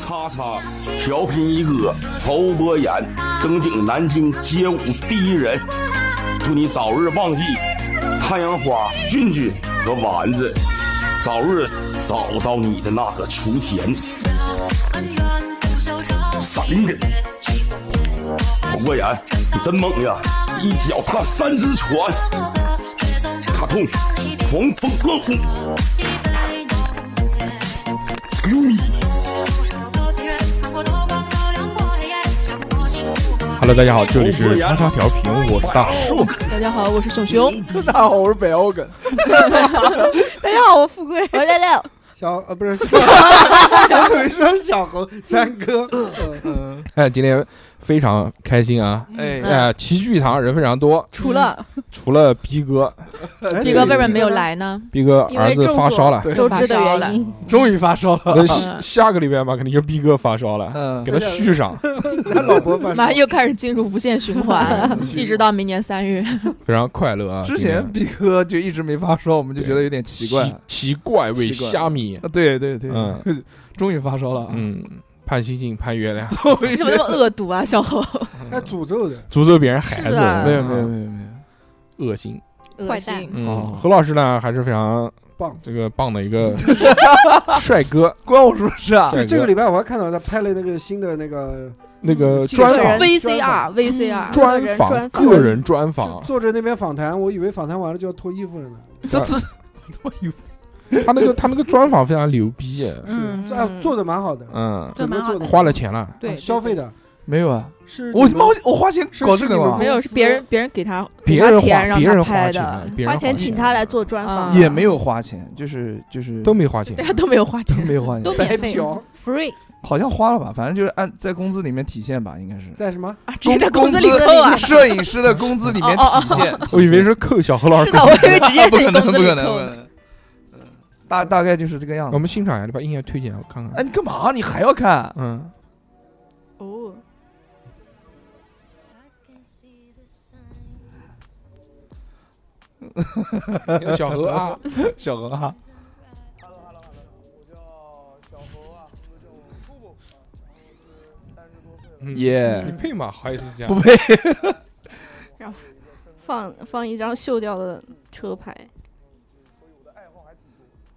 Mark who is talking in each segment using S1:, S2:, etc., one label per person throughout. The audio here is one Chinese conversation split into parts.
S1: 叉叉调频一哥侯博言登顶南京街舞第一人，祝你早日忘记太阳花、俊俊和丸子，早日找到你的那个雏田。三人，侯博言，你真猛呀！一脚踏三只船，卡通狂风浪虎，牛逼！
S2: Hello，大家
S3: 哎
S2: 好，这里是叉叉调频，我是大树。
S4: 大家好，我是熊熊，
S5: 大家好，我是北欧梗。
S6: 大家好，我富贵。
S3: 我是六六，
S5: 小呃不 是，小我怎么说小猴三哥？嗯嗯，
S2: 哎，今天非常开心啊！
S4: 嗯
S2: 哎，齐聚一堂，人非常多，嗯
S6: 除了
S2: 除了逼哥，
S6: 哎
S7: 哎
S4: 毕
S5: 这
S4: 哥为什么没有来呢？
S2: 逼哥
S3: 因为
S2: 儿子
S3: 中暑
S2: 发烧了，
S5: 对
S3: 周知的原因，
S5: 终于发烧了。
S2: 那下下个礼拜嘛，肯定就是逼哥发烧了，
S5: 嗯
S2: 给，他续上，
S5: 他老婆发
S4: 马
S5: 烧，
S4: 上。又开始进入无限循 环一直到明年三月。
S2: 非常快乐啊！
S5: 之
S2: 今天
S5: 前毕哥就一直没发烧，我们就觉得有点奇怪。
S2: 奇奇怪味
S5: 奇怪
S2: 虾米，
S5: 啊，对对对，
S2: 嗯
S5: 终于发烧了。，啊
S2: 嗯，盼星星盼月亮，
S5: 终于
S4: 你怎么那么恶毒啊，小侯？
S7: 还诅咒的，
S2: 诅咒别人孩
S4: 是
S2: 子，
S4: 啊
S5: 没有没有没有没有。
S2: 恶心。
S6: 坏蛋
S3: 恶心
S5: 嗯好
S2: 嗯，何老师呢，还是非常
S7: 棒
S2: 这个棒的一个帅哥，
S5: 关我什么事啊？
S2: 帅
S7: 对，
S2: 哥
S7: 这个礼拜我还看到他拍了那个新的那个，
S2: 那个
S7: 这个
S2: 专
S7: 是
S4: 嗯
S2: 访
S7: 人
S4: VCR
S6: 嗯
S4: VCR，
S3: 个
S2: 专
S3: 人
S2: 访
S3: 专访
S2: 个人专访
S7: 就，坐着那边访谈，我以为访谈完了就要脱衣服了呢。
S5: 这这，我有
S2: 他那个他那个专访非常牛逼，
S3: 嗯，
S7: 这啊做的蛮好的，
S2: 嗯，
S7: 怎么做的？啊
S2: 花了钱了，
S3: 对，
S7: 消费的
S5: 没有啊？
S7: 是
S5: 我
S7: 你
S5: 他妈
S7: 们
S5: 我花钱搞这
S7: 是
S5: 个
S7: 你
S5: 吗
S7: 们
S4: 没？有是别人别人给他给
S2: 别
S4: 他
S2: 人
S4: 钱
S2: 花
S4: 让
S2: 别
S4: 他
S2: 人花
S4: 拍
S2: 钱
S4: 的
S2: 了，，别人
S3: 花钱
S2: 钱
S3: 请他来做专访
S4: 嗯，
S5: 也没有花钱，就是就是
S2: 都没花钱
S4: 大，家都没有花
S5: 都
S4: 钱，
S5: 没有花钱
S3: 都，
S7: 白
S3: 免费
S7: 嫖
S3: ，free，
S5: 好像花了吧？反正就是按在工资里面体现吧，应该是。
S7: 在什么？
S4: 啊直接在工资里扣啊！
S5: 摄影师的工资里
S4: 哦
S5: 面体现。
S2: 我以为是扣小何老师
S4: 是。哦的，我 以为直接
S5: 啊不
S4: 在
S5: 可能，
S4: 工
S5: 不
S4: 资里
S5: 可能，不
S4: 扣
S5: 可。能。嗯大大概就是这个样
S2: 我
S5: 子。
S2: 们欣赏一下，你把音乐推荐我看
S5: 哎，
S2: 看。
S5: 你干嘛？你还要看？
S2: 嗯，
S3: 哦，
S2: 小何啊，
S5: 小何啊，
S2: 嗯
S5: 耶
S2: 你！配吗？好意思这
S5: 不
S2: 样？
S5: 配。
S6: 放放一张锈掉的车牌，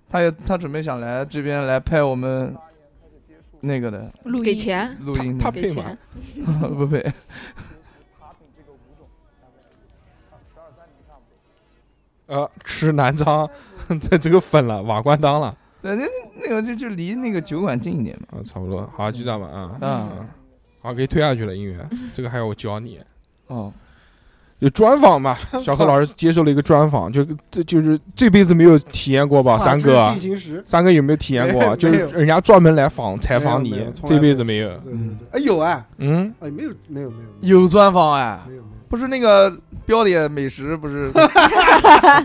S5: 他也他准备想来这边来拍我们那个的
S6: 录
S4: 给
S6: 音，
S4: 钱，
S5: 录音的，
S2: 他
S4: 给
S2: 配吗
S4: 钱？
S5: 不配。
S2: 呃，吃南昌， 这这个粉了，瓦罐汤了。
S5: 对，那那个就就离那个酒馆近一点嘛。
S2: 啊，差不多，好，就这样吧啊。
S5: 啊，
S2: 好，可以推下去了，音 乐，这个还要我教你。
S5: 哦，
S2: 有专访嘛？小何老师接受了一个专访，就这就是这辈子没有体验过吧？
S7: 法
S2: 三
S7: 制
S2: 哥，啊
S7: 进行时，
S2: 三哥有没有体验
S7: 没
S2: 过？啊
S7: 有
S2: 就是人家专门来访采访
S7: 没有没
S2: 你
S7: 有，从来
S2: 这
S7: 没有
S2: 辈子没有。
S7: 对对
S5: 嗯
S7: 对，哎有啊，
S2: 嗯，
S7: 哎没有没有没有没有
S5: 有专访哎，
S7: 没有没有，
S5: 不是那个标点美食不 是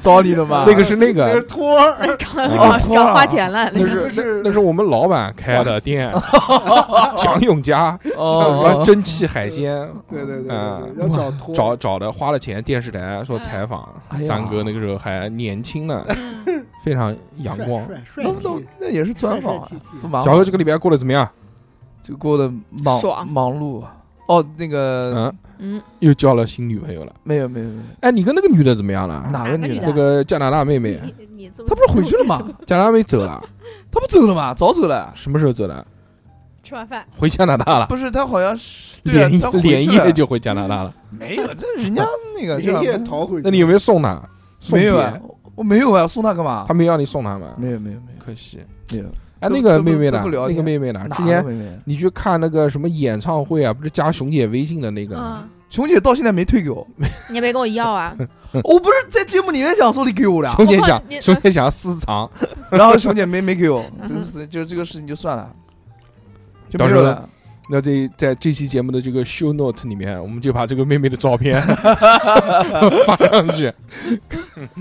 S5: 找你的吗？
S2: 那个是那
S7: 那是
S2: 个，
S7: 托儿，
S4: 找
S2: 哦
S4: 找
S5: 托
S4: 找
S5: 啊
S4: 花钱了，
S2: 那
S7: 那
S2: 是
S7: 是
S2: 那是我们老板开的店， 蒋永佳，然后
S5: 哦，
S2: 蒸汽海鲜，
S7: 对对对对
S2: 嗯
S7: 对，要找托儿
S2: 找找的花了钱，电视台说采访
S5: 哎呀
S2: 三哥，那个时候还年轻呢，非常阳光。
S7: 帅帅
S5: 那
S7: 帅气
S5: 那，那也是专访啊
S7: 帅帅气气，
S5: 不忙
S2: 小何这个礼拜过得怎么样？
S5: 就过得忙
S4: 爽
S5: 忙碌。哦，那个
S2: 嗯，
S4: 嗯，
S2: 又交了新女朋友了。
S5: 没有没有没有，
S2: 哎，你跟那个女的怎么样了？
S5: 哪个女
S3: 哪
S5: 的
S2: 那？个加拿大妹 妹，
S6: 你你这么
S5: 她不是回去 了吗？
S2: 加拿大妹走了，
S5: 她不走了吗？早走了。
S2: 什么时候走的？
S3: 吃完饭，
S2: 回加拿大了，
S5: 不是，她好像 是对啊
S2: 连，夜
S5: 她回去
S2: 连
S5: 了
S2: 夜就回加拿大了。
S5: 没有，这人家 那个
S7: 连夜
S5: 叫
S7: 逃回去，
S2: 那你有没有送她？送
S5: 没有啊
S2: 别？，
S5: 我没有啊，送她干嘛
S2: 他？没要你送她吗？
S5: 没有没有没有
S2: 可惜。
S5: 没有。
S2: 哎，
S5: 都
S2: 那个
S5: 都不
S2: 妹妹呢
S5: 都不？聊
S2: 那
S5: 天
S2: 个妹妹呢？
S5: 哪
S2: 之
S5: 个
S2: 前
S5: 妹妹
S2: 你去看那个什么演唱会啊，不是加熊姐微信的那个？
S4: 嗯，
S5: 熊姐到现在没退 给我，
S4: 你也没跟我要啊，
S5: 我不是在节目里面讲说你给我了，
S2: 熊姐
S4: 我靠
S2: 想，
S4: 你
S2: 熊姐想私藏，
S5: 然后熊姐没没给我，这是就这个事情就算了，就
S2: 到
S5: 没
S2: 时
S5: 有
S2: 候
S5: 了。
S2: 那这在这期节目的这个 show note 里面，我们就把这个妹妹的照 片 发上去。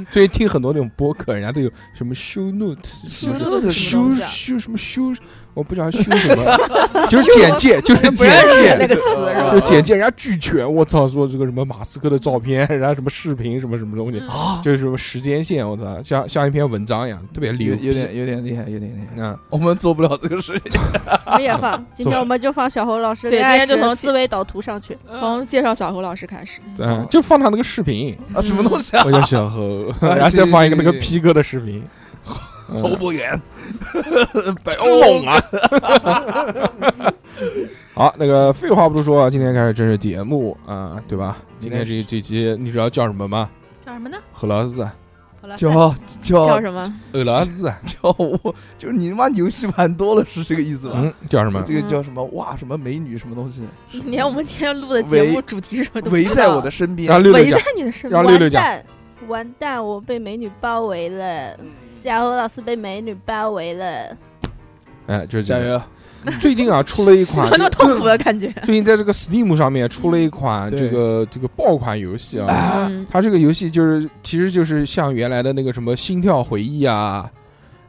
S2: 所以听很多那种播客，人家都有什么 show note，什么
S4: note 什么
S2: show
S4: 东西啊
S2: show 什么 show，我不知道 show 什么， 就是简介，就是
S4: 不认
S2: 简
S4: 识
S2: 介，
S4: 那个词是
S5: 啊
S4: 吧？
S2: 就简介，人家俱全。我操，说这个什么马斯克的照片，人家什么视频，什么什么东西，就是什么时间线，我操，像像一篇文章一样，特别
S5: 啊
S2: 牛
S5: 有
S2: 逼，
S5: 有点有点厉害，有点厉害。
S2: 嗯，
S5: 我们做不了这个事 情。
S3: 我们也 放。今天我们就放小侯老师
S4: 对
S3: 恋爱
S4: 今天就
S3: 时
S4: 从
S3: 思维导图上去。
S4: 从介绍小侯老师开始，
S2: 嗯，就放他那个视 频，
S5: 啊，什么东西啊？
S2: 我叫小侯，
S5: 啊
S2: 然后再
S5: 行
S2: 放一个那
S5: 行
S2: 个
S5: 行
S2: P 哥的视 频，嗯
S5: 侯博远， 白
S2: 猛啊！ 好，那个废话不多说啊，今天开始正式节目啊、对吧？今天这这期你知道叫什么吗？
S1: 叫什么呢？
S2: 俄罗斯，
S1: 好了，
S5: 叫叫
S2: 哦
S4: 叫 什么？
S2: 俄罗斯，
S5: 叫我，就是你他妈游戏玩多了是这个意思吧？
S2: 嗯，叫什么？
S5: 这个叫什么哇？什么美女什么东西？
S4: 你 连我们今天录的节目主题是什么都不
S5: 围
S4: 知
S5: 在
S3: 啊
S4: 道
S5: 我的身
S2: 让
S5: 边，
S2: 六六
S4: 围
S2: 讲
S4: 在，你的身
S2: 让
S4: 边，
S2: 六
S3: 完
S2: 六讲。
S3: 蛋，完蛋，我被美女包围了。小侯老师被美女包围了。
S2: 哎，就是这
S5: 加
S2: 个。
S5: 油！
S2: 最近啊，出了一款
S4: 有那
S2: 这
S4: 么
S2: 个，
S4: 痛苦的感觉。
S2: 最近在这个 Steam 上面出了一款
S5: 对
S2: 这个这个爆款游戏啊。
S4: 嗯，
S2: 它这个游戏就是，其实就是像原来的那个什么《心跳回忆》啊，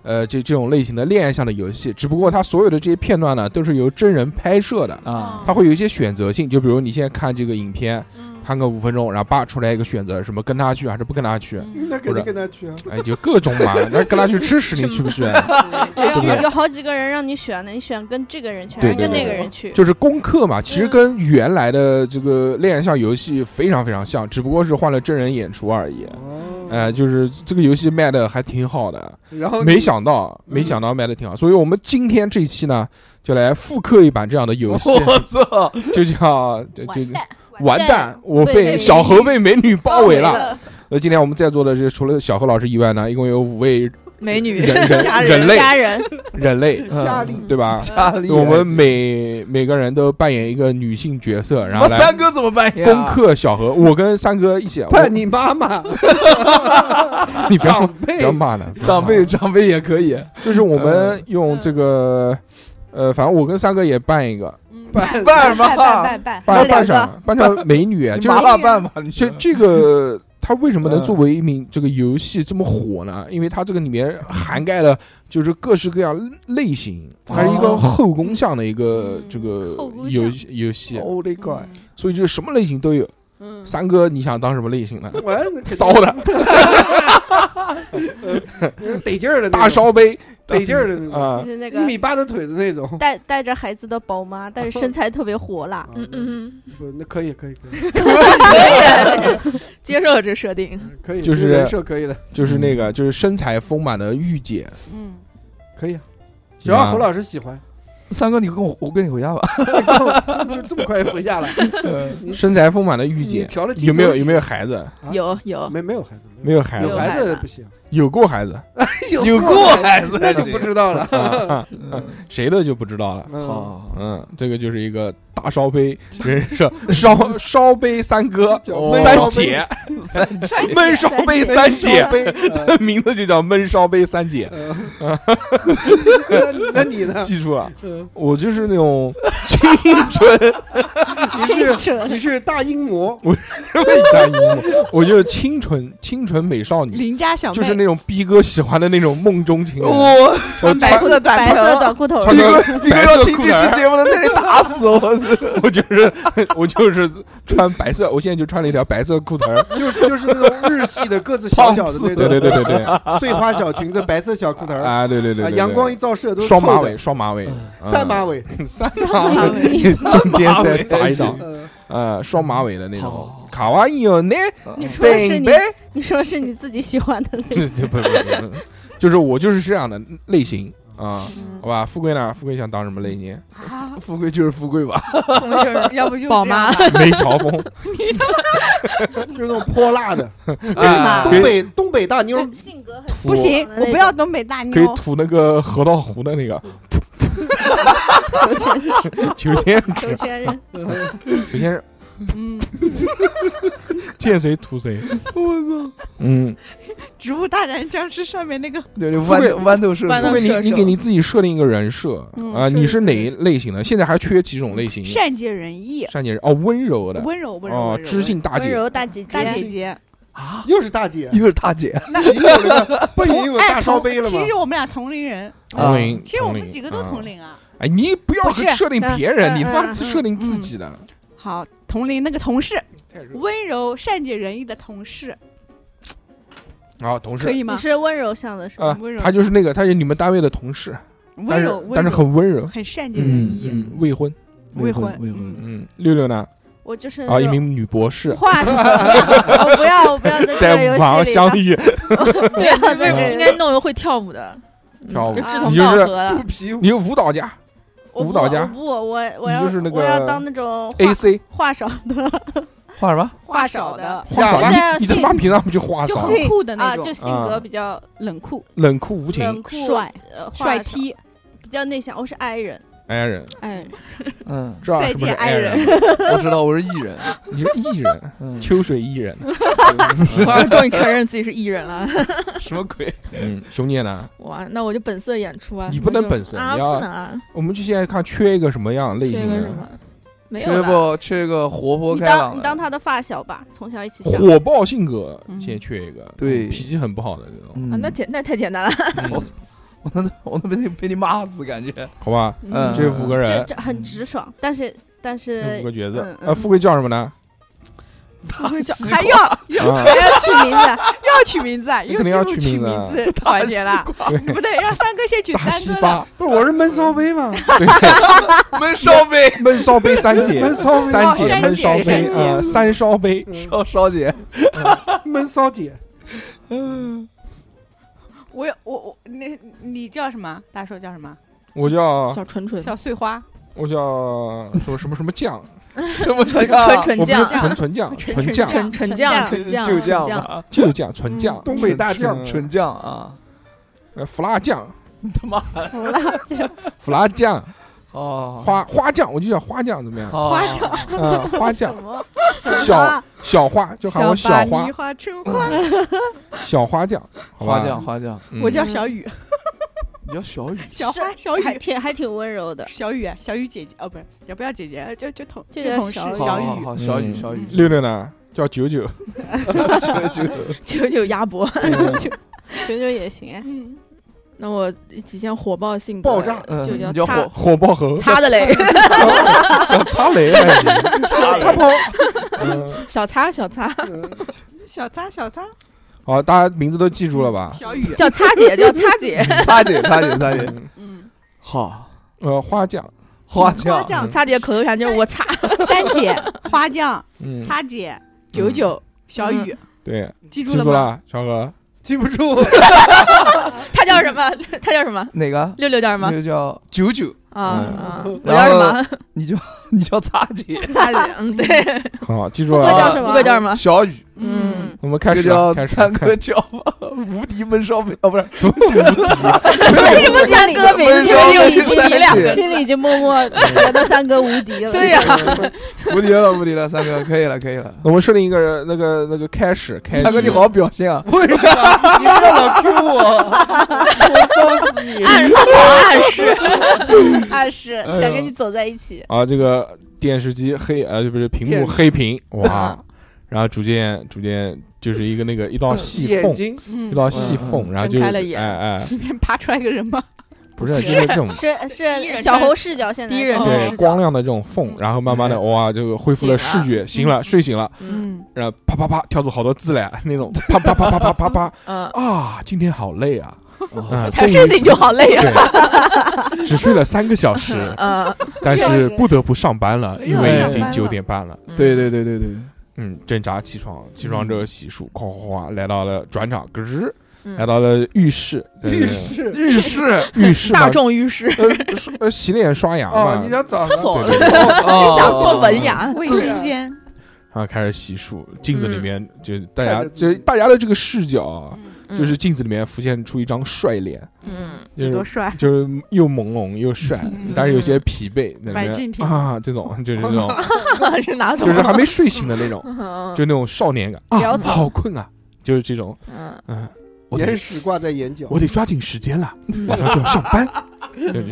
S2: 呃，这这种类型的恋爱向的游戏，只不过它所有的这些片段呢，都是由真人拍摄的，
S3: 哦
S4: 哦
S5: 啊，
S2: 它会有一些选择性，就比如你现在看这个影片，
S3: 嗯
S2: 看个五分钟，然后叭出来一个选择，什么跟他去还是不跟他
S4: 嗯
S2: 去，
S7: 那肯定跟他去啊。
S2: 哎，就各种嘛，那跟他去吃屎你去不去？
S3: 然后
S2: 对
S3: 啊有好几个人让你选呢，你选跟这个人去，还
S2: 对
S3: 是
S2: 对
S3: 跟那个
S2: 对
S3: 人去？
S2: 就是功课嘛，其实跟原来的这个恋爱向游戏非常非常像，只不过是换了真人演出而已。
S7: 哦，
S2: 哎，就是这个游戏卖的还挺好的，
S7: 然
S5: 哦
S7: 后
S2: 没
S7: 你
S2: 想到，
S5: 嗯
S2: 没想到卖的挺好，所以我们今天这一期呢，就来复刻一版这样的游戏，
S5: 我操！
S2: 就叫就就
S3: 完蛋，
S2: 完蛋，我
S3: 被
S2: 被
S3: 被
S2: 小
S3: 美
S2: 猴
S3: 女
S2: 被美女包围了。
S3: 了，
S2: 那今天我们在座的这除了小何老师以外呢，一共有五位
S4: 美女
S2: 人人人类
S3: 家人。
S2: 人类，
S5: 嗯
S7: 家里
S2: 对吧？
S5: 家里
S2: 就我们每每个人都扮演一个女性角色，然
S5: 我
S2: 后来
S5: 三哥怎么办 呀？
S2: 攻克小何。我跟三哥一起，我
S7: 判你妈妈
S2: 你不要
S7: 长
S2: 不
S7: 辈
S2: 要骂了，
S5: 长辈长辈也可以，
S2: 就是我们用这个。呃，反正我跟三哥也扮一个，
S7: 办
S5: 办
S1: 拜拜
S5: 吧，
S1: 拜拜，
S2: 扮
S3: 有两
S2: 扮
S3: 个
S2: 上扮上美女，啊
S5: 你
S2: 就是
S5: 麻辣拌吧，你
S2: 这
S5: 说
S2: 这个它为什么能
S5: 嗯
S2: 作为一名这个游戏这么火呢？因为它这个里面涵盖了就是各式各样类型，它是一个
S5: 哦
S2: 后宫向的一个
S1: 嗯
S2: 这个
S1: 后宫向
S2: 游戏游戏，
S5: Holy
S4: 嗯
S5: God！
S2: 所以就是什么类型都有。
S1: 嗯，
S2: 三哥，你想当什么类型的？
S7: 我肯定
S2: 骚的、
S7: 得劲儿的那种
S2: 大烧杯
S7: 得劲儿的那种，
S2: 啊
S3: 就，是那
S7: 一
S3: 个
S7: 米八的腿的那种。
S3: 带带着孩子的宝妈，但是身材特别火辣。
S4: 嗯嗯，
S7: 不，那可以可以可 以
S4: 可以 接受了这设定。
S7: 可以，
S2: 就是
S7: 这个人设可以的，
S2: 就是那个就是身材丰满的御姐，
S1: 嗯，
S7: 可以啊，只要
S2: 啊
S7: 侯老师 喜欢，
S5: 三哥，你跟我，我跟你回家吧。
S7: 就就这么快就回家了。 你
S2: 身材丰满的嗯御
S7: 你
S2: 姐，
S7: 调了几
S2: 有没有
S7: 手指
S2: 有没有？孩子？
S7: 啊
S4: 有有，
S7: 没没有孩子，
S2: 没有孩
S7: 有
S2: 子，
S7: 孩
S4: 有
S7: 子
S4: 孩子
S7: 不行，
S2: 有过孩子，
S5: 有过孩子
S7: 那
S5: 还
S7: 就
S5: 行
S7: 不 知道了。
S2: 啊谁的就不知道了。
S7: 嗯，
S5: 好，
S2: 嗯，这个就是一个大烧杯人设，烧烧杯三哥
S7: 叫
S5: 哦
S7: 闷
S2: 三
S7: 烧杯
S2: 姐，闷烧杯三姐，
S7: 杯。呃
S2: 名字就叫闷烧杯三姐。
S7: 呃那那你呢？
S2: 记住了，
S7: 嗯
S2: 我就是那种青春，
S7: 你是你是大阴魔，
S2: 大荧幕 我就是清纯清纯美少女，
S1: 邻家小妹
S2: 就是那种逼哥喜欢的那种梦中情人。我
S5: 我
S2: 穿
S1: 白色的短
S3: 白
S1: 裤
S3: 色的短裤头，
S2: 穿
S5: 一
S2: 个
S5: 个一个
S2: 白
S5: 要
S2: 色
S5: 听
S2: 裤
S5: 这期
S2: 衩，
S5: 节目的，那得打死我！
S2: 我就是 我就是穿白色，我现在就穿了一条白色裤腿儿。
S7: 就就是那种日系的，个子小小的那
S2: 对对对
S7: 种，
S2: 对对，
S7: 碎花小裙子，白色小裤头儿，啊，
S2: 啊对对对对对，
S7: 阳光一照射都是
S2: 双马
S7: 透的嗯
S2: 尾，，双马尾，尾。
S7: 三马尾，
S2: 三马尾，中间再扎一刀，
S7: 呃
S2: 呃，双马尾的那种
S5: 好，
S2: 卡哇伊哦，那
S3: 你说的是
S2: 准
S3: 你
S2: 备，，
S3: 你说的是你自己喜欢的类
S2: 不
S3: 型。
S2: 不不不，就是我就是这样的类型啊，好吧，富贵呢？富贵想当什么类型？
S1: 啊，
S5: 富贵就是富贵吧，
S4: 我们就是
S1: 要不就
S4: 宝
S1: 这样吧，
S2: 梅超风，
S7: 呃就是那种泼 辣的，啊
S1: 为什么
S7: 东北东北大妞儿，
S3: 性格很
S1: 不行，我
S3: 我
S1: 不要东北大
S2: 可以
S1: 妞，
S2: 吐那个河道湖的那个
S3: 有钱人，
S2: 九天
S3: 有
S2: 池，
S3: 钱人，
S2: 九天池
S1: 嗯，
S2: 见谁吐谁，我操，嗯，
S8: 植物大战僵尸》上面那个
S5: 对对，
S2: 富贵
S5: 豌豌豆射
S4: 豌豆
S5: 手
S2: 不，给你
S4: 射
S2: 你
S4: 手
S2: 给你自己设定一个人设
S8: 嗯
S2: 啊，
S8: 设
S2: 你
S8: 定
S2: 是哪一类型的？现在还缺几种类型？
S8: 善解人意，
S2: 善解人哦，温柔的
S8: 温柔温柔
S2: 哦，
S8: 温柔
S2: 知性大
S3: 温
S2: 姐，
S3: 柔大姐
S8: 大
S3: 姐
S8: 姐，姐。
S7: 又是大姐，
S5: 又是大姐
S7: 已经有那个不已经有大烧杯了吗
S8: 哎其？实我们俩同龄人，
S2: 同龄，
S8: 啊其实我
S2: 同
S8: 们
S2: 龄
S8: 几个都同。
S2: 啊
S8: 龄啊。
S2: 哎，你不要
S8: 不
S2: 去
S8: 是
S2: 设定
S4: 嗯
S2: 别人，你他妈
S4: 嗯嗯
S2: 设定自
S8: 嗯
S2: 己的。
S8: 好，同龄那个同事，
S2: 太热
S8: 温柔善解人意的同事，
S2: 啊，同
S8: 可
S2: 事
S8: 以
S3: 你
S8: 吗？
S3: 是温柔向的是吧？
S2: 啊
S8: 温，柔
S2: 他就是那个，他是你们单位的同事，但
S8: 温
S2: 是
S8: 柔，温柔
S2: 但是呃很温柔。
S8: 很善解人
S2: 嗯
S8: 意，
S2: 嗯，未婚。
S8: 未婚
S5: 未婚
S8: 嗯
S2: 嗯，六六呢？
S3: 我就是
S2: 啊，
S3: 那
S2: 一
S3: 种
S2: 名女博士，
S3: 话术，我不要，我不要在这个
S2: 在
S3: 游
S2: 舞堂
S3: 戏里啊
S2: 相
S3: 了。
S2: 遇，
S4: 对，你不
S2: 嗯
S4: 是应该弄一个会跳舞的，
S2: 跳舞
S4: 就志
S2: 你
S4: 同
S2: 就
S4: 道
S2: 是
S4: 合了。
S7: 皮
S2: 你舞蹈家
S3: 我
S2: 舞
S3: 不
S2: 蹈家
S3: 我不，我我要
S2: 你就是那个
S3: 我要当那种话
S2: A C
S3: 话少的，
S5: 画什么？
S8: 话
S3: 话
S8: 少
S3: 少
S8: 的
S3: 的，
S2: 花
S3: 就
S2: 少，
S3: 是要
S2: 你你他妈
S3: 性
S2: 平常不就花
S8: 就
S2: 少？
S8: 很酷的那
S3: 啊，
S8: 种，
S3: 就性格比较
S8: 冷酷、
S2: 冷酷无
S3: 冷
S2: 情，
S3: 酷、
S8: 帅、
S3: 呃话
S8: 帅
S3: 少
S8: T，
S3: 比较内向。我是 I 人，
S2: 爱人，
S4: 哎，
S5: 嗯，
S2: 知道
S8: 再
S2: 什么是
S8: 见爱
S2: 爱人吗？
S5: 我知道我是艺人，
S2: 你是艺 人，
S5: 嗯，
S2: 秋水艺人。
S4: 我要终于承认自己是艺人了。
S5: 什么鬼？
S2: 嗯，兄弟呢？
S4: 哇，那我就本色演出啊！
S2: 你
S4: 什么
S2: 不能
S4: 就
S2: 本色
S4: 啊，
S2: 你要
S4: 不能啊，
S2: 我们就现在看缺一个什么样类
S4: 缺
S2: 型
S4: 一个什
S2: 的？
S4: 么？没
S5: 缺
S4: 有吧？
S5: 不缺一个活泼
S3: 你
S5: 开
S3: 当
S5: 朗
S3: 你当
S5: 的？
S3: 他的发小吧，从小一起长。
S2: 火爆性格，
S8: 嗯
S2: 现在缺一个，嗯
S5: 对
S2: 脾气很不好的那种，
S4: 啊，
S5: 嗯
S4: 那简那太简单了。
S5: 我 我能我能被你被你骂死，感 觉。
S2: 好吧？
S5: 嗯
S2: 这五个
S3: 这
S2: 人，
S3: 这很直爽，但是但
S2: 这五
S3: 是
S2: 个角色
S3: 嗯，嗯
S2: 呃，富贵叫什么呢？
S8: 还要
S2: 啊，
S3: 还要取名字，
S8: 要取名字啊，
S2: 你
S8: 又
S2: 肯定
S8: 进
S2: 要
S8: 入
S2: 取
S8: 取
S2: 名字啊
S8: 名字 环节了，
S2: 对
S8: 不对，让三哥先取
S2: 大
S8: 三
S2: 西
S8: 哥的。
S2: 巴，
S7: 不是我是闷烧杯吗？
S2: 对，
S5: 闷烧杯，
S2: 闷烧杯三姐，
S7: 闷烧杯
S2: 三姐
S8: 哦
S2: 闷烧
S8: 三
S2: 杯
S8: 姐
S2: 啊，三烧杯，
S5: 烧哦烧姐，
S7: 闷骚姐，
S8: 我有我我那你叫什么？大叔叫什么？
S2: 我叫
S4: 小纯纯，
S8: 小碎 花，
S2: 我叫什么什么什么酱，
S5: 什么
S4: 纯
S2: 啊
S4: 纯纯
S5: 酱
S2: 我不是
S4: 酱，
S2: 纯纯酱，
S8: 纯
S2: 纯酱
S4: 纯纯酱，纯酱，
S5: 就
S4: 纯
S5: 酱
S4: 酱。
S5: 吧，
S2: 就酱纯酱，
S7: 东北大酱
S2: 纯
S5: 纯酱啊！
S2: 呃腐辣酱，
S5: 你他妈
S2: 腐辣酱，
S5: 哦，
S2: 花花酱，我就叫花酱，怎么样？
S5: 哦
S8: 花椒
S2: 嗯，花酱
S3: 什，么
S2: 小小花，就喊我小
S8: 把
S2: 花
S8: 梨，花春花，
S2: 小花酱，好吧
S5: 花酱，花酱，
S2: 嗯
S8: 我叫小雨，
S5: 你叫小雨，
S8: 小花小
S3: 还
S8: 雨。
S3: 挺还挺温柔的，
S8: 小雨，小雨姐姐，哦，不是，也不要姐姐，就就同
S3: 就
S8: 就
S3: 叫
S8: 同事
S3: 小雨
S5: 好
S8: 小
S5: 好
S8: 雨，
S5: 哦好，小雨，
S2: 嗯
S5: 小雨，
S2: 六六呢，叫九九，
S5: 这个
S4: 九九鸭脖。
S3: 九九也行啊。
S8: 嗯，
S4: 那我体现火爆性格，
S7: 爆炸
S5: 嗯
S4: 就
S5: 你叫
S4: 擦
S5: 火
S2: 火爆猴，
S4: 擦 的嘞，
S2: 叫擦雷了已经，
S7: 擦擦包，
S2: 嗯
S4: 小擦小擦，
S8: 小擦小擦，
S2: 好，大家名字都记住了吧？
S8: 小雨，
S4: 叫擦姐，叫擦姐，
S5: 擦姐，擦姐，擦 姐，
S2: 嗯
S8: 嗯，
S5: 好，
S2: 呃， 花酱，
S5: 花
S8: 花
S5: 酱，
S8: 酱，
S4: 擦姐口头禅就是我擦，
S8: 三姐，花酱，
S2: 嗯，
S8: 擦姐，九九，
S3: 嗯
S8: 小雨，
S2: 对，
S8: 记
S2: 记
S8: 住了
S2: 住
S8: 吗？
S2: 了，小何，
S7: 记不住，
S4: 她叫什么？她叫什么？
S5: 哪个？
S4: 六六叫什么
S5: 那？个叫九九，
S4: 啊
S2: 嗯
S4: 啊！我
S5: 然
S4: 叫什
S5: 后
S4: 么？
S5: 你叫你叫擦姐，
S4: 擦姐，嗯，对，
S2: 好，记住
S3: 我
S2: 了
S3: 叫
S2: 啊，
S3: 什么？
S4: 五个叫什么？
S5: 小雨，
S4: 嗯，
S2: 我们开
S5: 这
S2: 始
S5: 个
S2: 了，
S5: 叫
S2: 开始了，
S5: 三哥叫 无敌闷烧杯，哦，不是，
S2: 什么无敌？
S4: 为什么三哥每次都有
S3: 已
S4: 一
S3: 经
S4: 无敌两个？
S3: 心里已经默默觉得三哥无敌了。
S4: 对呀，
S5: 无敌了，无敌了，三哥，可以了，可以了，
S2: 我们设定一个那个那个开始，开
S5: 三哥
S2: 局
S5: 你好好表现啊，
S7: 为什么？你不要老 Q 我，我骚死你！
S4: 暗暗示，
S3: 暗示
S2: 哎呦
S3: 想跟你走在一起。
S2: 啊，这个电视机黑呃不是屏幕
S7: 电
S2: 黑屏哇，然后逐渐逐渐就是一个那个一
S7: 呃
S2: 道哦细
S7: 眼
S2: 缝，
S7: 睛
S2: 一
S8: 嗯，
S2: 道细
S5: 嗯
S2: 缝，然后
S4: 睁
S2: 就
S4: 开了眼
S2: 哎哎，
S8: 里面爬出来个人吗？
S2: 不是
S4: 不
S2: 就是这种
S3: 是
S4: 第一人
S3: 是
S4: 称
S3: 小猴视角，现在
S4: 第一
S3: 是
S4: 人称
S3: 哦
S4: 视
S2: 对
S4: 角
S2: 光亮的这种缝，然后慢慢的哇就恢复了
S4: 醒
S2: 视
S4: 了
S2: 觉，醒了睡醒了，
S4: 嗯
S8: 嗯，
S2: 然后啪啪啪跳出好多字来那种啪啪啪啪啪啪啪
S4: 嗯，
S2: 啊，今天好累啊， 啊，终
S4: 才
S2: 于
S4: 睡醒就好累啊，
S2: 对，只睡了三个小时，
S4: 嗯，
S2: 但
S3: 确
S2: 是
S3: 实
S2: 不得不上班了，因为已
S5: 上
S2: 经
S8: 班
S2: 九
S8: 了
S2: 点半了。
S5: 对对对对 对，
S2: 嗯，挣扎起床，起床之后洗漱，哗哗哗，来到了转场，咯吱，
S4: 嗯
S2: 来到了浴室，在那
S7: 浴室
S5: 日式
S2: 浴 室
S4: 大
S2: 嘛，
S4: 众浴 室，
S2: 呃刷呃洗脸刷牙
S7: 哦，
S2: 嘛
S7: 你，想找
S4: 厕所，
S2: 对
S4: 厕
S2: 对
S4: 所，
S5: 哦
S4: 想做文雅，
S8: 卫生间，
S2: 然后开始洗漱，镜子里
S4: 嗯
S2: 面就大家
S7: 看着自己
S2: 就是大家的这个视角啊，
S4: 嗯
S2: 就是镜子里面浮现出一张帅脸，
S4: 嗯，
S2: 就
S8: 多
S2: 是
S8: 帅，
S2: 就是又朦胧又帅，但是有些疲惫，在
S8: 白
S2: 那
S8: 敬
S2: 边
S8: 亭
S2: 啊这 种就是这种
S4: 是哪种？
S2: 就是还没睡醒的那种，
S4: 嗯，
S2: 就那种少年感
S3: 潦
S2: 啊，
S3: 草
S2: 好困啊，就是这种，
S4: 嗯
S2: 嗯，我得
S7: 眼屎挂在眼角，
S2: 我得抓紧时间了，马上就要上 班。对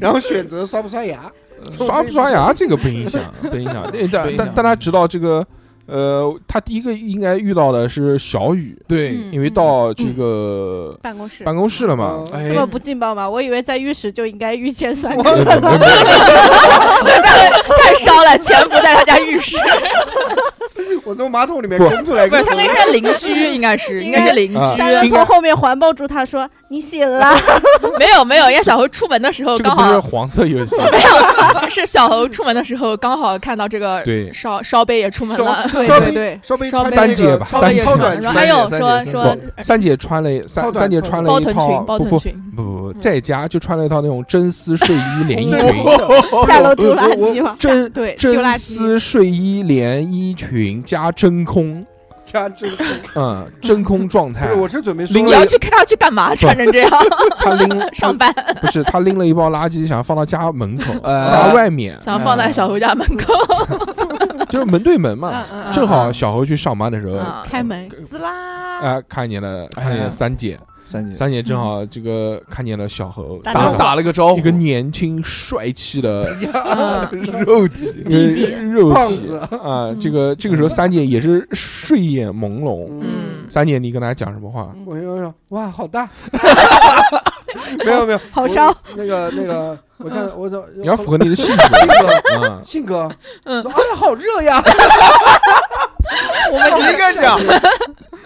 S7: 然后选择刷不刷牙，
S2: 嗯刷不刷牙这个不影响，不影 响。啊但但大家知道这个，呃，他第一个应该遇到的是小雨，
S4: 对，
S9: 嗯
S2: 因为到这个
S9: 办公室
S2: 办公室了嘛。
S7: 嗯
S4: 哎
S3: 这，么不劲爆吗？我以为在浴室就应该遇见三个。
S2: 没有没有没有
S10: 太烧了，全不在他家浴室，
S7: 我从马桶里面
S2: 不
S7: 冲出来一
S10: 不
S7: 哎
S10: 是
S7: 个
S10: 他跟他是邻居，应该是应该是邻
S2: 啊
S10: 居，
S3: 三人从后面环抱住他说：“你醒了。
S10: 没有没有，因为小猴出门的时候
S2: 这个
S10: 刚
S2: 不是
S10: 好
S2: 黄色游戏，
S10: 是小猴出门的时候刚好看到这个
S2: 对
S10: 烧烧杯也出门了，
S7: 烧
S10: 对
S7: 烧
S10: 对
S7: 杯
S10: 对，
S7: 稍微
S10: 稍微
S7: 穿
S2: 三姐吧
S7: 超
S2: 三姐
S7: 超
S10: 然
S7: 短
S10: 后
S7: 裙，
S10: 还有
S5: 三
S10: 说
S5: 姐三姐
S10: 说
S2: 三姐穿了三
S7: 超短
S2: 三姐穿了
S10: 包
S2: 一
S10: 臀
S2: 套
S10: 裙，
S2: 不
S10: 包
S2: 不
S10: 臀裙，
S2: 不不，在家就穿了一套那种真丝睡衣连衣
S7: 真
S2: 裙，哦
S7: 的
S3: 下楼丢垃圾吗？
S2: 真
S9: 对丢垃
S2: 真
S9: 圾，
S2: 丝睡衣连衣裙加真空，
S7: 加真空。
S2: 嗯，真空状
S7: 不
S2: 态
S7: 是，。我是准备说
S2: 拎
S10: 你要去看他去干嘛？穿成这样
S2: 他拎
S10: 上班，
S2: 不是他拎了一包垃圾，想要放到家门口，
S4: 呃
S2: 家外面，
S10: 想放在小猴家门口，
S2: 就是门对门嘛。
S9: 嗯嗯，
S2: 正好嗯小猴去上班的时候，
S4: 嗯
S10: 啊
S9: 开门，滋啦，
S2: 啊，看见了看见了三姐，
S5: 三姐
S2: 三姐正好这个看见了小猴，
S3: 打
S2: 正
S3: 招
S2: 好
S4: 打打了个招呼，
S2: 一 个年轻帅气的
S10: 嗯
S5: 肉体，
S10: 弟弟
S2: 肉
S7: 胖
S2: 体
S7: 子，
S2: 啊，这个这个时候三姐也是睡眼朦胧。
S7: 嗯，
S2: 三姐，你跟她讲什么话？
S7: 我就说哇，好大，没有没有，
S3: 好
S7: 我
S3: 烧，
S7: 那个那个，我看我说
S2: 你要符合你的性格 啊！
S7: 信哥，说哎呀，好热呀，
S4: 我们
S5: 你应该讲，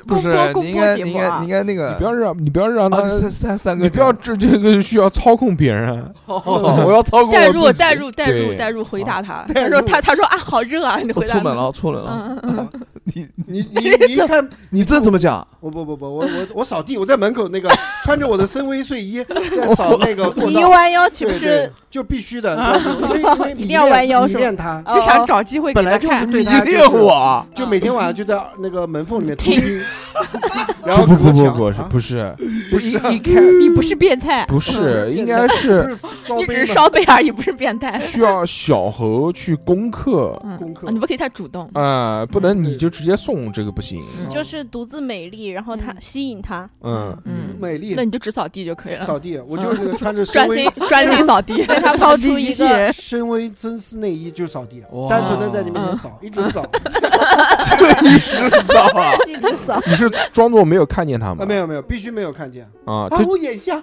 S5: 不
S3: 公
S5: 是
S3: 播，公
S5: 你应
S3: 播
S5: 该
S3: 节
S5: 你应
S3: 目
S5: 该你
S3: 啊
S5: 应！该那个，
S2: 你不要让，你不要让
S5: 啊
S2: 她，
S5: 三三三个
S2: 你
S5: 讲，
S2: 不要这这个需要操控别人。
S5: 哦，我要操控我
S10: 代入
S5: 自己
S10: 代入代入
S2: 对
S10: 代入回答他，
S7: 代
S10: 他
S7: 入
S10: 说他他说啊好热啊，你
S5: 我
S10: 回答
S5: 错门了，错门了，
S10: 嗯，
S5: 你
S7: 你你你一看，
S5: 你这怎么讲？
S7: 我不不不，我我我扫地，我在门口 那个穿着我的深 V 睡衣在扫那个过
S3: 你一
S7: 道。
S3: 弯腰岂不
S7: 对
S3: 是
S7: 对，就必 须的，因为因为
S3: 一定
S7: 迷
S3: 要弯腰
S7: 恋迷
S3: 是吧
S7: 恋他，
S3: 哦
S9: 就想找机会给
S7: 本来
S9: 他
S7: 就是
S9: 看，
S7: 对
S5: 你
S7: 他
S5: 练
S7: 就是
S5: 我啊，
S7: 就每天晚上就在那个门缝里面偷
S10: 听
S7: 听，然后
S2: 不不
S7: 隔
S2: 不
S7: 墙
S2: 不是
S7: 啊
S2: 不是
S7: 不是啊
S4: 一开
S3: 你不是变 态，
S2: 不是，
S7: 嗯
S2: 应该
S7: 不
S2: 是
S7: 是烧
S10: 你
S7: 杯
S10: 只是
S7: 吗
S10: 烧杯而已，不是变态。
S2: 需要小猴去攻克
S10: 嗯
S7: 功课
S10: 啊你不可以太主动。
S2: 啊，不能你就直接送这个不行。
S3: 就是独自美丽，然后他
S9: 嗯
S3: 吸引他，
S2: 嗯，
S10: 嗯，
S7: 美丽
S10: 那你就只扫地就可以了，
S7: 扫地，我就是
S3: 嗯
S7: 那个 穿着深
S10: 专
S7: 微
S10: 心专心扫地。
S3: 对 他抛出一个
S7: 深 V 真丝内衣就扫地
S5: 哇，
S7: 单纯的在你
S3: 嗯
S7: 面前扫，一直扫
S5: 你是骚 啊！
S3: 一只手，
S2: 你是装作没有看见他吗
S7: 啊，？ 没有没有，必须没有看见
S2: 啊，
S7: 啊
S2: 他，
S7: 我眼瞎，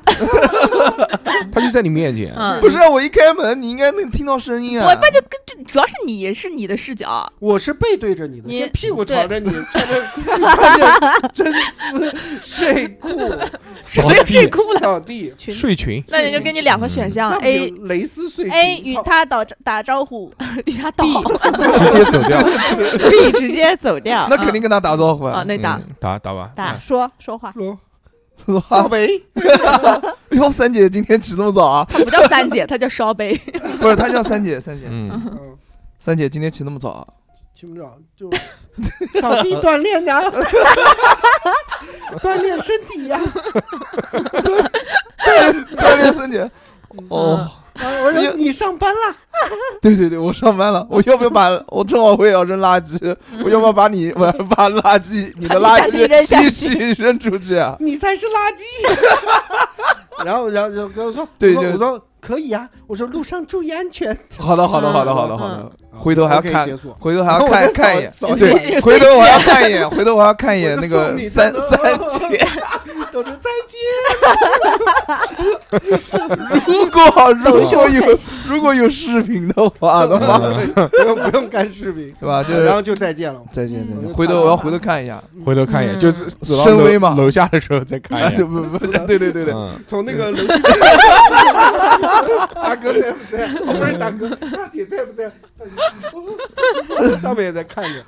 S2: 他就在你面前。
S10: 嗯，
S5: 不是啊，我一开门，你应该能听到声音啊。
S10: 我那就跟这主要是你是你的视角，
S7: 我是背对着你的，
S10: 你
S7: 先屁股朝着你，穿着 穿着真丝睡 裤
S10: 谁又睡裤了？啊
S7: 扫地，
S3: 群
S2: 睡 裙，
S10: 那你就给你两个选项
S7: 那不
S10: ，A
S7: 行，蕾丝睡裙
S10: 哎
S3: A 与他打打招呼，
S10: 比他倒
S2: 直接走掉。
S9: B 直接走掉，
S5: 那肯定跟他打招呼
S10: 啊，
S5: 啊。
S10: 那打
S2: 嗯打打吧，
S10: 打
S3: 说说话，
S7: 扫 北，
S5: 啊哟，三姐今天起这么早啊？
S10: 他不叫三姐，他叫烧杯。
S5: 不是，她叫三姐，三姐，
S2: 嗯，
S7: 嗯，
S5: 三姐今天起那么早啊？
S7: 听不着，就 扫地锻炼呀， 锻炼身体呀，
S5: 锻炼三姐。 哦，
S7: 啊我说你上班啦，
S5: 对对对，我上 班了，我要不要把我正好我也要扔垃圾，
S7: 嗯
S5: 我要不要 把你我把垃圾你的垃圾
S3: 扔下
S5: 一起扔出去啊？
S7: 你才是垃圾。 然后，然后就跟我说，
S5: 对
S7: 我说
S5: 就
S7: 我说可以啊，我说路上注意安全。
S5: 好的，好的，好的，
S10: 嗯
S5: 好的，
S10: 嗯
S5: 好的。回头还要
S7: OK，
S5: 看
S7: 结束，
S5: 回头还要
S7: 哦我
S5: 看
S7: 再
S5: 看一
S7: 扫
S5: 眼，
S7: 扫
S5: 对
S7: 一
S10: 眼有，
S5: 回头
S10: 三
S5: 我
S10: 姐
S5: 要看 一眼，回头我要看一眼
S7: 我
S5: 那
S7: 就
S5: 个
S7: 送你
S5: 三
S7: 真的
S5: 三姐。
S7: 都是再见。
S5: 如果如果有如果有视频的话的 话，
S7: 不用不用干视频，
S5: 对嗯 吧？就
S7: 然
S5: 是
S7: 后就再见了。
S5: 再见，再
S7: 嗯
S5: 见。回头我要回头看一下。
S2: 回头看一眼，
S10: 嗯
S2: 就是走到
S5: 深
S2: 楼
S5: 微嘛
S2: 楼下的时候再看
S5: 啊，
S2: 一
S5: 对
S2: 眼。
S5: 不不，对对对对，
S2: 哎嗯，
S7: 从那个楼梯，大哥在不在？哦，不是大哥，大姐在不在？ 哦上面也在看着，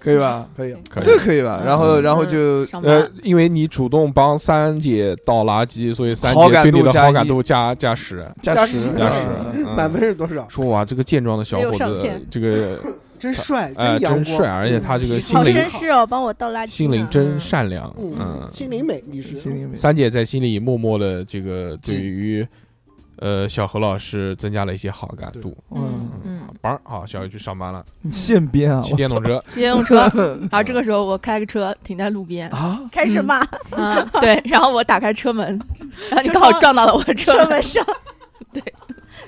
S5: 可以吧？
S7: 可以。
S2: 可
S5: 这
S2: 以。
S5: 可以吧？然后然后
S7: 嗯
S5: 就
S10: 上
S2: 呃
S10: 班，
S2: 因为你主动帮三姐倒垃圾，所以三
S5: 好
S2: 姐
S5: 感
S2: 对
S5: 度
S2: 你的
S5: 加
S2: 好感
S5: 一
S2: 度加加十，
S5: 加
S7: 加
S5: 十
S7: 十
S2: 加十
S5: 嗯。
S2: 嗯
S7: 满分是多少？
S2: 说哇，这个健壮的小
S3: 没有
S2: 伙
S3: 上
S2: 子
S3: 限，
S2: 这个
S7: 真帅，
S5: 呃
S2: 哎
S7: 阳
S2: 真
S7: 光，
S5: 啊
S2: 帅，而且他这个
S7: 嗯
S2: 心
S3: 好
S7: 灵
S3: 绅士哦，帮我倒垃圾呢，
S2: 心灵真善良。嗯
S7: 嗯，，心灵美，你是
S5: 心里面
S2: 三姐在心里默默的这个对
S5: 记
S2: 于呃小何老师增加了一些好感度。
S5: 嗯
S10: 嗯，
S2: 班儿啊，小月去上班了，
S5: 你现编 啊！
S2: 骑电动车，
S4: 骑电动车，然后这个时候我开个车停在路 边，
S5: 啊，
S10: 开始骂
S4: 嗯，对，然后我打开车门，然后你
S10: 就
S4: 刚好
S10: 说
S4: 撞到了我的车
S10: 车
S4: 门，
S10: 门上，
S4: 对，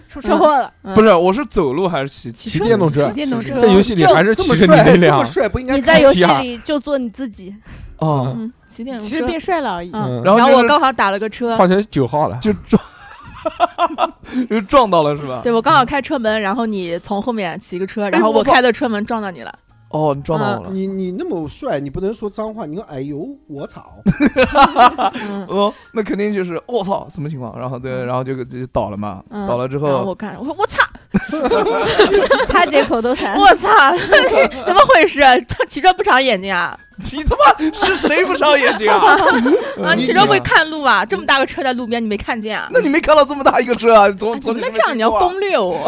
S10: 出车祸了，
S4: 嗯
S5: 不是，我是走路还是骑车？
S2: 骑电动车
S4: 骑电动车，
S2: 在游戏里还是
S7: 这
S2: 骑着
S7: 么
S2: 你那
S7: 帅，这
S2: 辆
S7: 么，帅，不应该
S3: 你在游戏
S2: 气啊
S3: 里就做你自己，
S5: 哦，
S4: 嗯，骑电动
S9: 只是
S4: 车，
S9: 变帅了而已。
S4: 嗯，
S2: 嗯
S4: 然
S5: 然后
S4: 后
S5: 就
S4: 我
S5: 是
S4: 刚好打了个车，
S2: 换成九号了，
S5: 就撞， 就撞到了是吧？
S4: 对我刚好开车门，然后你从后面骑个车，然
S7: 哎
S4: 后
S7: 我
S4: 我
S7: 操
S4: 开的车门撞到你了，
S5: 哦，你撞到
S4: 嗯
S5: 我了。
S7: 你你那么帅，你不能说脏话，你说哎呦我操，
S4: 嗯
S5: 哦，那肯定就是我操，什么情况？然后对，然后就就倒了嘛。
S4: 嗯，
S5: 倒了之
S4: 然后
S5: 后
S4: 我，看，我说我操，
S2: 嗯
S3: 擦姐口头禅。
S4: 我操，怎么回事？骑车不长眼睛啊？
S5: 你他妈是谁不长眼 睛啊？
S4: 啊，
S5: 你
S4: 骑车会看路啊？这么大个车在路边，你没看见啊？
S5: 那你没看到这么大一个车啊？从
S4: 啊怎
S5: 从
S4: 么能这样？你要攻略我？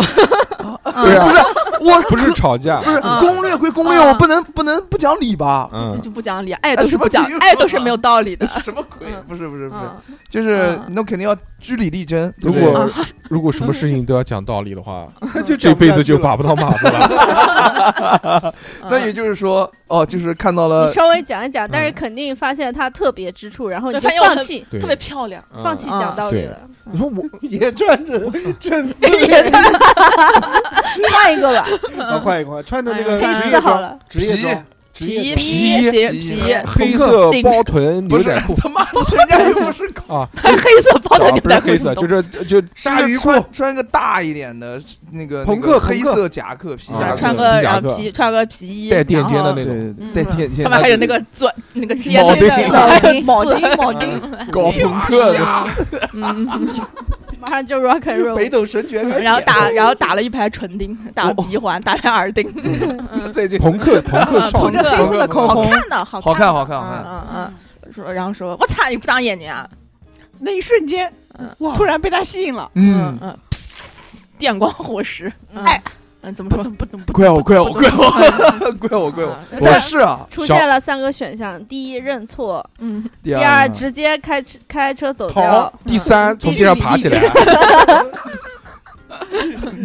S5: 对啊，我
S2: 不是吵架，
S5: 不是
S4: 啊
S5: 攻略归攻略，
S4: 啊
S5: 我不能不能不讲理吧？
S4: 这
S2: 嗯
S4: 就不讲理，啊爱都
S5: 哎什
S4: 是
S5: 么
S4: 不讲
S5: 理由，
S4: 爱都是没有道理的。
S5: 什么鬼？不是不是不是，
S4: 嗯，
S5: 就是
S4: 嗯
S5: 那肯定要据理力争。
S2: 如
S5: 对不
S2: 果如果什么事情都要讲道理的话，
S7: 啊 那
S2: 这
S7: 就讲不
S2: 辈
S7: 下
S2: 子
S7: 去
S2: 就
S7: 了
S2: 把不到马子了。
S5: 对
S4: 嗯
S5: 那也就是说，哦，就是看到
S3: 你
S5: 了
S3: 稍微讲一讲，但是
S2: 嗯
S3: 肯定发现他特别之处，然后你
S4: 对
S3: 就
S4: 发现我
S3: 放
S4: 很
S3: 弃，
S2: 对
S4: 特别漂亮，
S3: 放弃
S4: 嗯
S3: 讲道理
S2: 对
S3: 了。
S2: 你说我
S7: 也穿着正丝
S4: 也
S7: 的，
S4: 穿
S3: 换一个吧，
S7: 啊换一个，穿的那个
S4: 哎呀
S3: 黑
S7: 职
S3: 丝
S7: 业
S3: 好
S7: 装，
S3: 了，
S7: 职业装，职
S4: 皮
S7: 业
S2: 皮
S4: 鞋
S5: 皮
S4: 皮，
S2: 黑色
S4: 进
S2: 包臀牛
S5: 不是
S2: 仔裤
S5: 他妈的，人家又不是搞
S2: 啊，
S4: 还 黑色包的
S2: 啊
S4: 牛
S2: 不是
S4: 仔裤，
S2: 黑色，就是就
S7: 鲨鱼裤，
S5: 穿穿个大一点的那个
S7: 朋
S5: 那
S7: 克
S5: 个黑
S7: 朋克
S5: 色夹克皮
S2: 啊
S5: 夹
S4: 啊
S5: 克，
S4: 穿
S2: 皮
S4: 个
S2: 夹
S4: 然
S2: 克
S4: 后皮穿个皮衣，
S2: 带垫肩的
S4: 然后
S2: 那种
S5: 对
S4: 嗯
S5: 带垫肩，
S4: 上面还有那个钻那个尖
S5: 铆钉
S4: 的，还有铆钉，
S5: 铆钉，搞朋克的，
S4: 嗯，
S3: 马上就 rock and
S7: 北
S3: roll。
S7: 斗神 拳，
S4: 然 后打然后打了一排唇钉，打了鼻环，打了一排耳钉，嗯
S5: 再见。
S2: 朋克朋克少
S4: 同
S2: 女
S4: 着，黑
S5: 色的口
S4: 好
S5: 红
S4: 看的，好
S5: 好
S4: 看
S5: 看
S4: 的，
S5: 好看好看
S4: 嗯嗯嗯，说然后说我操，你不长眼睛啊，
S9: 那一瞬间
S4: 嗯，
S9: 突然被他吸引了。
S4: 嗯
S5: 嗯，
S4: 嗯，电光火石，嗯
S9: 哎，
S4: 嗯，怎么说？不懂不
S5: 怪我怪我怪我
S4: 嗯
S5: 怪我怪我，
S4: 懂，
S5: 但是啊，
S3: 出现了三个选项：第一，认错；
S4: 嗯，
S5: 第
S3: 第二，
S5: 呢
S3: 直接开车开车走
S2: 逃
S3: 掉；
S2: 第三，从地上爬起来，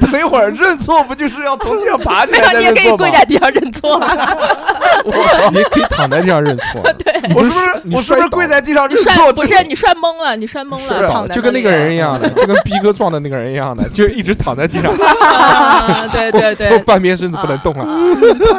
S5: 等一会儿认错不就是要从地上爬起
S4: 没有，
S5: 来再
S4: 你也
S5: 认
S4: 可以
S5: 错吗
S4: 跪？在地上认错，
S2: 你也可以躺在地上认错。
S5: 我是不是我是不是跪在地上
S4: 你
S5: 认错
S4: 摔
S5: 之后？
S4: 不 是你摔懵了，你摔懵
S2: 摔
S4: 了，
S2: 倒
S4: 躺
S2: 了，
S4: 在
S2: 啊就跟那
S4: 里
S2: 个人一样的，就跟逼哥撞的那个人一样的，就一直躺在地上，
S4: 啊，对
S2: 就
S4: 对对，
S2: 半边身子不能动了。
S4: 啊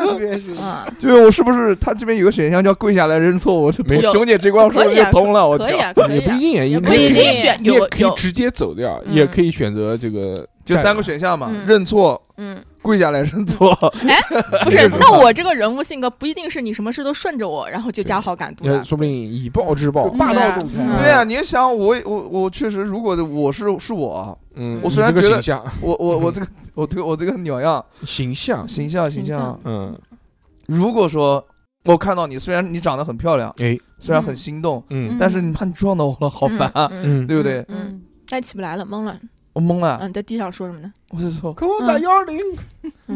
S7: 特别是
S4: 啊，
S5: 就是我是不是他这边有个选项叫跪下来认错？我就
S2: 没
S5: 我熊姐这关我说
S4: 可
S5: 不
S4: 以
S5: 定
S4: 啊
S5: 通了，我
S4: 可
S5: 操
S4: 以！啊，可
S2: 也
S4: 以
S2: 不
S4: 啊
S2: 一，定，也
S3: 可
S4: 可
S3: 以
S4: 以
S2: 你
S4: 可以
S2: 也
S4: 选
S2: 你也
S4: 有
S2: 可以
S4: 有，
S2: 直接走掉，
S4: 嗯
S2: 也可以选择这个啊
S5: 就
S2: 站
S5: 三个选项嘛，
S4: 嗯
S5: 认错、
S4: 嗯，
S5: 跪下来认错。
S4: 不
S2: 这
S4: 是，
S2: 个
S4: 那我这个人物性格不一定是你什么事都顺着我，然后就加好感度
S2: 呃，
S4: 的，
S2: 说不定以暴制暴
S7: 就。霸道总裁
S4: 嗯，
S5: 对啊，你也想我，我我确实，如果我是是我啊，
S2: 嗯，
S5: 我
S2: 你
S5: 虽然
S2: 这个
S5: 觉得
S2: 形象，
S5: 我我我这个我这个我这个鸟样
S2: 形象，
S5: 形象
S4: 形
S5: 形象
S4: 象，
S2: 嗯，
S5: 如果说我看到你，虽然你长得很漂亮，
S2: 哎，
S5: 虽然很心动，
S2: 嗯
S4: 嗯
S5: 但是你怕你撞到我了，好烦啊！
S2: 嗯，
S5: 对不对？
S4: 嗯，但起不来了，懵了，
S5: 我懵了，
S4: 嗯，在地上说什么呢？
S5: 我就说
S7: 可我打幺二零，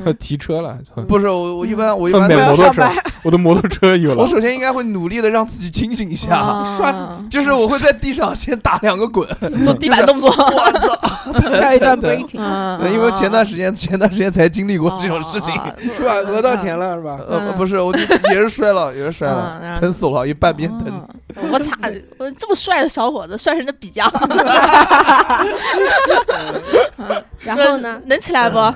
S2: 要提车了，操
S5: 不是我，我一般
S4: 嗯
S5: 我一
S2: 要
S5: 般
S2: 买
S5: 都
S2: 摩托
S9: 上
S2: 车
S9: 班，
S2: 我的摩托车有
S5: 我
S2: 了，嗯
S5: 首先应该会努力的让自己清醒一下，
S4: 啊
S7: 刷自
S5: 就是我会在地上先打两个滚，
S4: 做地板动作，
S5: 我操！
S3: 跳一 段 breaking。
S4: 嗯，
S5: 因为前段时间前段时间才经历过这种事
S4: 哦
S5: 情，
S7: 是吧？讹到钱
S4: 了，
S7: 了是吧？
S5: 呃，
S4: 嗯
S5: 不是，我就也是摔了，也是摔
S4: 嗯
S5: 了，
S4: 然后
S5: 疼死我了，一半边疼。
S4: 哦。我操！我这么帅的小伙子，帅成这逼样。嗯
S3: 然后呢？
S4: 能起来不？
S5: 嗯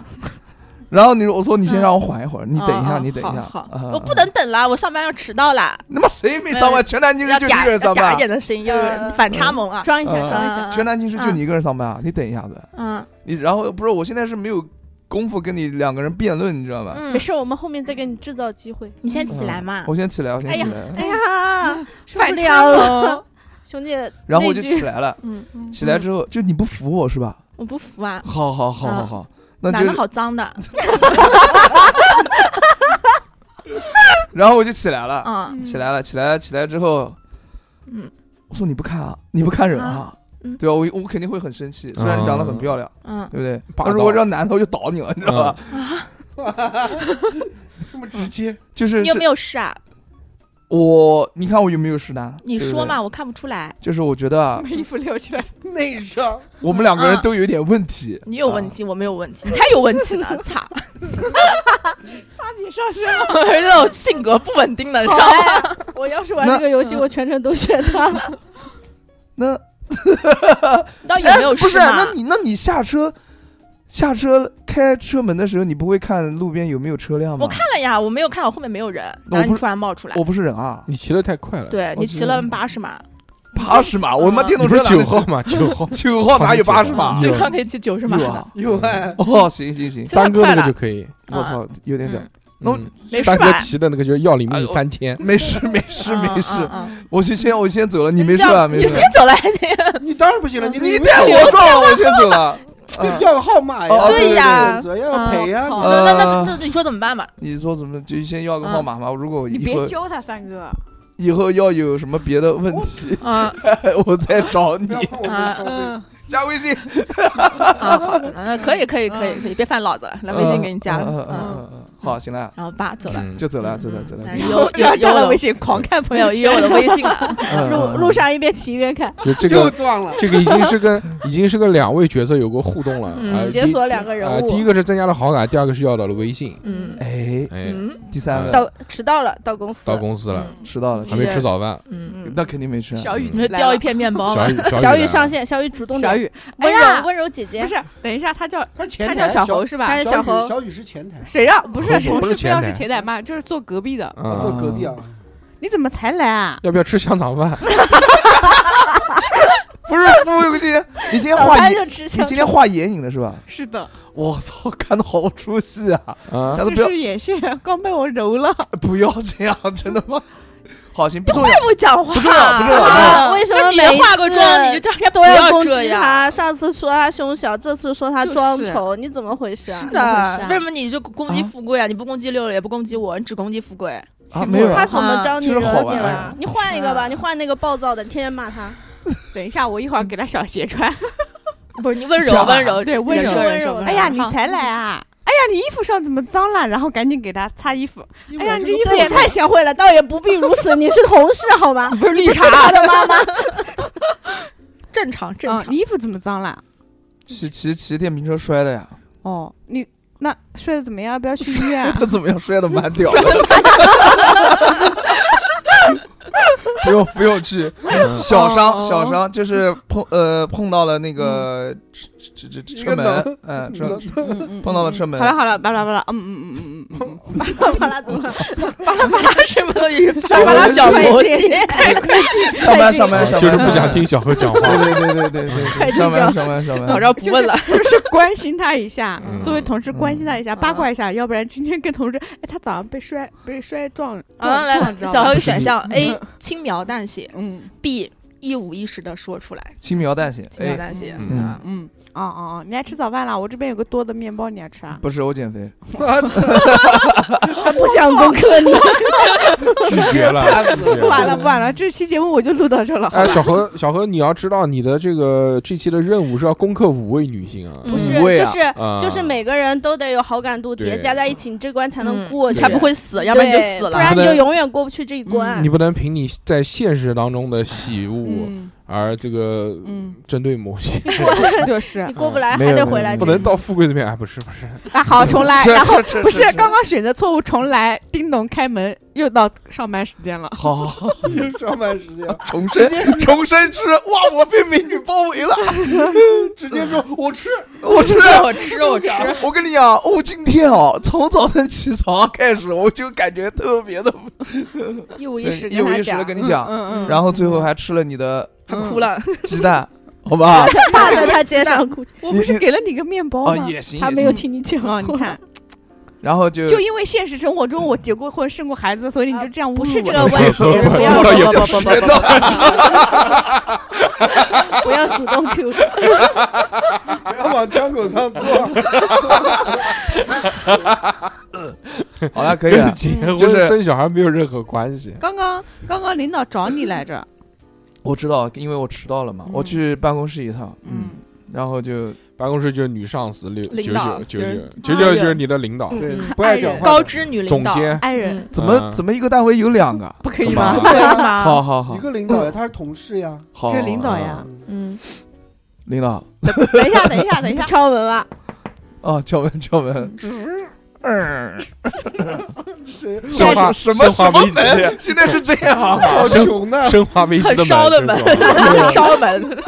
S5: 然后你说，我说你先让我缓一会儿，你
S4: 你
S5: 等一下，你等一下，
S4: 嗯好，
S5: 啊
S4: 好我不。能等了，我上班要迟到啦。
S5: 那么谁没上班？全南京市
S4: 要
S5: 就你一
S4: 嗲
S5: 个人
S4: 要
S5: 上
S4: 嗲一
S5: 班，啊
S4: 点的声音，就是反差萌啊。
S3: 装一下，
S5: 嗯
S3: 嗯装一下。
S4: 嗯
S5: 全南京市就你一个人上班啊！你等一下子，
S4: 嗯
S5: 你然后不是，我现在是没有功夫跟你两个人辩论，你知道吧？
S4: 嗯
S3: 没，事，我们后面再给你制造机会。嗯
S4: 你先嗯起来嘛。
S5: 嗯我先起来，我先
S3: 哎
S5: 起
S3: 呀
S5: 来，
S3: 哎呀，受不了
S9: 反差
S3: 了， 兄弟。
S5: 然后我就
S3: 那句
S5: 起来了。
S4: 嗯，
S5: 起来之后，就你不服我是吧？
S4: 我不服啊，
S5: 好好好好好，那
S4: 男
S5: 就
S4: 的
S5: 是
S4: 好脏 的。
S5: 然后我就起来了，
S4: 嗯
S5: 起来了，起来了，起来之后，
S4: 嗯，
S5: 我说你不看啊，你不看人啊
S4: 啊，嗯
S5: 对吧？我我肯定会很生气，虽然你长得很漂亮，
S4: 嗯，
S5: 对不对？
S2: 霸
S5: 但
S2: 道
S5: 如果让男的，我就倒你了，你知道吧？
S7: 这么直接，
S5: 就是
S4: 你有没
S5: 有？
S4: 有事啊？
S5: 我你看我有没有实男？
S4: 你
S5: 对不
S4: 说
S5: 对
S4: 嘛，我看不出来，
S5: 就是我觉得啊，
S9: 衣服撩起来，
S7: 内伤，
S5: 我们两个人
S4: 嗯
S5: 都有点问题。
S4: 你有问题，我没有问题，你才有问题呢，擦，
S9: 大姐上身。
S4: 这种性格不稳定的，然后
S3: 哎 我要是玩这个游戏，我全程都选他。
S5: 那
S4: 到底有
S5: 哎
S4: 没有
S5: 不
S4: 事
S5: 是？
S4: 嘛
S5: 那你那你下车下车开车门的时候，你不会看路边有没有车辆吗？
S4: 我看了呀，我没有看到后面没有人，
S5: 那我
S4: 然后
S5: 不
S4: 你
S5: 是
S4: 突然冒出来
S5: 我，不是人啊，
S2: 你骑得太快了。，
S4: 对你骑了八十码，
S5: 八十码，我他妈
S4: 嗯
S5: 电
S2: 你
S5: 动
S2: 不
S5: 车
S2: 是
S5: 哪
S2: 九
S5: 能，
S2: 号吗？九号
S5: 九号哪有
S2: 好
S5: 八
S2: 像
S5: 十
S2: 九
S5: 码
S2: 号？
S4: 最高可以骑九十码
S5: 有
S4: 的
S5: 啊，
S7: 有哎，
S5: 哦，行行
S4: 现
S5: 行，
S4: 在
S2: 三哥
S4: 快
S2: 那个
S4: 了
S2: 就，可以。
S5: 我操，有点屌
S4: 啊嗯。
S5: 那我
S2: 嗯
S4: 没
S2: 三
S4: 事
S2: 哥
S4: 吧？
S2: 骑的那个就是要领命三千，
S5: 没事 没事没事
S4: 嗯，嗯嗯
S5: 我去先我先走了，你
S4: 你
S5: 没事
S4: 这
S5: 吧？
S4: 样
S5: 没
S4: 你
S5: 事
S4: 先。走了还行，
S7: 你当然不行了，你
S5: 你
S7: 你
S5: 带我撞了，我先走了。嗯
S7: 要号码呀，
S5: 哦嗯对
S4: 呀
S7: 对对对要赔呀，
S4: 嗯
S7: 你
S4: 好那那
S5: 呃
S4: 那那那你说怎么办吧？
S5: 你说怎么就先要个号码嘛？
S4: 嗯
S5: 如果
S9: 你
S5: 以后
S9: 别教他三哥，
S5: 以后要有什么别的问题，
S4: 嗯
S5: 我再找你
S7: 不要碰我
S4: 啊
S7: 这手背。
S9: 嗯，
S5: 加微信，
S4: 啊，好的，那可以可以可以可以，别烦老子了，来 微信给你加了，
S5: 嗯嗯
S4: 嗯，
S5: 嗯嗯嗯，好，行了，
S4: 然后爸走了，
S2: 嗯
S5: 就走了，走了，走了。
S4: 嗯
S5: 走了
S4: 有
S9: 然
S4: 有
S9: 后加了
S4: 有
S9: 微信，狂看
S4: 没
S9: 朋友
S4: 有有
S9: 圈
S4: 我。的 微信了，
S5: 嗯
S3: 路
S5: 嗯
S3: 路上一边骑一边看，
S2: 就这
S7: 又
S2: 个
S7: 撞了，
S2: 这个已经是跟已经是跟两位角色有过互动了
S4: 嗯
S2: 啊。
S3: 解
S2: 第
S3: 锁两个人
S2: 啊，
S3: 物。
S2: 第一个是增加了好感，第二个是要到了微信。
S4: 嗯
S5: 哎，
S2: 哎，
S4: 嗯
S5: 第三个
S3: 到迟到了，到公司。
S2: 到公司了，
S5: 迟到了，
S2: 还没吃早饭。嗯
S4: 嗯，
S5: 那肯定没啊吃。
S9: 小雨
S4: 你会
S9: 来
S4: 掉
S9: 了
S4: 一片面包吗
S2: 小？雨，
S3: 小
S2: 雨
S3: 雨
S2: 来
S3: 上
S2: 了，
S3: 线，小雨主动点
S9: 小，雨，哎
S3: 温
S9: 呀
S3: 柔，温柔姐姐
S9: 不。是，等一下，他叫
S7: 他前
S9: 他
S7: 台
S9: 叫小侯是吧
S3: 他？是
S7: 小
S3: 小
S7: 雨
S3: 侯
S7: 小雨是前台，
S9: 谁让不是
S2: 侯
S9: 不
S2: 不
S9: 是
S2: 是
S9: 不要
S2: 前台
S9: 是前台嘛，就是坐隔壁的。
S7: 坐
S2: 嗯，
S7: 隔壁啊，
S9: 你怎么才来啊？
S2: 要不要吃香肠饭？
S5: 不是，不是，不是，你今天
S3: 早
S5: 画
S3: 餐
S5: 眼，
S3: 就吃
S5: 你
S3: 香
S5: 今天画眼影了是吧？
S9: 是的，
S5: 我操，看的好出戏啊！
S2: 啊
S5: 下，次不
S9: 这
S5: 要
S9: 是眼线，刚被我揉了。
S5: 不要这样，真的吗？好，行，不
S4: 你
S5: 重
S4: 会
S5: 要。
S4: 不讲话？啊
S5: 不重要不重要
S3: 肠。为什么
S4: 你没
S3: 每
S4: 化过
S3: 次
S4: 妆，你就叫人家不
S3: 都要攻
S4: 这
S3: 击
S4: 样。
S3: 他？上次说他胸小，这次说他
S9: 就是
S3: 装丑，你怎么回事啊？
S4: 是
S3: 怎么回事
S4: 的，
S3: 啊
S4: 为什么你就攻击
S5: 啊
S4: 富贵啊？你不攻击六六，也不攻击我，你只攻击富贵。
S5: 啊，没有啊
S3: 他怎么招你
S5: 就
S3: 惹
S5: 是好
S3: 你
S5: 玩
S3: 了
S5: 啊？
S3: 你换一个吧，你换那个暴躁的，天天骂他。
S9: 等一下，我一会儿给他小鞋 穿。
S4: 不是你温柔
S5: 讲啊
S4: 温柔，对
S9: 温
S3: 柔
S4: 温柔。
S3: 温柔
S9: 哎呀，
S4: 好
S9: 你才来啊！哎呀，你衣服上怎么脏了？然后赶紧给他擦衣服。哎呀，你这衣服
S3: 这也太贤惠了，倒也不必如此。你是同事好吗？
S4: 不是绿
S3: 不是他
S4: 茶，
S3: 的妈妈，
S4: 正常正
S9: 啊，
S4: 常
S9: 你。衣服怎么脏了？
S5: 骑骑骑电瓶车摔的呀，
S9: 哦，你那摔的怎么样？要不要去医院啊？
S5: 他怎么样摔的蛮屌的。 不用不用去，
S2: 啊嗯
S5: 小伤小伤就是碰呃碰到了那个这这这车门，嗯，车
S4: 嗯嗯
S5: 碰到了车门
S9: 好了好了，巴拉巴拉，嗯嗯嗯嗯嗯嗯，
S3: 巴拉怎么了？
S4: 巴拉巴拉什么东西？
S5: 小
S4: 巴拉小
S5: 快
S4: 魔仙，
S5: 上班上班
S2: 啊
S5: 上班，
S2: 就是不想听小何讲话。
S5: 对对对对对对，上班上班上班，
S4: 早知道不问了。
S9: 就是关心他一下
S2: 嗯，
S9: 作为同事关心他一下，
S4: 嗯
S9: 八卦一下，要不然今天跟同事，哎，他早上被摔被摔撞
S4: 啊，
S9: 撞
S4: 来
S9: 撞，着
S4: 小
S9: 了，
S4: 何选项 A 哎轻描淡写
S9: 嗯
S4: ，B 一五一十的说出来，
S5: 轻描淡写。
S4: 轻描
S5: 哎，
S4: 淡写。
S2: 嗯
S4: 嗯，
S9: 嗯，哦哦哦，你还吃早饭了？我这边有个多的面包，你还吃 啊？
S5: 不是我减肥，
S3: 不想攻克你。
S2: 拒绝了，拒绝
S9: 不玩了不玩 了，这期节目我就录到这了。好
S2: 哎，
S9: 吧
S2: 小何，小何，你要知道，你的这个这期的任务是要攻克五位女性啊，
S4: 嗯
S3: 不是
S5: 五，位
S3: 就
S5: 啊
S3: 是
S2: 啊
S3: 就是每个人都得有好感度叠
S2: 对
S3: 加在一起，你这关才能
S4: 嗯
S3: 过去，
S4: 才不会死，要不然你就
S3: 对
S4: 死
S3: 不
S4: 了。
S3: 然
S2: 不
S3: 你就
S2: 能
S3: 永远过不去这一关
S5: 嗯
S2: 你。不能凭你在现实当中的喜恶
S9: 嗯
S2: 而这个
S9: 嗯，
S2: 针对某些，
S9: 就是
S3: 你过不来
S5: 没有
S3: 还得
S5: 没有
S3: 回来
S2: 不
S3: 这。
S2: 能到富贵这边啊，不是不是，
S9: 啊，好，重来，然后
S5: 吃吃吃
S9: 不是
S5: 吃
S9: 刚刚选择错误，重来，叮咚开门，又到上班时间了。
S5: 好好好
S7: 又上班时 间，
S5: 重生重生吃哇！我被美女包围 了，
S7: 直接说我吃，
S5: 我吃。
S4: 我吃我吃，
S5: 我跟你讲，我今天啊，从早晨起床开始，我就感觉特别 的
S3: 一五一十
S5: 一
S3: 跟
S5: 五
S3: 他
S5: 一十
S3: 讲
S5: 的，跟你讲，
S9: 嗯
S5: 然后最后还吃了你的
S4: 他哭了。
S5: 鸡蛋，好吧？
S3: 趴在他肩上 哭泣，
S9: 我不是给了你个面包
S5: 啊，
S9: 吗？
S5: 也行，
S3: 他
S5: 也
S3: 没
S5: 行
S3: 有听你讲话。
S9: 哦，你看，
S5: 然后就
S9: 就因为现实生活中我结过婚、生过孩子，所以你啊就这样
S3: 不
S9: 侮
S3: 是
S9: 辱
S3: 这
S9: 我
S3: 个
S9: 了。
S3: 问题，不要
S4: 不不不不不 不，
S3: 不要主动 Q，
S7: 不要往枪口上坐。
S5: 好了，可以
S2: 跟
S5: 了。
S2: 结
S5: 就
S2: 婚
S5: 是
S2: 生小孩没有任何关系。
S9: 刚刚刚刚领导找你来着，
S5: 我知道，因为我迟到了嘛，
S9: 嗯
S5: 我去办公室一趟，
S9: 嗯，
S5: 然后就
S2: 办公室就是女上司六九
S4: 领
S2: 九
S4: 导
S2: 九
S4: 就是
S2: 九九九就是
S4: 人
S2: 你的领导
S7: 对
S4: 嗯，
S7: 不爱
S9: 爱
S7: 讲
S9: 人
S7: 话的，
S4: 高知女领
S2: 总
S4: 导，
S2: 监，
S9: 爱人
S4: 嗯
S5: 怎么
S2: 嗯
S5: 怎么一个单位有两个？
S9: 不可以
S2: 干
S9: 吗？
S2: 嘛
S9: 不可以吗？
S5: 啊好好好
S7: 一，个领导呀，他是同事呀，
S5: 好
S9: 啊这是领导呀，
S7: 嗯
S4: 嗯，
S5: 领导
S9: 等一下，等一下，等一下，
S3: 敲门啊！
S5: 哦，敲门 敲门，嗯，
S7: 谁？
S2: 生化
S5: 什么
S2: 生化
S5: 什么
S2: 危机
S5: 门？现在是这样啊？
S7: 好穷呢，
S2: 生化危机
S4: 很烧的
S2: 的
S4: 门
S2: 门就是说，
S4: 烧门，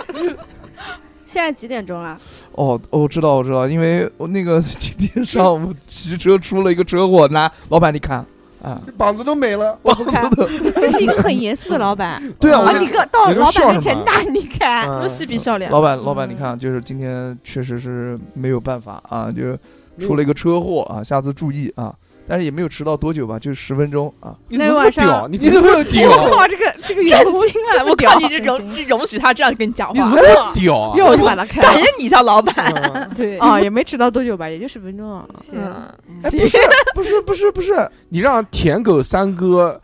S3: 现在几点钟了？
S5: 哦，哦我知道，我知道，因为我那个今天上午骑车出了一个车祸，来，老板你看啊，
S7: 这膀子都没了。
S5: 我不看。
S9: 这是一个很严肃的老板。
S5: 对啊，
S2: 哦
S5: 我
S9: 啊，
S5: 就
S9: 你个到
S2: 你个
S9: 老
S2: 笑
S9: 板面
S2: 什
S9: 前
S2: 么
S9: 那你看，
S2: 嗯
S4: 都嬉皮
S9: 啊
S4: 笑脸。
S5: 老板，老板，你看，就是今天确实是没有办法啊，就是出了一个车祸啊，下次注意啊。但是也没有迟到多久吧，就十分钟啊。
S2: 你怎么那么屌？嗯你
S7: 你
S2: 怎
S7: 怎
S2: 么
S7: 么有
S2: 屌
S9: 我 靠，这个这个员
S4: 震
S9: 工
S4: 惊了！我靠，你这容这容许他这样跟你讲
S2: 你怎
S4: 话
S2: 么，这么屌啊？
S9: 要我就把他开
S4: 感觉
S9: 了。
S4: 你像老板。
S2: 嗯
S3: 对
S9: 哦，也没迟到多久吧，也就十分钟啊。
S4: 嗯，
S5: 哎，不是，不是，不是，不是，
S2: 你让舔狗三哥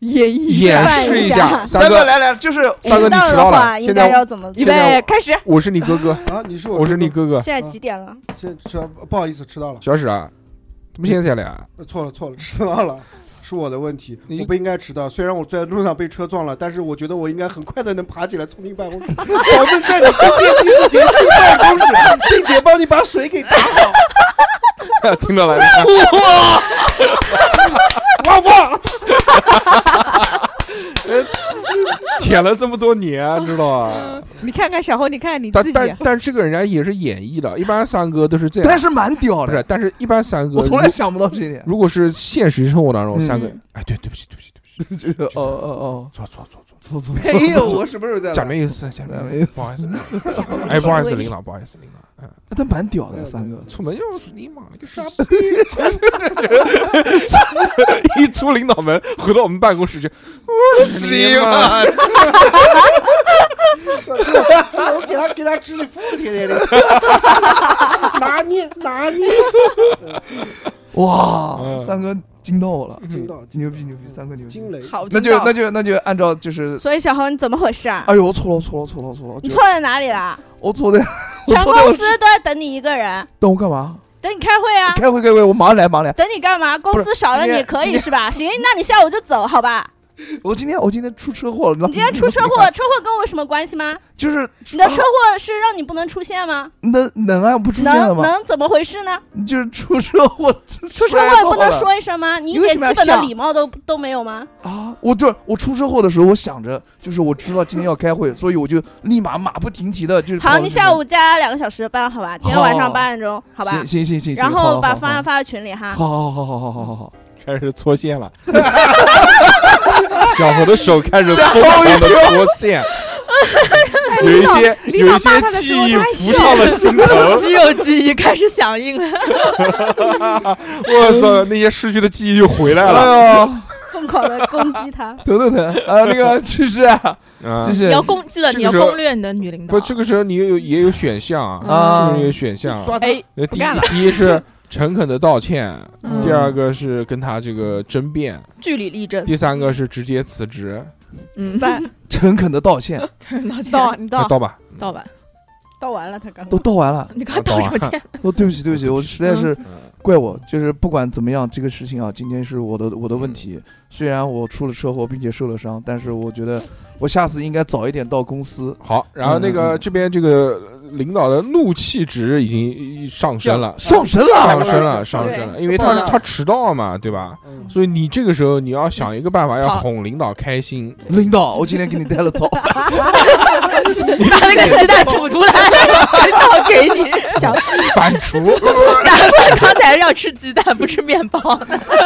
S9: 演绎
S2: 演
S3: 示
S2: 示一
S3: 一
S2: 下，
S3: 下
S2: 三
S5: 哥
S2: 哥，
S5: 来来，就是
S3: 迟
S2: 大哥你
S3: 到
S2: 迟
S3: 的
S2: 到
S3: 话
S2: 了，
S3: 应
S2: 现
S3: 该
S2: 在
S3: 要怎
S5: 啊
S3: 么？
S9: 预
S2: 现在
S9: 备
S2: 我
S9: 开始，
S2: 我是你哥 哥，
S7: 啊，你是我，
S2: 我是你，哥哥，
S3: 现在几点了？
S7: 这这不好意思，迟到了，
S2: 小史啊，怎么现在才来啊？
S7: 错了错了，迟到了。是我的问题，
S2: 你
S7: 我不应该迟到。虽然我在路上被车撞了，但是我觉得我应该很快的能爬起来冲进 办公室，保证在你今天第一时间进办公室，并且帮你把水给打好。
S2: 听到了，
S7: 哇哇！
S2: 舔了这么多年，知道吧？
S9: 你看看小侯，你看看你
S2: 但
S9: 自己，
S2: 但但这个人家也是演绎的，一般三哥都是这样，
S5: 但是蛮屌
S2: 不是？
S5: 的，
S2: 但是一般三哥，
S5: 我从来想不到这一 点。
S2: 如果是现实生活当中，
S5: 嗯
S2: 三哥，哎，对，对不起，对不起，对不起，
S5: 这个哦哦哦，
S2: 错错错错，
S5: 错错
S7: 没有，我什么时候在来？
S2: 假面有事，假面
S5: 假
S2: 有
S5: 面有
S2: 事
S5: 事，
S2: 不好意思，哎，不好意思，领导，不好意思，领导，嗯，
S5: 他哎蛮屌的三哥，
S2: 出门就是你妈了个傻 逼，一出领导门，回到我们办公室就，我日你妈！
S7: 我给他给他指里服帖帖的， 拿捏拿捏，
S5: 哇，
S2: 嗯
S5: 三哥惊到我了，
S7: 惊到
S5: 牛逼牛逼，三哥牛逼
S7: 惊。雷。
S3: 好，
S5: 那就那就那就按照就是，
S3: 所以小红你怎么回事啊？
S5: 哎呦，我错了错了错了错了，
S3: 你
S5: 就
S3: 错在哪里啦？
S5: 我错在， 我
S3: 全
S5: 错在我
S3: 公司都在等你一个人，
S5: 等我干嘛？
S3: 等你开会啊，
S5: 开会开会，我马上来马上来。
S3: 等你干嘛？公司少了
S5: 今天
S3: 你可
S5: 今
S3: 以
S5: 天
S3: 是吧？行，那你下午就走好吧？
S5: 我今天我今天出车祸了，
S3: 你今天出车祸，车祸跟我有什么关系吗？
S5: 就是
S3: 你的车祸是让你不能出现吗？
S5: 能能啊，不出现了
S3: 能
S5: 吗？
S3: 能怎么回事呢？
S5: 就是出车祸，
S3: 出
S5: 出
S3: 车祸不能说一声吗？你一
S9: 你为
S3: 点
S9: 什么要
S3: 基本的
S9: 笑
S3: 礼貌都都没有吗？
S5: 啊！我就是我出车祸的时候，我想着就是我知道今天要开会，所以我就立马马不停蹄的就是跑
S3: 好，
S5: 到
S3: 你
S5: 那
S3: 下
S5: 边
S3: 午加两个小时班，好吧？今天晚上
S5: 好
S3: 八点钟，好吧？
S5: 行行行行，行
S3: 然
S5: 好
S3: 后
S5: 好
S3: 把
S5: 好
S3: 方案发到群里哈。
S5: 好好好好好好好好，
S2: 开始搓线了，小伙的手开始疯狂的搓线，有一些
S9: 领
S2: 有
S9: 导
S2: 一些
S9: 骂他的时
S2: 记
S9: 候
S2: 忆
S9: 他还
S2: 浮上了心头。
S4: 肌肉记忆开始响应了，
S2: 我操，那些失去的记忆又回来了。
S5: 哎呦，。
S3: 疯狂的攻击他
S5: 疼疼疼啊！那个就是啊
S2: 啊
S5: 就，是
S4: 你要攻，记得
S2: 这个
S4: 你要
S2: 时候
S4: 攻略你的女领导
S2: 不，。这个时候你也有也有选项
S3: 嗯
S2: 啊，
S5: 啊
S2: 是不是也有选项啊？
S7: 刷他
S4: 哎，
S2: 那第
S9: 不干
S2: 一
S9: 了
S2: 第一是诚恳的道歉，
S4: 嗯
S2: 第二个是跟他这个争辩，
S4: 据理力争，
S2: 第三个是直接辞职。
S4: 嗯，
S9: 三
S5: 诚恳的道歉
S4: 道歉，
S9: 到你
S2: 那
S9: 到
S2: 到吧，嗯
S4: 道吧，
S3: 到完了，他刚
S5: 都道完
S2: 啊
S5: 了，
S4: 你刚才道什 么歉？
S5: 哦，对不起对不起，我实在是
S2: 嗯
S5: 怪我，就是不管怎么样，这个事情啊，今天是我的我的问
S2: 嗯
S5: 题。虽然我出了车祸，并且受了伤，但是我觉得我下次应该早一点到公司。
S2: 好，然后那
S5: 嗯
S2: 个
S5: 嗯嗯
S2: 这边这个领导的怒气值已经上升了，
S5: 上身了，
S2: 啊上升了，上升了，因为
S7: 对
S2: 他他迟到嘛，对吧？
S7: 嗯
S2: 所以你这个时候你要想一个办法，要哄领导开 心。
S5: 领导，我今天给你带了早饭，
S4: 把那个鸡蛋吐出 来，真道给你。
S3: 小
S2: 反刍，
S4: 难怪刚才要吃鸡蛋不吃面包，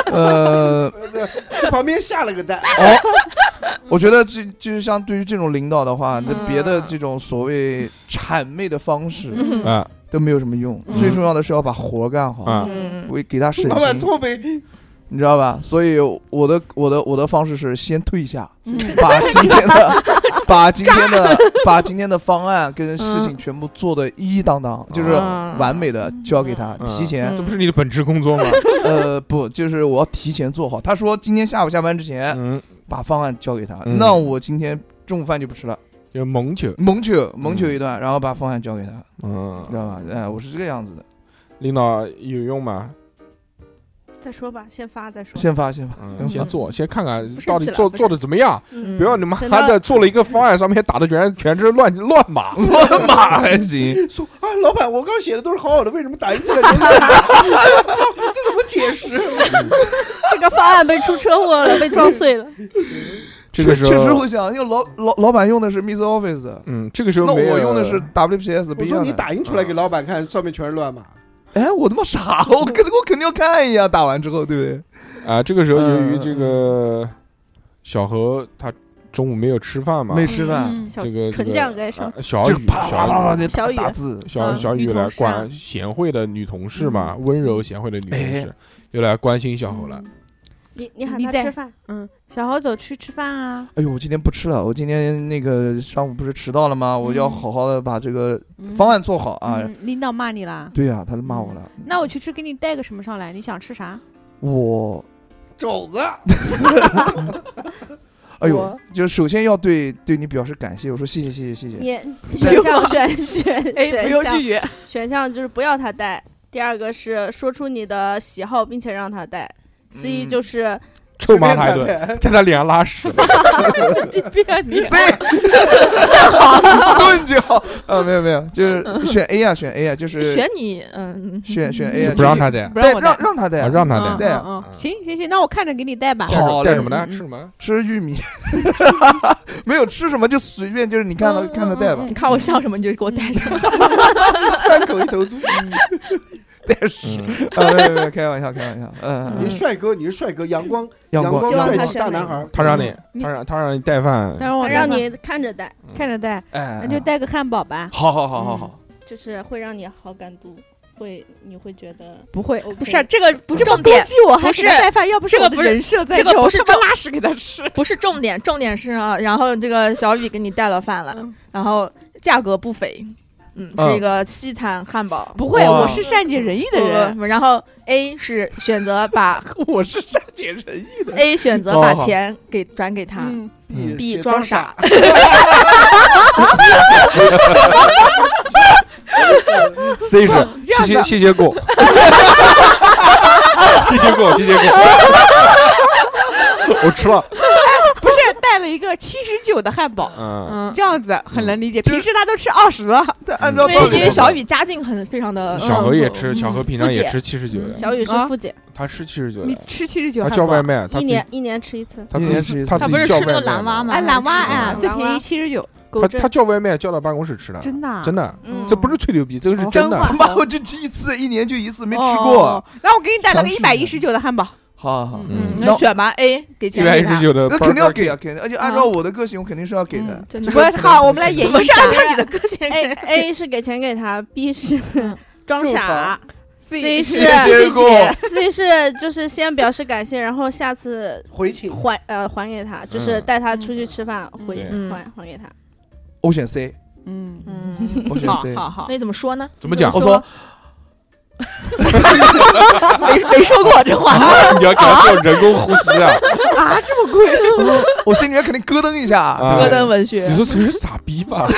S5: 呃，
S7: 这旁边下了个蛋，
S5: 我觉得这就是像对于这种领导的话，那
S4: 嗯
S5: 别的这种所谓谄媚的方式
S2: 啊
S5: 都没有什么用，
S4: 嗯
S5: 最重要的是要把活儿干好，
S2: 啊，
S4: 嗯，
S5: 为给他省
S7: 老板
S5: 心，
S7: 错呗，
S5: 你知道吧？所以我的我的我的方式是先退下，
S4: 嗯
S5: 把今天 的把今天的把今天的方案跟事情全部做的一一当当，就是
S4: 嗯
S5: 完美的交给他，
S2: 嗯
S5: 提前
S2: 这不是你的本职工作 吗？
S5: 呃不，就是我要提前做好。他说今天下午下班之前
S2: 嗯
S5: 把方案交给他，
S2: 嗯
S5: 那我今天中午饭就不吃了，
S2: 就是萌球，
S5: 蒙酒蒙酒一段，然后把方案交给他，知
S2: 嗯，
S5: 道吧？哎，我是这个样子的，
S2: 领导有用吗？
S9: 再说吧，先发再说。
S5: 先 发先发，
S2: 嗯，先做，先看看
S4: 不生
S2: 到底
S4: 气了
S2: 做
S4: 不
S2: 做的怎么样，
S10: 嗯
S2: 不要你妈
S4: 等到
S2: 的做了一个方案，上面打的全全是乱乱 码，
S5: 乱码还 行，
S7: 说啊，老板，我刚写的都是好好的，为什么打印出来都是乱码这怎么解释？
S3: 这个方案被出车祸了，被撞碎了。
S2: 这个时
S5: 确
S2: 候
S5: 确实会想，因为老老老板用的是 Mr Office 的，
S2: 嗯，这个时候
S5: 那
S2: 没有
S5: 我用的是 WPS 不
S7: 我
S5: 一
S7: 说
S5: 样
S7: 你
S5: 的。
S7: 打印出来给老板看，上面全是乱码。
S5: 哎，我他妈傻， 我肯我肯定要看一眼，打完之后，对不对？
S2: 啊，这个时候由于
S5: 嗯
S2: 这个小何他中午没有吃饭嘛，
S5: 没吃饭，
S9: 小
S2: 这个
S3: 纯酱该上
S2: 啊小
S5: 就
S2: 雨
S5: 是啪啪啪
S2: 小
S5: 啪
S2: 雨
S5: 在
S3: 小雨
S5: 打字，
S2: 小
S9: 嗯
S2: 小雨
S9: 女
S2: 来
S9: 同事啊
S2: 管贤惠的女同事嘛，温柔贤惠的女同
S5: 嗯哎嗯
S2: 事又来关心小何了。
S3: 你你喊
S9: 你
S3: 他
S9: 在
S3: 吃饭，
S9: 嗯，小豪走去吃饭啊，
S5: 哎呦，我今天不吃了，我今天那个上午不是迟到了吗？我要
S9: 嗯
S5: 好好的把这个
S9: 嗯
S5: 方案做好啊。
S9: 嗯领导骂你啦，
S5: 对呀、他就骂我了，
S9: 那我去吃，给你带个什么上来？你想吃啥？
S5: 我
S7: 肘子，
S5: 哎呦
S3: 我，
S5: 就首先要对对你表示感谢，我说谢谢谢谢谢谢。
S3: 你选项选选
S4: 哎不
S9: 哎
S3: 选
S4: 用
S3: 项
S4: 拒绝，
S3: 选项就是不要他带，第二个是说出你的喜好并且让他带，C
S5: 嗯
S3: 就是
S2: 臭骂他一顿，在他脸上拉屎。
S5: C，顿 就好。啊，没有没有，就是选 A 啊，选 A 啊，就是
S4: 选你，嗯，
S5: 选选 A 啊，
S2: 就不让他带，
S4: 不
S5: 带
S4: 让我带
S5: 让，让他带
S2: 啊，让他
S4: 嗯
S2: 带。
S5: 对啊
S9: 嗯嗯，行行行，那我看着给你带吧。
S2: 带什
S5: 好
S2: 带
S5: 嘞
S2: 什么呢？
S9: 嗯
S2: 吃什么？
S5: 吃玉米， 没有吃什么就随便，就是你看他
S9: 嗯
S5: 看他带吧
S9: 嗯嗯，
S4: 你看我像什么你就给我带什么，
S7: 三口一头猪。
S5: 带屎啊，没有没有，开玩笑开玩笑，嗯嗯
S7: 你
S5: 嗯
S7: 是帅哥，你是帅哥，阳光
S5: 阳光
S7: 光
S3: 希望
S7: 帅
S3: 他
S7: 气
S3: 选
S7: 大
S3: 美
S7: 男孩儿。
S2: 他让你，
S9: 嗯你
S2: 他让他让你带饭。
S9: 但是我
S3: 他让你看着带，
S9: 看着带，
S5: 哎，
S9: 那就带个汉堡吧。嗯
S5: 好好好好好，
S3: 就是会让你好感度，会你会觉得
S9: 不会，
S3: OK
S4: 不是啊这个不是哦重
S9: 攻
S4: 点，
S9: 击我还
S4: 不
S9: 是
S4: 是
S9: 带饭，要不
S4: 这
S9: 我
S4: 个
S9: 的
S4: 不是
S9: 人设在
S4: 这个
S9: 这儿
S4: 不
S9: 我
S4: 是
S9: 他妈
S4: 重
S9: 拉屎给他吃。
S4: 不是重点，重点是啊，然后这个小雨给你带了饭了，
S9: 嗯
S4: 然后价格不菲，嗯，
S5: 嗯
S4: 是一个西餐汉堡。
S9: 不会，
S5: 哇
S9: 我是善解人意的人。
S4: 不不然后 A 是选择 把
S5: 我是善解人意的
S4: A 选择
S2: 哦
S4: 把钱给转给他
S9: 嗯，
S5: 嗯
S4: ，B
S7: 别
S4: 装
S7: 装
S4: 傻。
S2: C 是谢谢谢谢 过，谢谢过谢谢过，我吃了。
S9: 不是带了一个七十九的汉堡，
S2: 嗯，
S4: 嗯，
S9: 这样子很能理解。
S5: 就是
S9: 平时他都吃二十了，
S5: 但按照
S4: 因
S5: 道
S4: 为因
S5: 理
S4: 为，小雨家境很非常的，
S2: 小何也吃，
S4: 嗯
S2: 小何平常
S4: 复
S2: 也
S4: 检
S2: 吃七十九的，
S3: 小雨是
S9: 啊
S3: 富姐，
S2: 他吃七十九
S9: 你
S2: 的，
S9: 吃七十九
S2: 他
S9: 汉堡，
S2: 啊叫外卖，他
S3: 一
S2: 自己
S3: 年一年吃一次，
S2: 他
S5: 一
S2: 自
S5: 年
S2: 己
S5: 吃一
S2: 他
S5: 次
S2: 自
S4: 他
S2: 己
S4: 不是
S2: 叫
S4: 吃那
S2: 外
S4: 个
S2: 卖
S4: 蓝蛙
S2: 嘛
S4: 吗？
S9: 哎，蓝蛙哎，
S3: 嗯
S9: 最便
S3: 蓝
S9: 宜
S3: 蛙
S9: 七十九，
S3: 狗
S2: 他
S3: 证
S2: 他叫外卖叫到办公室吃的，
S9: 真的啊。
S2: 啊真的，
S3: 嗯，
S2: 这不是吹牛逼，这个是
S9: 哦
S2: 真的
S9: 真。话
S5: 他妈我就吃一次，一年就一次，没吃
S9: 哦
S5: 过。。
S9: 那我给你带了个
S5: 尝
S9: 一
S5: 试
S9: 百一十九的汉堡，
S5: 好好好，
S2: 嗯
S4: 那选吧 A 给
S2: 一
S4: 钱
S2: 百
S4: 给
S2: 一十
S4: 他，
S2: 九的，
S5: 那肯定要给啊，肯定，而且按照我的个性，我肯定是要给的
S4: 嗯。真
S9: 不
S4: 的
S9: 是好，我们来演
S4: 不
S9: 绎一
S4: 是
S9: 下
S4: 按照你的个性
S3: A A 是给钱给他，B 是 装
S7: 种
S3: 傻，C 是
S5: 谢过，
S3: C 是就是先表示感谢，然后下次
S7: 回请
S3: 还呃还给他，就是
S2: 嗯
S3: 带他出去吃饭，
S9: 嗯
S3: 回
S4: 嗯
S3: 还还给他。
S5: 我选 C，
S9: 嗯
S4: 嗯，
S5: 我选
S9: 好
S5: C。
S9: 好好
S4: 那，你怎么说呢？
S2: 怎么讲
S5: 我说
S4: 没没说过这话，
S2: 你要给他做人工呼吸啊！
S5: 我心里面肯定咯噔一下
S2: 啊
S4: 戈
S5: 对不对
S4: 登文学
S2: 你。说这是傻逼吧？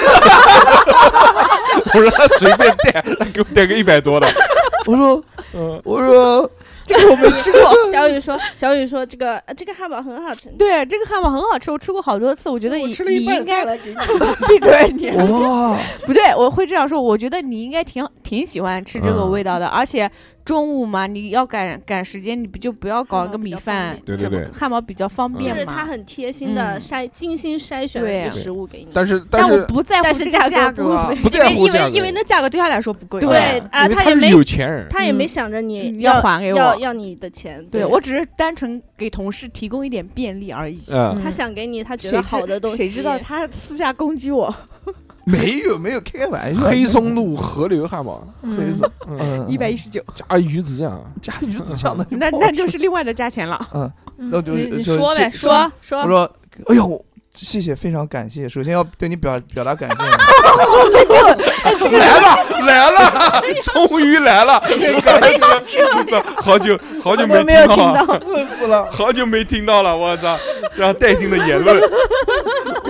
S2: 我让他随便带，他给我带个一百多的，
S5: 我说，
S2: 嗯，
S5: 我说，
S9: 这个我没吃过。
S3: 小雨 说，小雨说这个呃这个汉堡很好吃，
S9: 对，这个汉堡很好吃，我吃过好多次，我觉得
S7: 我
S9: 你
S7: 吃了一
S9: 你
S7: 半
S9: 应
S7: 下
S9: 该
S7: 来给你，
S9: 闭嘴你。
S5: 哇，
S9: 不对，我会这样说。我觉得你应该挺挺喜欢吃这个
S2: 嗯
S9: 味道的，而且中午嘛，你要赶赶时间，你不就不要搞一个米饭，
S2: 对对对
S9: 这不汉堡比较方
S2: 嗯
S3: 就
S9: 便
S3: 是他
S9: 嘛。
S3: 很贴心的
S9: 嗯
S3: 筛精心筛选了
S9: 对啊
S3: 这个食物给你。
S2: 但是
S9: 但我
S2: 是
S9: 不在乎
S3: 但
S9: 这
S3: 是
S9: 个
S3: 价格
S9: 价
S3: 不菲
S2: 不
S4: 因
S2: 在
S4: 为
S2: 乎
S4: 因
S2: 价格
S4: 为因为那价格对他来说不贵，
S9: 对
S3: 啊
S2: 因为
S3: 他
S2: 他
S3: 也
S2: 是
S3: 没
S2: 有钱人，
S3: 他也没
S9: 嗯
S3: 想着你
S9: 你要还给我
S3: 要要你的钱。
S9: 对我只是单纯给同事提供一点便利而已。
S2: 嗯，
S3: 他想给你他觉
S9: 谁
S3: 得
S9: 知
S3: 好的东西，
S9: 谁知道他私下攻击我？
S5: 没有没有，开玩笑，
S2: 黑松露河流汉堡，
S5: 黑色，
S2: 嗯，
S5: 嗯，
S9: 一百一十九，
S2: 加鱼子酱，
S5: 加鱼子酱的，
S9: 那那就是另外的价钱了。
S5: 嗯，
S4: 嗯
S5: 那就
S4: 你你
S5: 就
S4: 说呗，
S5: 是
S3: 说说
S5: 我说，哎呦，谢谢，非常感谢，首先要对你表表达感谢。
S2: 来了来了，终于来了，我操，好久好久没
S3: 没有
S2: 听到啊。
S7: 饿死了。
S2: 好久没听到了，我操，这样带劲的言论，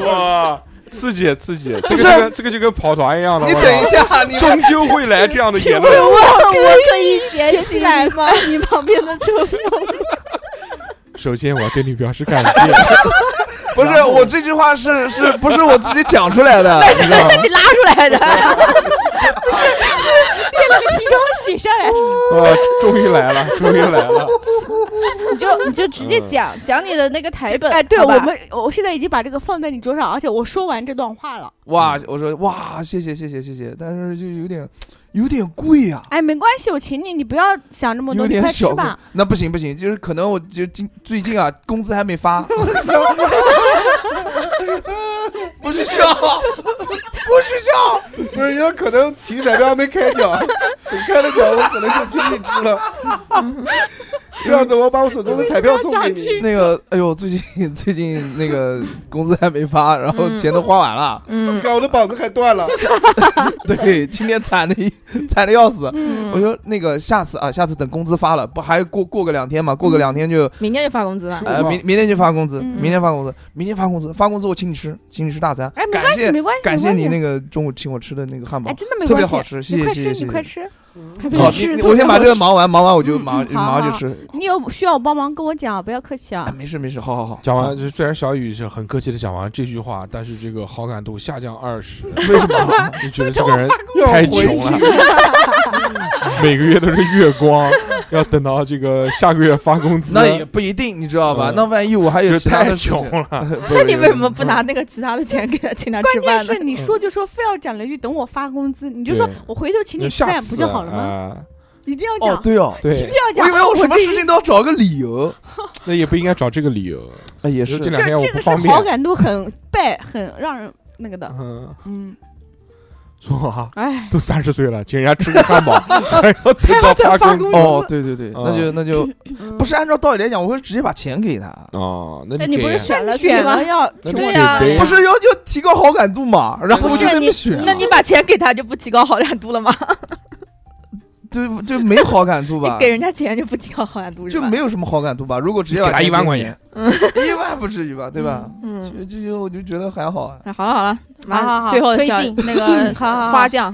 S2: 哇！刺激刺激，这
S5: 不
S2: 个
S5: 是
S2: 就跟这个就跟跑团一样的，
S5: 你
S2: 我
S5: 等一下，你
S2: 操终究会来这样的
S10: 请
S2: 节
S10: 问
S2: 目。
S10: 我
S3: 哦
S10: 我可以捡
S9: 起来吗？
S10: 你旁边的 车票吗？
S2: 首先，我要对你表示感谢。
S5: 不是我这句话是是不是我自己讲出来的？你知道吗？
S4: 你拉出来的，
S9: 提纲写下来，
S2: 啊，终于来了，终于来了。
S10: 你就你就直接讲讲你的那个台本。
S9: 哎，对
S10: 好吧
S9: 我们，我现在已经把这个放在你桌上，而且我说完这段话了。
S5: 哇，我说哇，谢谢谢谢谢谢，但是就有点有点贵啊呀、
S9: 哎，没关系，我请你，你不要想那么多，
S5: 有
S9: 你
S5: 点
S9: 快吃
S5: 小贵
S9: 吧。。
S5: 那不行不行，就是可能我就今最近啊，工资还没 发。 不是笑，不是笑，
S7: 不是，因为可能体育彩票还没开 奖，等开了奖，我可能就请你吃了。这样子，我把我手中的彩票送给你。
S5: 那个哎呦，最近最近那个工资还没发，然
S9: 嗯
S5: 后钱都花完了。
S7: 你看我的膀子还 断了，
S5: 对，今天惨的惨的要死。
S9: 嗯
S5: 我说那个下次啊，下次等工资发了，不还过过个两天嘛？过
S9: 嗯
S5: 个两天就
S4: 明天就发工资了
S7: 15。
S5: 呃
S7: 号
S5: 明明天就发工资，明天发工资，明天发工资，发工资我请你吃，请你吃大餐。
S9: 哎，没
S5: 感
S9: 关系，
S5: 谢
S9: 没关系，
S5: 感谢
S9: 没关
S5: 你
S9: 系
S5: 那个中午请我吃的那个汉堡
S9: 哎，，真的没
S5: 特
S9: 关
S5: 别
S9: 系，
S5: 好吃，谢
S9: 你
S5: 谢
S9: 快
S5: 谢
S9: 吃，
S5: 谢。
S9: 你快吃。
S5: 好，
S9: 是
S5: 你
S9: 特
S5: 我先
S9: 别
S5: 把
S9: 好
S5: 这个
S9: 吃
S5: 忙完，忙完我就
S9: 嗯
S5: 马
S9: 嗯好
S5: 马上
S9: 好
S5: 就吃。
S9: 你有需要帮忙跟我讲，不要客气
S5: 哎，
S9: 啊。
S5: 没事没事，好好好。
S2: 讲完，就虽然小雨是很客气的讲完了这句话，但是这个好感度下降二 十。
S5: 为什 么？
S2: 你觉得这个人
S7: 要
S2: 太
S7: 回
S2: 穷啊了
S7: 去。
S2: 每个月都是月光，要等到这个下个月发工资，
S5: 那也不一定，你知道吧？
S2: 嗯
S5: 那万一我还有
S2: 就
S5: 其
S2: 是
S5: 他
S2: 太
S5: 的事情
S2: 穷， 了。
S5: 那
S4: 那 你为什么不拿那个其他的钱给他请他啊吃
S9: 关
S4: 饭
S9: 键
S4: 呢？
S9: 是你说就说，非要讲了一句等我发工资，你就
S2: 对
S9: 说我回头请你
S2: 那
S9: 吃
S2: 下
S9: 饭
S2: 次
S9: 不就好了吗？
S2: 啊
S9: 一定要讲，
S5: 哦，对哦，
S2: 哎对
S9: 一定要
S5: 我
S9: 讲。
S5: 以为我什么
S9: 这
S5: 事情都要找个理由。
S2: 那也不应该找这个理由。
S5: 哎，也
S2: 就是这两天
S9: 这
S2: 我
S9: 这
S2: 不
S9: 个是
S2: 方便
S9: 好。感度很败，很让人那个的。
S2: 嗯，
S9: 嗯，
S2: 说啊，
S9: 哎，
S2: 都三十岁了，请人家吃个汉 堡，还要等到
S9: 还要等
S2: 发
S9: 发
S2: 工资
S9: 工资
S5: 哦，对对对，
S2: 嗯
S5: 那就那就不是按照道理来讲，我会直接把钱给他，
S2: 哦，
S3: 哎
S2: 那
S10: 但
S2: 你
S10: 你不
S2: 给
S10: 是选了
S9: 选
S10: 自己吗
S9: 了？要
S2: 那
S9: 请
S2: 你
S4: 对
S9: 我
S4: 呀
S2: 给呗
S5: 不是要要提高好感度嘛？然后我就在那边选，啊
S4: 那你把钱给他就不提高好感度了吗？
S5: 就就没好感度
S4: 你
S5: 吧
S4: 给？人家 钱就不提高好感度是
S5: 就
S4: 吧？
S5: 没有什么好感度吧？如果直接把
S2: 给他
S5: 钱
S2: 一万块
S5: 你
S2: 钱，
S5: 一万不至于吧？对吧？
S4: 嗯，
S5: 就就就我就觉得还好啊。
S4: 哎好了好了，完
S9: 好好好
S4: 最后
S10: 推
S4: 小
S10: 进
S4: 那 个
S9: 好好好
S4: 花匠，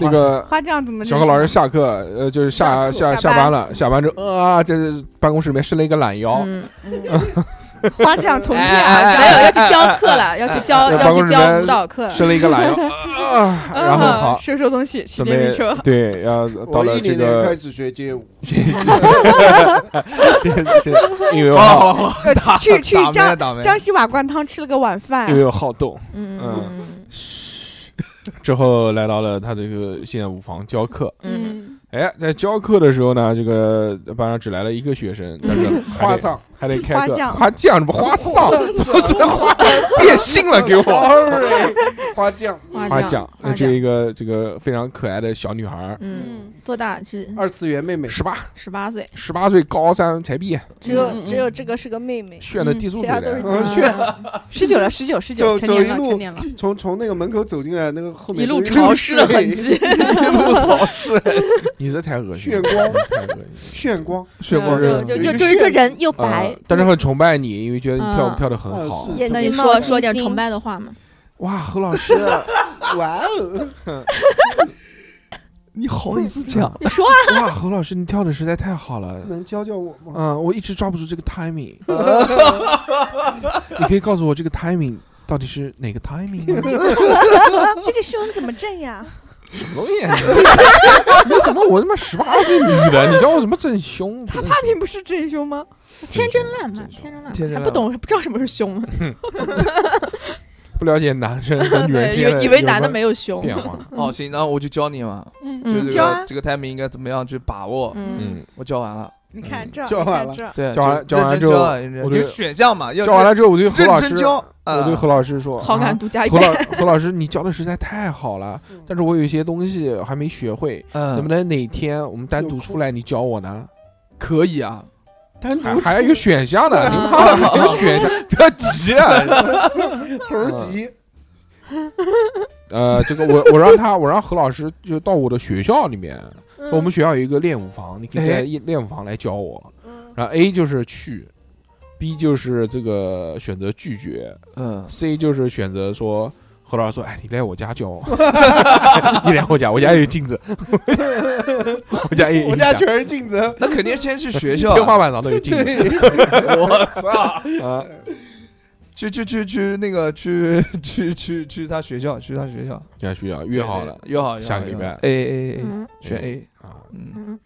S2: 那个
S9: 花匠怎么
S2: 小何老师
S9: 认识
S2: 下课，呃，就是下下
S9: 下课
S2: 下
S9: 下
S2: 班
S9: 班
S2: 了，下班之后啊，在办公室里面伸了一个懒腰，
S4: 嗯，
S9: 的花匠从
S5: 哎
S9: 天
S5: 哎哎
S9: 而
S4: 没
S5: 哎
S4: 有要
S9: 降。
S4: 去教课了，要去教
S2: 哎哎
S4: 要
S2: 办公
S4: 去
S2: 室
S4: 教
S2: 里
S4: 舞蹈 课，
S2: 伸了一个懒腰，啊， 然后好，
S9: 收收东西，骑
S2: 准
S9: 电
S2: 备
S9: 瓶车。
S2: 对，要到
S7: 我
S2: 了
S7: 一
S2: 这
S7: 零年
S2: 个
S7: 开，始学街舞，
S2: 现现因为我
S5: 好
S2: 好
S5: 好好，
S9: 呃去去
S5: 打
S9: 江
S5: 没打没
S9: 江西瓦罐汤吃了个晚饭
S2: 因，为我好动，
S4: 嗯嗯
S2: 之后来到了他这个现在舞房教课。
S4: 嗯，
S2: 哎，在教课的时候呢，这个班上只来了一个学生，但是还
S7: 花
S2: 得
S7: 丧，。
S2: 还得开课，
S9: 花匠
S2: 花匠什么花丧，怎么怎么花匠变性了给我
S7: Sorry，花匠，
S4: 嗯
S2: 花
S4: 花
S2: 匠
S4: 匠，
S2: 那
S4: 花
S2: 这
S4: 匠，
S2: 一个这个非常可爱的小女孩儿，
S4: 嗯，多大是
S7: 二次元妹妹，
S2: 十八
S4: 十 八岁？
S2: 十八岁高三才毕业，
S3: 只有
S9: 嗯
S3: 只有这个是个妹妹，
S2: 炫的低
S3: 其
S2: 俗嘴
S3: 他都
S2: 的
S3: 是。
S7: 嗯，
S3: 姐
S7: 去
S3: 姐
S9: 十九了，十九，十
S7: 走
S9: 九，成年
S7: 走一
S9: 了，
S7: 路
S9: 成年了。
S7: 从从那个门口走进来，那个后面
S4: 一路
S7: 都是
S4: 潮湿的
S7: 水
S4: 痕，迹，
S5: 吐槽 是
S2: 你这太恶心
S7: 炫
S2: 了，
S7: 光，
S2: 太恶心了。
S7: 炫光，
S5: 血
S2: 光
S5: 光
S2: 是
S4: 就
S2: 吧
S4: 就
S7: 有一
S4: 就
S7: 个
S4: 就是这
S7: 炫
S4: 人又白
S2: 呃，，但是很崇拜你，因为觉得你跳舞
S4: 嗯
S2: 跳的很好
S7: 啊。是
S3: 眼
S4: 那你
S3: 睛冒
S4: 说
S3: 星
S4: 说点
S3: 星
S4: 崇拜的话嘛？
S2: 哇，何老 师，
S7: 哇哦，
S5: 你好意思讲？
S4: 你说啊，
S2: 哇，何老师，你跳的实在太好了。
S7: 能教教我吗？
S2: 嗯，我一直抓不住这个 timing。你可以告诉我这个 timing 到底是哪个 timing 吗？
S7: 嗯
S9: 这个胸怎么正呀？
S2: 什么东西、啊？ 你怎么我他妈十八岁女的，你叫我怎么正胸？他怕
S9: 并不是正胸吗？
S4: 天真烂漫，天真
S5: 天
S4: 烂
S5: 真
S4: 漫，
S5: 烂
S4: 还不懂不知道什么是胸，
S2: 不了解男生和女 人之
S4: 对，以
S2: 间的
S4: 为以为男的没有
S2: 有
S4: 胸，
S2: 什么变化。
S5: 哦，行，那我就教你嘛，就
S4: 嗯
S5: 这
S9: 教啊
S5: 个这个 timing 应该怎么样去把握。
S4: 嗯
S2: 嗯，
S5: 我教完了，
S9: 你看这，
S7: 教
S9: 你
S7: 完
S9: 看
S7: 了
S9: 这，
S5: 对，
S2: 教完
S5: 就
S2: 教完
S5: 认
S2: 之后
S5: 真教啊认真
S2: 我就
S5: 有选项嘛，要
S2: 教完了之后，我对何老师
S5: 认真，教。
S2: 我对
S5: 啊
S2: 何老师说，
S4: 好
S2: 啊
S4: 感度加一
S2: 何
S4: 百
S2: 老。 何老师，你教的实在太好了，
S4: 嗯
S2: 但是我有一些东西还没学会，能不
S5: 嗯，
S2: 能哪天我们单独出来你教我呢？
S5: 可以啊，
S7: 单
S2: 还
S7: 独
S2: 还有一个选项 呢，你妈的还有选项，不要急啊！
S7: 猴儿急，
S2: 呃，这个我我让他，我让何老师就到我的学校里面，
S4: 嗯
S2: 我们学校有一个练舞房，你可以在
S5: 哎
S2: 一练舞房来教我。
S4: 嗯
S2: 然后 A 就是去，B 就是这个选择拒绝
S5: 嗯，
S2: ，C 就是选择说何老师说：“哎，你来我家教，你来我家，我家有镜子，我家也有
S7: 我
S2: 音
S7: 家
S2: 响
S7: 全是镜子，
S5: 那肯定先去学校啊，
S2: 天花板上都有镜子。
S7: 对，
S5: 我操！
S2: 啊，
S5: 去去去去那个去去去去他学校，去他学校，
S2: 家学长约好了，
S5: 约好，约好
S2: 下个礼拜
S5: 约好 A A A
S4: 嗯，
S5: 选 A，
S2: 啊，
S5: 嗯，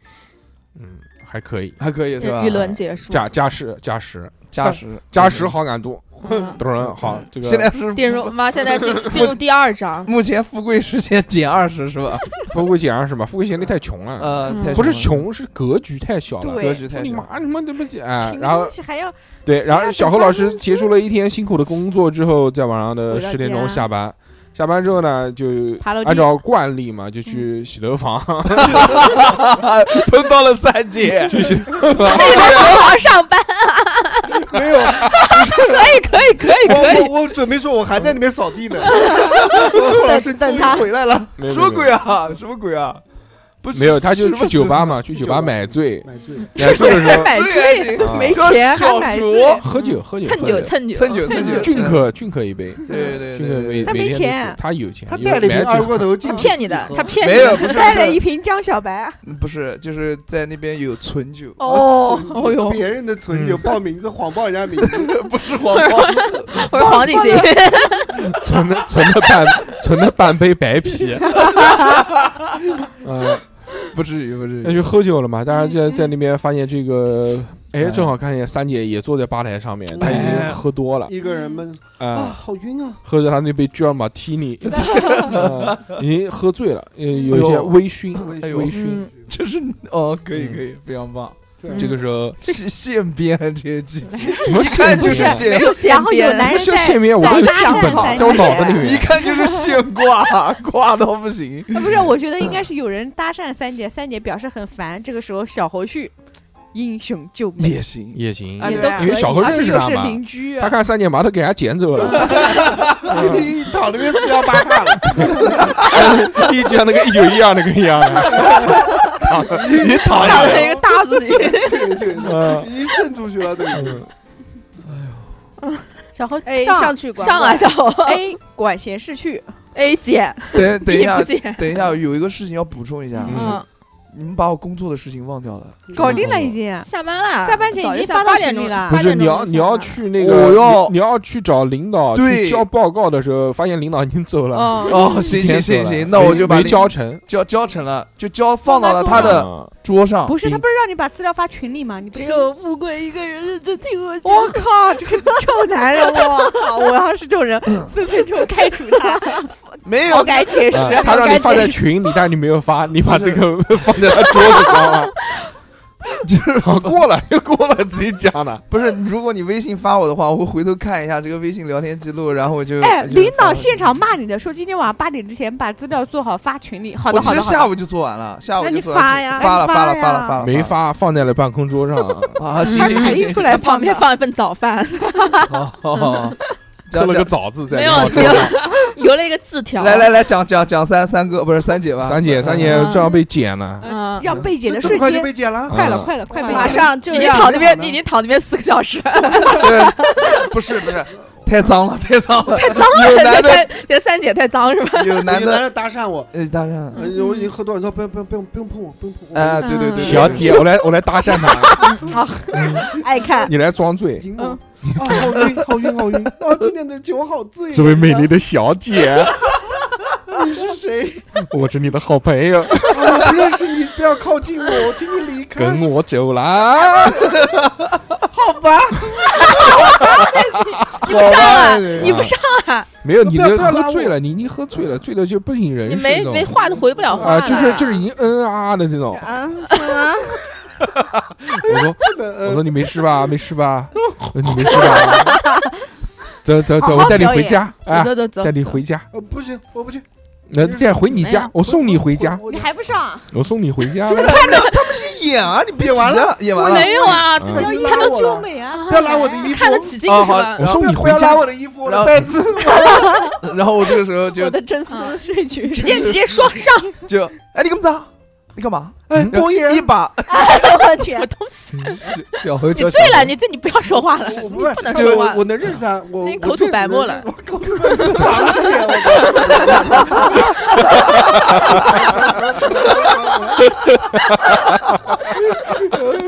S2: 嗯，还可以，
S5: 还可以是吧？
S4: 舆论结束，
S2: 加加十加十
S5: 加十
S2: 加十，好感度，
S4: 嗯
S2: 当然好，这个
S5: 现在是
S4: 点入妈，现在进 进入第二章，
S5: 目前富贵是先减二十是吧？
S2: 富贵险是吧？富贵险你太穷了，
S5: 呃，
S4: 嗯
S5: 太
S2: 不是
S5: 穷了，
S2: 穷，是格局太小了。
S5: 格
S4: 对
S5: 局太
S2: 你
S5: 小。
S2: 妈，你妈怎么哎？
S9: 请
S2: 然后
S9: 东西还要
S2: 对，然后
S9: 要
S2: 小
S9: 等
S2: 何
S9: 发
S2: 老
S9: 工
S2: 师结束了一天辛苦的工作之后，在晚上的
S9: 回到
S2: 十点钟
S9: 家
S2: 下班，下班之后呢，就
S9: 爬
S4: 哦
S9: 楼梯
S2: 按照惯例嘛，就去洗头房，
S5: 碰到了三 姐，
S2: 去洗头房。
S4: 那个时候上班，
S7: 没有，
S4: 可以可以可以可以，
S7: 我我我准备说，我还在那边扫 地呢。后来是终于回来了，
S2: 没有
S5: 什么
S2: 没有
S5: 鬼啊？什么鬼啊？不是
S2: 没有，他就
S5: 什么
S2: 去酒吧嘛，去酒吧买 醉，买醉的时
S4: 嗯
S2: 候
S9: 买
S5: 醉
S9: 醉
S2: 啊，
S9: 没钱还买醉，
S5: 小
S2: 喝酒喝酒，
S4: 蹭
S2: 喝
S4: 酒蹭酒
S5: 蹭酒蹭酒，
S2: 俊可俊可一杯，
S5: 对对对
S2: 俊可
S5: 对
S2: 每
S5: 对
S9: 他
S2: 每
S9: 没
S2: 天都
S9: 钱
S2: 去他有钱，
S7: 他
S2: 有
S7: 带了一瓶
S2: 买
S7: 二
S2: 酒
S7: 锅头进
S4: 他
S7: 去，
S4: 骗你的，他骗你
S5: 没有
S4: 的，
S5: 不是
S9: 带了一瓶江小白。
S4: 啊
S5: 不是就是在那边有存 酒，
S7: 哦嗯
S4: 哦哟
S7: 别人的存酒报名字，谎报人家名字，
S5: 不是黄瓜，
S4: 我说黄景行，
S2: 存了存了半存了半杯白 啤，嗯，
S5: 不至于不至
S2: 那
S5: 于。
S2: 就喝酒了嘛。大家在在那边发现这个，哎，正好看见三姐也坐在吧台上面，她已经
S5: 哎
S2: 喝多
S5: 哦
S2: 了，
S7: 一个人闷啊，
S2: 啊，
S7: 好晕啊！
S2: 喝着她那杯 g i r m a t i n i 嗯已经喝醉了，呃，有一
S5: 哎
S2: 些
S5: 呦
S2: 微醺，
S5: 哎呦
S2: 微醺。
S4: 嗯
S5: 这是哦，可以
S2: 嗯
S5: 可以，非常棒。
S9: 嗯
S2: 这个时候
S5: 是现编这些剧情，
S2: 什么
S5: 一看
S2: 现
S5: 就是
S2: 编
S5: 现，
S9: 然后有男
S2: 不
S9: 人
S2: 是
S9: 哎在
S2: 现编，啊我都有
S9: 在
S2: 剧
S9: 搭讪
S2: 本
S9: 三，
S2: 在我
S9: 姐
S2: 脑子里
S5: 一
S2: 面。
S5: 看就是现挂， 挂到不行。
S9: 啊，不是， 我觉得应该是有人搭讪三姐，三姐表示很烦。这个时候，小猴去英雄救美，
S5: 也行，
S2: 也行，
S9: 啊
S4: 也
S9: 对
S4: 都
S9: 啊
S2: 因为小何
S9: 而
S2: 认
S9: 且
S2: 识
S9: 又
S2: 他
S9: 是
S2: 嘛，
S9: 邻居，啊
S2: 他看三姐把他给他捡走 了，
S7: 你躺那边四仰八叉了，
S2: 一就像那个一九一二那个一样的，
S7: 你躺
S4: 打了一个大字形，
S7: 对对，
S2: 嗯
S7: 你渗出去了， 等于
S9: 小猴
S10: 哎，
S9: 上
S10: 上去过，
S4: 上啊上啊
S9: A 管闲事去，
S4: ，A 姐
S5: 等等一
S4: ，B
S5: 下
S4: 不，姐，
S5: 等一下，有一个事情要补充一下，
S2: 嗯
S4: 嗯，
S5: 你们把我工作的事情忘掉了。
S9: 搞定了已经。啊
S2: 嗯
S4: 下班了，
S9: 下班前
S4: 早
S9: 已
S4: 就
S9: 经
S4: 下
S9: 发到
S4: 八点
S9: 群
S4: 钟
S9: 里了，
S2: 不
S4: 八
S2: 是
S4: 点
S2: 你
S4: 钟
S2: 要
S4: 就
S2: 你
S4: 下班
S2: 要
S4: 了
S2: 去那个，
S5: 我要
S2: 你你要去找领导去
S5: 对
S2: 交报告的时候，发现领导已经走了，
S9: 嗯，
S5: 哦，行行
S2: 先走
S5: 行
S2: 了
S5: 行，那我
S2: 没
S5: 就把
S2: 没
S5: 那
S2: 交成
S5: 交交成了，就交放到了他
S9: 放到
S5: 的桌上。
S9: 不是，他
S2: 嗯
S9: 不是让你把资料发群里吗？你不
S10: 只
S9: 是
S10: 有富贵一个人认真听我讲。
S9: 我靠，这个臭男人，我靠！我要是这种人，
S2: 嗯
S9: 分分钟开除 他，
S5: 没有
S9: 好，改解释
S2: 啊，他让你发在群里，但是你没有 发，你把这个放在他桌子上啊 了，
S5: 就是
S2: 啊过了又过了，自己讲的。
S5: 不是，如果你微信发我的话，我会回头看一下这个微信聊天记录，然后我就
S9: 哎，
S5: 就
S2: 嗯
S9: 领
S5: 发
S9: 导
S5: 过去
S9: 现场骂你的，说今天晚上八点之前把资料做好发群里。好
S5: 我
S9: 的，
S5: 其
S9: 好
S5: 实
S9: 的，
S5: 下
S9: 好的。
S5: 午就做完了，下午
S9: 那
S5: 就
S9: 你
S5: 做完
S9: 发
S5: 了
S9: 呀
S5: 发了发
S9: 那你发
S5: 了发了
S9: 呀
S5: 发 了，
S2: 没发，放在了办公桌上。
S5: 啊，行行
S9: 他
S5: 行
S9: 拿
S5: 行
S9: 出，来
S4: 旁
S9: 放
S4: 边
S9: 的，
S4: 放一份早饭，
S5: 好好好，
S2: 刻
S5: 讲
S2: 了个
S5: 讲
S2: 早字在
S4: 没
S2: 领
S4: 有
S2: 导 桌
S4: 留
S2: 上。
S4: 留了一个 字条，
S5: 来来，来讲讲讲三三哥不是三姐吧？
S2: 三姐，三姐正要被剪了，
S4: 嗯，
S9: 要被解的
S7: 这
S9: 瞬
S7: 么快就
S9: 间，
S7: 被剪了，
S9: 快了，
S2: 嗯
S9: 快了，快被解了
S10: 马上就
S4: 已经
S10: 要
S4: 躺那边，你已经躺那边四个小时，
S5: 这不是不是，太脏了太脏了，
S4: 太脏了，
S5: 有
S4: 这
S5: 男的
S4: 三这三姐太脏是吧？
S5: 有男
S7: 有 男
S5: 的，
S7: 人搭讪 我，
S5: 呃，当然，
S7: 呃我已经喝多了，你说不用不用不用不用碰我，不用碰我，
S5: 哎，对对对，
S2: 嗯
S5: 对
S2: 小，姐，我来我来搭讪她， 嗯
S9: 爱看。
S2: 你来装醉，
S7: 赢我。啊，好晕，好晕，好晕！啊，今天的酒好醉。啊
S2: 这位美丽，的小姐，
S7: 你是谁？
S2: 我是你的好朋友，
S7: 啊我不认识你，不要靠近我，我请你离开。
S2: 跟我走啦。
S7: 好吧，
S4: 你不上啊，
S5: 好吧
S4: 你不上啊，
S2: 没有，你
S7: 不要
S2: 这
S7: 不要拉
S2: 喝
S7: 我
S2: 醉了，你你喝醉了，醉了就不省人
S4: 你
S2: 事
S4: 没
S2: 这种
S4: 没话都回不了话
S2: 啊，
S4: 了，
S2: 就是就是已经嗯啊啊的这种。
S10: 啊什么？
S2: 我说
S7: 不能
S2: 我
S7: 呃
S2: 说你没事吧？没事 吧？我说你没事吧？走走走，
S9: 好
S2: 我
S9: 好
S2: 带你
S9: 表
S2: 回
S9: 演
S2: 家啊，
S4: 走走走
S2: 带
S4: 走，
S2: 你回家，
S7: 呃，不行，我不去。
S2: 那带回你家，我啊送你回家，
S7: 我。
S9: 你还不上？啊
S2: 我送你回家
S7: 就是
S2: 了。
S7: 他们
S5: 演啊，你别
S7: 演完
S5: 急啊，演完了，
S4: 没有啊，
S2: 嗯
S7: 不要
S9: 他
S7: 拉
S9: 都
S7: 我
S9: 救
S7: 了，
S9: 美啊！
S7: 不要拉我的衣服，
S4: 看得起劲
S5: 啊
S4: 是
S5: 好
S4: 吧
S2: 我？
S5: 然
S2: 送
S5: 后
S2: 你
S7: 不
S2: 回
S7: 要拉
S2: 家，
S7: 我的衣服，我的
S5: 然后
S7: 带子。
S5: 然后我这个时候就
S9: 我的真丝
S4: 啊
S9: 睡 裙，
S4: 直接直接说上，
S5: 就，哎，你干嘛？你干嘛？哎，
S7: 嗯包烟
S5: 一把，
S10: 我
S4: 什
S10: 天
S4: 么，东 西？
S5: 小何
S4: 你醉了，你这你不要说话了，
S7: 我
S4: 你
S7: 不是
S4: 不能
S7: 就
S4: 说
S7: 我
S4: 话
S7: 我。能认识他，我
S4: 那你
S7: 我
S4: 口吐
S7: 这
S4: 白沫
S7: 人
S4: 了
S7: 我口吐白沫，螃蟹，我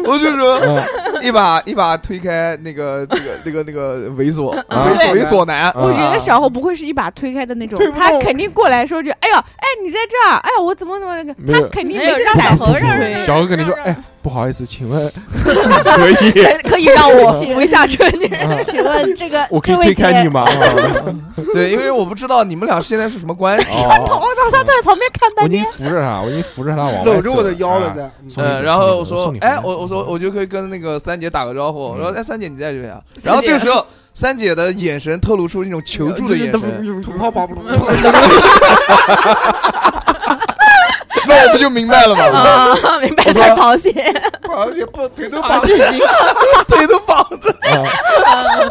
S5: 我就说
S2: 嗯
S5: 一把一把推开那个这个那个那个猥琐
S4: 嗯
S2: 啊
S5: 猥琐猥琐男，啊
S9: 我觉得小侯不会是一把推开的那种
S7: 啊推，不
S9: 他
S7: 动
S9: 肯定过来说句：“哎呦，哎，你在这儿，哎呀，我怎么怎么那个。”
S2: 没
S9: 他
S2: 有
S9: 肯定
S4: 没有
S9: 这个
S4: 让
S9: 胆
S4: 小
S9: 子
S4: 猴
S9: 去
S4: 让
S9: 推
S4: 人
S2: 小何肯定说：“
S4: 让
S2: 哎，不好意思，请问可以
S4: 可可以让我围下这女人。
S2: 啊
S3: 请问这个
S2: 我可
S3: 这
S2: 以
S3: 位
S2: 推开你
S3: 姐，
S2: 吗？”
S5: 对，因为我不知道你们俩现在是什么关系。
S2: 哦，
S9: 我操，他在旁边看
S2: 我
S9: 半
S2: 已经
S9: 天，
S2: 扶着他，我已经扶着他往外
S7: 搂着我的腰
S2: 走
S7: 了，
S2: 啊
S7: 在。嗯
S2: 送你
S5: 嗯，
S2: 走
S5: 然后我说
S2: 送你，嗯回来
S5: 哎，我我说
S2: 送你回来
S5: 我就可以跟那个三姐打个招呼，我说，哎，三姐你在这边啊？
S4: 姐
S5: 然后这个时候，三姐的眼神透露出那种求助的眼神，
S7: 土炮跑不动，
S5: 那我不就明白了吗？
S4: 啊，明白，在螃蟹，
S7: 螃蟹不腿都螃蟹，
S5: 腿都绑着，
S2: 啊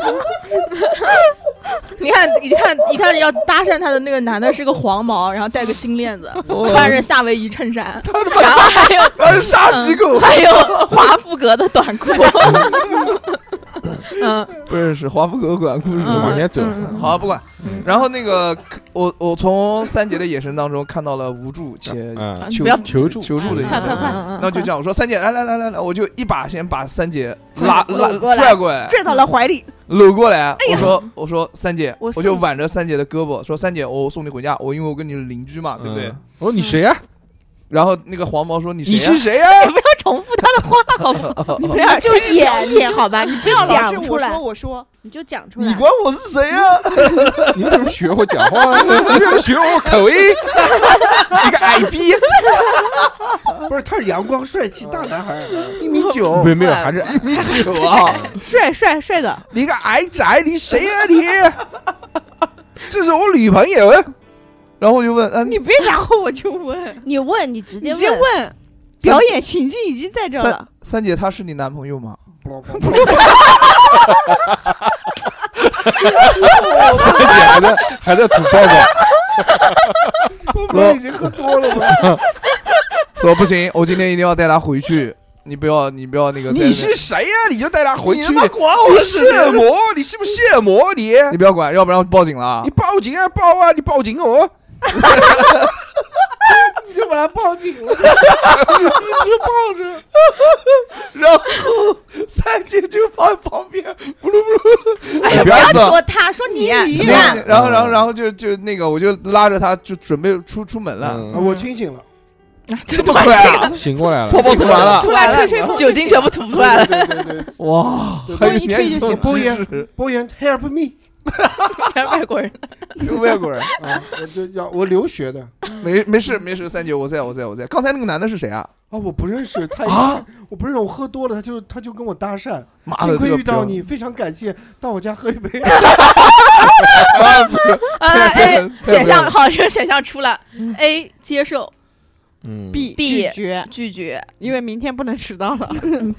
S4: 你看，你看，你看，要搭讪他的那个男的是个黄毛，然后戴个金链子，穿着夏威夷衬衫， 然后哎还有
S5: 他是杀鸡狗，
S4: 还有华夫格的短 裤，嗯
S5: 不认识华夫格管故事
S2: 往
S4: 嗯，
S2: 前走
S4: 嗯
S5: 好，不管
S2: 嗯。
S5: 然后那个，我我从三姐的眼神当中看到了无助且
S2: 嗯，
S5: 求
S4: 不要
S2: 求助
S5: 求助的眼
S4: 快快
S5: 神。
S4: 快，
S9: 嗯
S4: 啊
S5: 那就这样，我说三姐，来来来来来，我就一把先把三姐拉
S9: 搂
S5: 拉
S9: 过来
S5: 拽过来，
S9: 拽到了怀里。
S5: 搂过来，我说我说三姐，
S9: 哎我
S5: 我
S9: 送
S5: 就挽着三姐的胳膊说三姐，我送你回家，我因为我跟你是邻居嘛，对不对
S2: 嗯？？我说你谁呀？
S5: 然后那个黄毛说你谁啊
S2: 你
S5: 呀
S2: 是谁呀？啊
S4: 不要重复他的话，好不
S7: 哦
S4: 好？
S9: 你不要
S10: 就演
S9: 演好吧，你不要老是
S10: 讲出
S9: 我
S10: 来
S9: 说我说，
S3: 你就讲
S2: 啊
S3: 出
S5: 你
S3: 来。
S5: 管我是谁啊呀？
S2: 你怎么学会讲话？啊你怎么学我口 音？一个矮逼，
S7: 不是他是阳光帅气大男孩，一米九，
S2: 哦没没有，还是
S5: 一米九啊！
S9: 帅帅帅的，
S2: 你个矮仔，你谁呀你？这是我女朋友。啊
S5: 然后我就问，嗯，
S9: 你别然后我就问，
S3: 你问，你直
S9: 你
S3: 接
S9: 先
S3: 问，
S9: 问，表演情境已经在这儿
S5: 三
S9: 了，
S5: 三姐他是你男朋友吗？
S2: 三姐还在还在吐泡泡，
S7: 我不是已经喝多了吗？
S5: 说不行，我今天一定要带他回去，你不要你不要那个在那，
S2: 你是谁呀？你就带她回去。
S5: 你他妈
S2: 你
S5: 管我是谁
S2: 卸磨，你是不是卸磨？你
S5: 你不要管，要不然我报警了啊
S2: 啊你！报警啊报啊！你报警我。
S7: 你就把他抱紧了，一 直抱着。啊
S5: 然后三姐就放在旁边，不噜不噜。
S4: 哎
S5: 呀
S4: 呀，
S5: 不
S4: 不
S5: 要
S4: 要
S5: 说
S4: 说他，说你，
S5: 行
S4: 你看，
S5: 然后然后然后就就那个，我就拉着他就准备出出门了，
S2: 嗯
S7: 我清醒了，
S4: 这
S5: 么快啊
S2: 醒过来了，
S5: 泡泡吐完了，
S9: 出来吹吹风，
S4: 酒精全部吐出来了，
S7: 对对对对，
S5: 哇，
S7: 对
S5: 还有
S9: 风一吹
S5: 这
S9: 就行
S5: 种 机智
S7: 波言 help me
S4: 全是外国人。
S5: 是外国人，
S7: 啊，我就要我留学的
S5: 没没事没事，三姐我在我在我在。刚才那个男的是谁啊？
S7: 啊，我不认识他一
S5: 啊
S7: 看，我不认识，我喝多了，他就他就跟我搭讪，
S5: 妈的，
S7: 幸亏
S5: 这个
S7: 遇到
S5: 彪
S7: 你，，非常感谢，到我家喝一 杯。
S5: 妈的
S4: 啊
S5: 太
S4: ，A
S5: 笨太
S4: 选项
S5: 笨
S4: 好，这个选项出了，A 接受
S2: 嗯
S9: ，B
S4: B
S9: 拒绝，
S4: 拒绝
S9: 因为明天不能迟到了。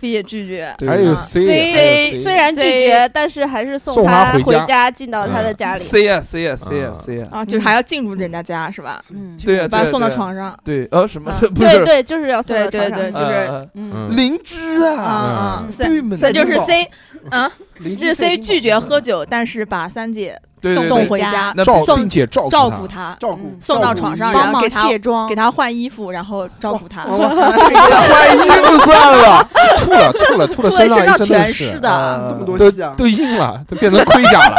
S4: ，B 拒绝，
S2: 还有
S4: 啊
S2: C，还
S3: C
S2: 有
S3: 虽然拒
S4: C
S3: 绝，但是还是送
S2: 送他
S3: 他
S2: 回
S3: 回
S2: 家
S3: 家，进到他的家里。
S5: ，C 呀 C 呀 C 呀 C 呀，
S4: 啊，就是还要进入人家家是吧？
S9: 嗯，
S5: 对呀，
S4: 把他
S5: 啊对呀
S4: 送到，
S5: 对呀
S4: 床上，
S5: 对，呃，什么
S4: 啊
S5: 这不
S3: 对
S5: 是
S3: 对，就是要送
S4: 对
S3: 到床
S4: 对
S3: 上。
S4: 对，就
S5: 呃
S4: 是
S5: 呃
S9: 嗯，
S2: 嗯
S5: 邻居
S4: 啊
S5: 啊，
S4: 啊，
S5: 对
S4: 三
S5: 门
S4: 三就是
S7: 邻居
S4: C 啊，
S7: 邻
S4: 就是
S7: 居
S4: C 拒
S7: 绝
S4: 绝喝酒，但是把三姐
S5: 对对
S4: 送
S5: 对，
S4: 回家，
S5: 那
S2: 照
S5: 不
S4: 送
S2: 并且照
S4: 照顾
S2: 顾
S4: 她，
S7: 照顾，
S4: 嗯送到床上，
S9: 帮
S4: 然后
S9: 忙
S4: 给她
S9: 卸妆
S4: 给，她换衣服，然后照顾她，
S7: 哇
S4: 让她睡觉。
S5: 换衣服算了，
S2: 他，吐了吐了 吐了，
S4: 吐
S2: 身
S4: 了
S2: 上
S4: 身上
S2: 一身都
S4: 全是的
S5: 啊
S7: 这么多
S2: 都
S7: 戏啊，
S2: 都硬了，都变成盔甲 了，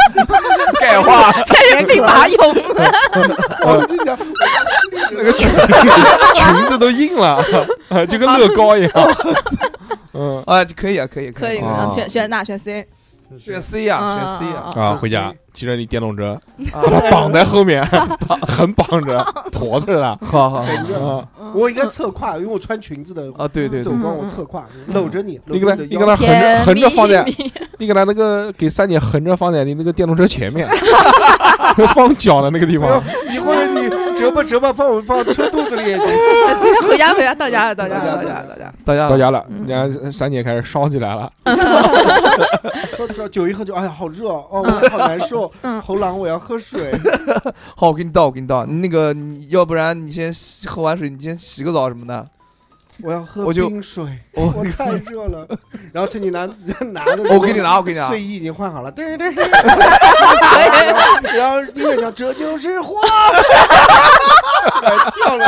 S5: 钙化
S4: 但是并麻用，
S7: 我跟你讲，那个
S2: 裙子都硬了， 就跟乐高一样。 嗯
S5: 啊，可以啊，可以
S4: 可以，
S2: 啊
S4: 嗯选选哪选 C
S5: 选 C 呀，选
S4: 啊
S5: C
S4: 啊
S5: 呀，
S2: 啊，
S5: 是
S2: 回家
S5: C
S2: 骑着你电动车，把
S5: 啊，
S2: 他绑在后面，横 绑着，驮着他。
S5: 好好好
S7: 很热
S2: 啊，
S7: 我应该侧胯，因为我穿裙子的，
S5: 啊，对对嗯
S7: 走
S5: 对，
S7: 光我侧胯，搂着你，
S2: 你给
S7: 搂着
S2: 他，
S7: 你的
S2: 你
S7: 腰
S2: 给他横着横着放在
S4: 甜，蜜蜜
S2: 你给他那个给三姐横着放在你那个电动车前 面，放脚的那个地
S7: 没有
S2: 方。，
S7: 以后你折吧折吧，放我 放车肚子里也行。
S4: 行，回家回家，到家了，到家了，
S7: 到
S4: 到
S7: 家
S4: 家
S7: 了
S4: 了，到家了。
S5: 大家
S2: 到家了，
S4: 嗯
S2: 然后三姐开始烧起来了。
S7: 说这酒一喝就哎呀好热哦，哦我好难受，
S4: 嗯
S7: 喉咙我要 喝水。
S5: 好，我给你倒，我给你倒。那个，你要不然你先洗喝完水，你先洗个澡什么的。
S7: 我要喝
S5: 我就
S7: 冰水，
S5: 我
S7: 我太热 了。然后请你拿拿的，
S5: 我给你拿我给你拿
S7: 睡衣已经换好了，噔噔噔。 然后音乐讲这就是花，还跳了。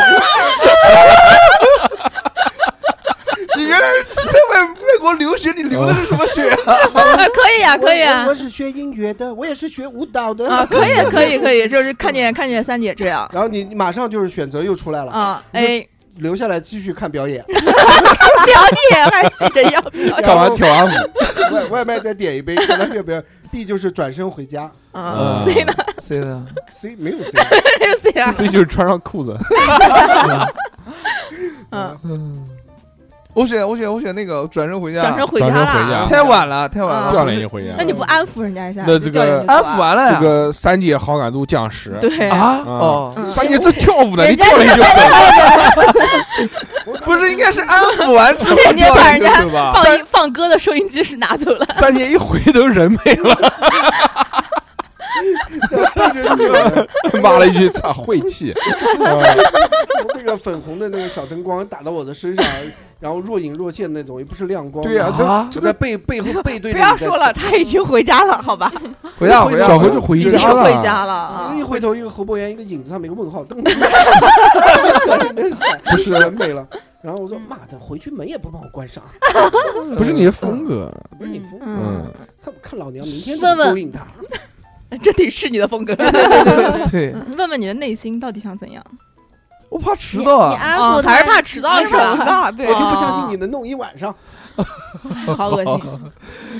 S5: 你原来是在外外国留学，你留的是什么学啊？
S4: 可以啊，可以啊
S7: 我我，是学音乐的，我也是学舞蹈的。
S4: 啊，可以，可以，可以，就是看见看见三姐这 样
S7: 然后你你马上就是选择又出来了，
S4: 啊，
S7: 你就
S4: 哎，
S7: 留下来继续看表演，
S4: 表演还是着要表
S7: 干
S2: 干
S7: 嘛
S2: 嘛跳阿舞？
S7: 外外卖再点一杯，其他就不要。B 就是转身回家
S4: 啊，
S2: 所以呢，
S5: 谁呢？
S7: ，C 没有 C，
S4: 这是谁啊？
S2: 所以就是穿上裤子，
S4: 嗯
S5: 我选我选我选那个转身回家，
S4: 转身回家
S2: 转身
S4: 了
S2: 回家
S4: 啊，
S5: 太晚了，太晚
S4: 啊
S5: 了，
S2: 掉脸就回家
S4: 那。你不安抚人家一下？
S2: 那这个
S4: 就叫人家
S5: 安
S4: 走啊
S5: 抚完了呀
S2: 这个三姐好感度降十，
S4: 对
S5: 啊
S2: 嗯
S5: 哦，
S4: 嗯
S2: 三姐这跳舞呢，你
S4: 人家
S2: 掉脸就走，
S5: 不是应该是安抚完之后
S4: 人家把人家
S5: 对吧？
S4: 放音放歌的收音机是拿走了，
S2: 三姐一回头人没了，
S7: 在背着那个
S2: 骂了一句操晦 气，啊
S7: 那个粉红的那个小灯光打到我的身上，然后若隐若现那种，也不是亮光。
S2: 对呀，
S5: 啊
S2: 这
S7: 我
S2: 这
S7: 在
S2: 个
S7: 背背后背对着你
S9: 不
S7: 在
S9: 要说了，他已经回家了，好吧？
S5: 回家回家，
S2: 小何 就回
S4: 已经
S2: 家
S4: 回
S2: 了。
S4: 家了
S7: 跳。
S4: 啊
S7: 一！回头，一个侯博言，一个影子上面一个问号，噔，在那边闪，
S2: 不是
S7: 人没了。然后我说：“妈的，回去门也不帮我关上，
S2: 不
S7: 嗯
S2: 是你的风格，
S7: 不是你疯，
S2: 嗯，
S7: 看看老娘明天
S4: 问
S7: 怎么
S4: 问
S7: 勾引他。”
S4: 啊这得是你的风格。
S5: 对，
S4: 问 问你的内心到底想怎样？
S5: 我怕迟到啊。
S3: 安
S4: 啊，还是怕迟到
S9: 没
S4: 是
S9: 法迟
S4: 吧？
S9: 到，对
S7: 我，就不相信你能弄一晚上。
S4: 好恶心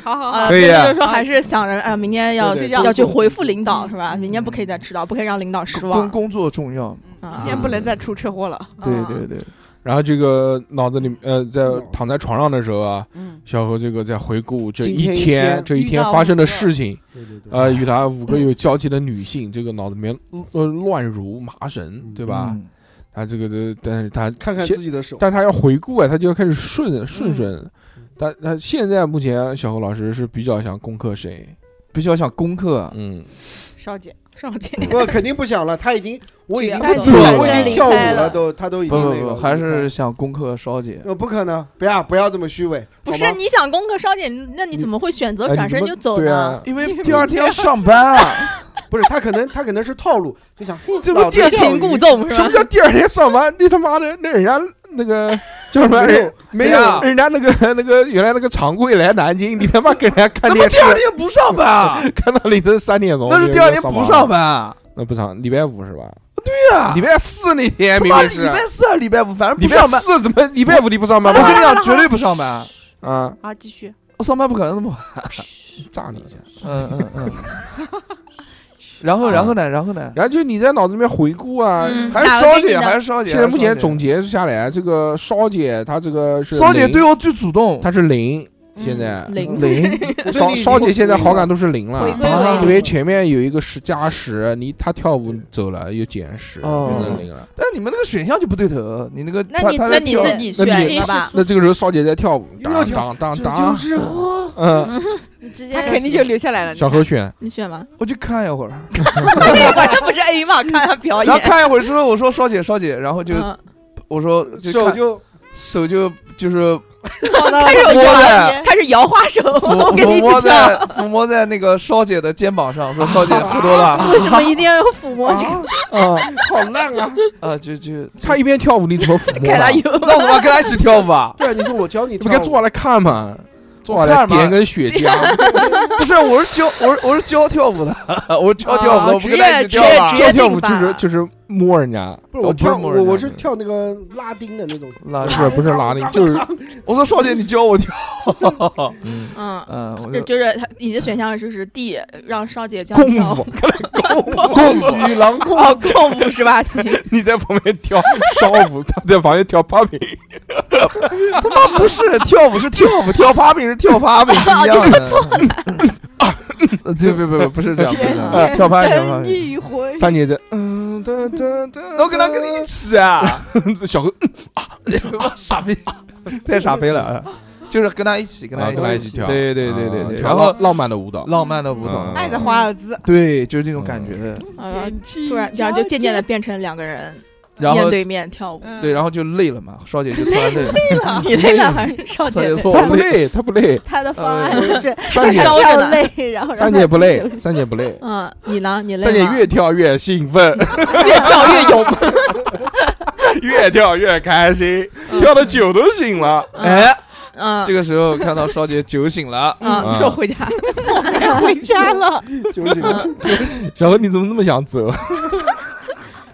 S9: 好好
S4: 啊！
S9: 好，
S2: 可以
S4: 那
S2: 啊
S4: 就是说还是想着啊，明天要
S7: 对对
S4: 要
S7: 工
S4: 去
S7: 作
S4: 回复领导是吧？明天不可以再迟到，不可以让领导失
S5: 工
S4: 望。
S5: 工作重要，
S9: 今天不能再出车祸了。
S5: 对
S4: 啊
S5: 对对，
S2: 然后这个脑子里呃，在
S7: 嗯
S2: 躺在床上的时候啊，
S9: 嗯，
S2: 小何这个在回顾这
S7: 今天
S2: 天
S7: 一天
S2: 这一
S9: 遇
S2: 天
S9: 到
S2: 发生的
S9: 五个
S2: 事情，
S7: 对对对
S5: 啊
S7: 嗯
S2: 呃，与他五个有交集的女性，这个脑子里面呃乱如麻绳，对吧？
S5: 嗯？
S2: 他这个的，但是他
S7: 看看
S2: 先
S7: 自己的手，
S2: 但是他要回顾啊，他就要开始
S7: 嗯
S2: 顺顺顺。但他现在目前小何老师是比较想攻克谁？
S5: 必须要想功课，啊
S2: 嗯，
S9: 少姐，
S4: 少姐，
S7: 我肯定不想了。他已经，我已经
S3: 他已
S2: 经
S7: 我
S2: 转
S7: 已
S3: 身
S7: 经跳舞
S3: 离开
S7: 了，
S3: 了
S7: 都他都已
S5: 不
S7: 经
S5: 不
S7: 那个
S5: 不，
S7: 了，
S5: 还是想功课稍姐。
S7: 呃不可能，不要不要这么虚伪，
S4: 不
S7: 好
S4: 是
S7: 吗
S4: 你想攻克少姐，那你怎么会选择
S2: 哎
S4: 转身
S2: 你
S4: 就
S2: 怎么
S4: 走
S2: 对
S4: 呢？
S2: 啊，
S5: 因为第二天要上班啊，
S7: 不是他可能他可能是套路，就想嘿
S2: 这不
S7: 老子
S4: 欲
S2: 电
S7: 钓
S4: 擒
S7: 鱼
S4: 故纵是
S2: 什
S4: 吧
S2: 么？叫第二天上班？那他妈的，那人家那 个叫什么？
S7: 没有没
S5: 谁
S7: 有
S5: 啊，
S2: 人家那个那个原来那个常贵来南京，你他妈给人 家看
S5: 那么
S2: 电
S5: 第
S2: 视，
S5: 二天不上班啊？
S2: 看到凌晨三点钟，
S5: 那是第二天不上
S2: 班，
S5: 班啊？
S2: 那不上礼拜五是吧？
S5: 对啊
S2: 礼，拜四那天
S5: 他
S2: 哎明
S5: 妈
S2: 明
S5: 礼
S2: 是
S5: 拜四还是礼拜五，反正
S2: 礼
S5: 不
S2: 拜
S5: 上班。哎
S2: 四怎么礼拜五你不上班
S5: 我跟你
S2: 吗？
S5: 讲，绝对不上班。
S2: 啊，
S9: 啊，继续，
S5: 我上班不可能那么晚。
S2: 炸你一下！
S5: 嗯嗯嗯。然后然后呢？然后呢？
S2: 然后就你在脑子里面回顾啊，
S4: 嗯
S5: 还是
S4: 哪个
S5: 稍
S4: 给你
S5: 姐，
S4: 的
S5: 还是稍姐。
S2: 现在目
S5: 还是
S2: 前
S5: 稍姐
S2: 总结下来，这个烧姐她这个是
S5: 稍姐
S2: 零
S5: 对我最主动，
S2: 她是零，现在
S4: 嗯
S5: 嗯
S4: 零
S2: 零，
S7: 我对
S2: 烧
S7: 你已经
S2: 烧姐现在好感
S7: 回
S2: 度是零
S3: 回
S2: 了
S3: 归。为
S5: 啊
S3: 零
S2: 因为前面有一个十加十，你她跳舞走了又减十，变
S5: 哦
S2: 成零了。
S5: 但你们那个选项就不对头，你那个
S4: 那
S5: 他
S4: 你
S5: 他
S4: 那
S5: 在
S4: 你
S5: 跳
S4: 自己
S2: 那
S4: 选
S2: 你
S4: 的吧？
S2: 那这个时候烧姐在跳舞，
S7: 又要
S2: 当
S7: 跳
S2: 当当
S7: 这
S2: 当
S5: 啊
S7: 就，是花，
S2: 嗯，
S3: 你直接
S9: 他肯定就留下来了。
S2: 小何选，
S4: 你选吧，
S5: 我去看一 会儿，
S4: 反正不是 A 嘛，看他表
S5: 然后
S4: 演。
S5: 看一会儿之后，我说稍姐稍姐，然后就
S4: 嗯
S5: 我说就
S7: 手
S5: 看啊
S7: 就
S5: 手就就是
S4: 开始
S5: 摸在
S4: 摇，开始摇花手， 我
S5: 抚
S4: 跟你一
S5: 抚摸
S4: 起
S5: 在
S4: 跳。
S5: 抚摸在那个稍姐的肩膀上，说稍姐喝多 了
S3: 为什么一定要用抚摸这个？
S2: 啊，
S7: 好烂啊！？
S5: 啊，就就
S2: 她一边跳舞你怎么抚摸
S4: 开
S2: 啊
S4: 他？油，
S5: 那我他妈跟她一起跳舞啊
S7: 对啊，你说我教你
S2: 你
S7: 跳
S2: 不
S7: 舞，
S2: 该坐下来看吗？坐下
S5: 我
S2: 来
S5: 看嘛
S2: 点根雪
S7: 啊
S2: 茄，
S5: 不是，我是教我是我是教跳舞的， 我是教跳舞的，
S4: 哦
S5: 我不跟她一起
S4: 职
S5: 跳
S4: 业
S5: 吧
S4: 职业
S2: 教跳舞就
S4: 定
S2: 是
S4: 法
S2: 就是摸人家，哦嗯
S7: 不是我
S5: 我
S7: 跳
S5: 不是摸
S7: 我
S5: 人家
S7: 我
S5: 的
S7: 是跳那个拉丁的那 种，
S5: 拉
S2: 不是不是拉丁，就是
S5: 我说少姐，你教我跳。
S4: 嗯，
S5: 嗯，我
S4: 就
S5: 就
S4: 就是他你的选项就是 D，让少姐教
S2: 功
S4: 跳嗯
S2: 夫
S5: 啊
S4: 舞。，
S5: 共舞
S7: 女郎控
S5: 啊
S4: 哦，共舞是吧？行，
S2: 你在旁边跳烧舞，他在旁边跳 popping，
S5: 他妈不是跳舞是跳舞，跳 popping 是跳 popping 是一样的。错了。
S4: 啊
S5: 对，不不不，不是这样，不是这样，跳 popping 跳 popping。
S9: 一回
S2: 三姐在 嗯哒哒哒，
S5: 我跟他跟你一起啊，
S2: 你小何
S5: 傻逼，太傻逼了啊！就是跟他一起，跟
S2: 啊
S5: 他
S2: 跟他一
S5: 一
S2: 起
S5: 起嗯
S2: 跳
S5: 对对对对
S2: 啊
S5: 对。
S2: 跳
S5: 然后
S2: 浪浪漫的舞蹈，
S5: 浪漫的舞蹈
S2: 嗯，
S9: 爱的华尔兹，
S4: 嗯
S5: 对，就是这种感觉的。
S4: 啊突然，然后就渐渐的变成两个人
S5: 然后
S4: 面对面跳舞，
S5: 对，然后就累了嘛，少姐就突然累了，
S7: 啊
S4: 你累了还是少
S5: 少
S4: 姐
S5: 姐
S4: 累？
S5: 说
S2: 他
S5: 我
S2: 不
S5: 累，
S2: 累，他不 累，
S3: 他的方案就是
S2: 三姐
S4: 烧着
S3: 跳
S4: 呢
S3: 累，然后让
S2: 三
S3: 他
S2: 姐不
S3: 去
S2: 累
S3: 休，息
S2: 三姐不累，
S4: 嗯，你呢？ 你累
S2: 三姐
S4: 吗
S2: 越跳越兴奋，
S4: 越跳越勇。
S2: 越跳越开心，跳的酒都醒了。
S5: 哎，
S4: 嗯，
S5: 这个时候看到少姐酒醒 了，
S4: 嗯，
S2: 嗯
S4: 说回家，
S9: 回家了，
S7: 就 行了。
S4: 嗯
S2: 小何，你怎么那么想走？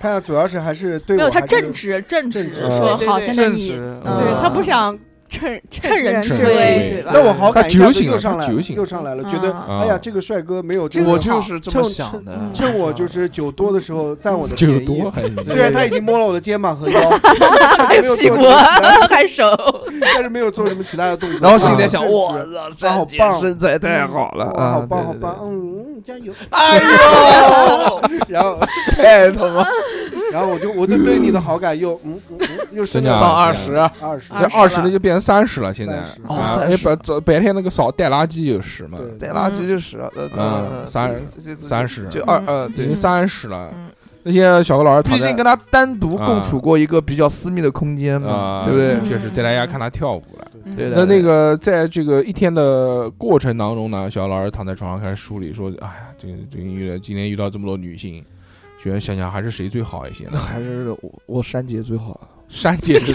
S7: 看下，主要是还是对
S4: 没
S7: 我
S4: 有他
S7: 还是
S4: 正直，正直
S7: 正直
S4: 说
S9: 对
S4: 好，
S9: 对
S4: 现在
S5: 啊正
S4: 你
S5: 直，
S4: 嗯
S9: 对他不想趁
S4: 趁人
S9: 人
S4: 之
S2: 趁
S9: 危
S2: 人之
S4: 危，
S2: 危
S4: 对吧？
S7: 那我好感一下
S2: 他酒
S7: 子
S2: 醒了
S7: 又上来
S2: 他酒醒了
S7: 又上来了，觉得
S2: 啊
S4: 嗯
S7: 哎呀，这个帅哥没有这个
S5: 我
S7: 好
S5: 就是这么想的
S7: 趁。趁我就是酒多的时候占我的
S2: 酒
S7: 便宜
S2: 多还行
S7: 虽然他已经摸了我的肩 膀和腰，但是没有
S4: 屁
S7: 做什
S4: 股啊
S7: 么其 他，
S4: 还手，
S7: 但是没有做什么其他的动作。
S5: 然后心里在
S7: 啊
S5: 想，
S7: 正直
S5: 我操，这
S7: 好
S5: 姐
S7: 棒
S5: 身材太好了，
S7: 哇，
S5: 啊
S7: 好棒好
S5: 对对
S7: 棒，
S5: 对
S7: 嗯嗯，加油！
S5: 哎呦，
S7: 然后
S5: 太他妈
S7: 然后我就我就对你的好感又嗯嗯嗯又升
S2: 真的啊
S7: 到
S5: 上二十，
S7: 二十，
S2: 那二十的就变成三十了，现在
S7: 30
S5: 哦
S2: 啊
S5: 30
S2: 哎白早白天那个扫带垃圾有十嘛，
S7: 对
S5: 带垃圾就十，呃
S2: 嗯
S5: 呃
S2: 三
S5: 这这这
S2: 30
S5: 就二呃
S2: 已
S5: 对
S2: 经，三十了
S4: 嗯。
S2: 那现在小何老师躺
S5: 毕
S2: 在
S5: 竟跟他单独
S2: 啊
S5: 共处过一个比较私密的空间嘛，
S2: 啊，
S5: 对不
S4: 嗯
S5: 对？
S2: 确实在大家看他跳舞了。
S5: 对的
S7: 嗯
S2: 那那个在这个一天的过程当中呢，小何老师躺在床上开始梳理说：“哎呀，这个这个遇到今天遇到这么多女性，觉得想想还是谁最好一些
S5: 那
S2: 呢？
S5: 还是我我三姐最好，啊嗯
S2: 珊姐是谁？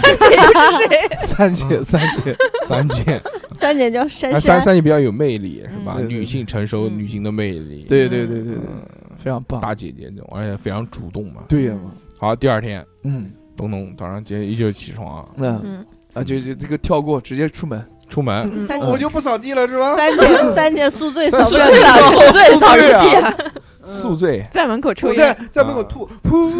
S5: 三姐三姐，
S2: 三姐，
S3: 三姐叫珊
S2: 哎
S3: 珊
S2: 三，三姐比较有魅力是吧？
S5: 嗯对对
S2: 女性成熟，
S4: 嗯
S2: 女性的魅力，
S5: 对对对对对，
S2: 嗯，
S5: 非常棒，
S2: 大姐姐那种，而且非常主动嘛。
S5: 对呀，
S2: 好，第二天，
S5: 嗯，
S2: 东东早上接依旧起床啊，
S5: 那
S4: 嗯
S5: 啊就就这个跳过，直接出门，
S2: 出门，
S4: 嗯
S7: 我就不扫地了是吧？
S3: 三姐三姐宿醉扫不了
S4: 对了，宿醉扫
S2: 啊
S4: 一地，
S5: 啊
S2: 宿醉。
S9: 在门口抽
S7: 我
S9: 烟
S7: 在，在门口吐，噗，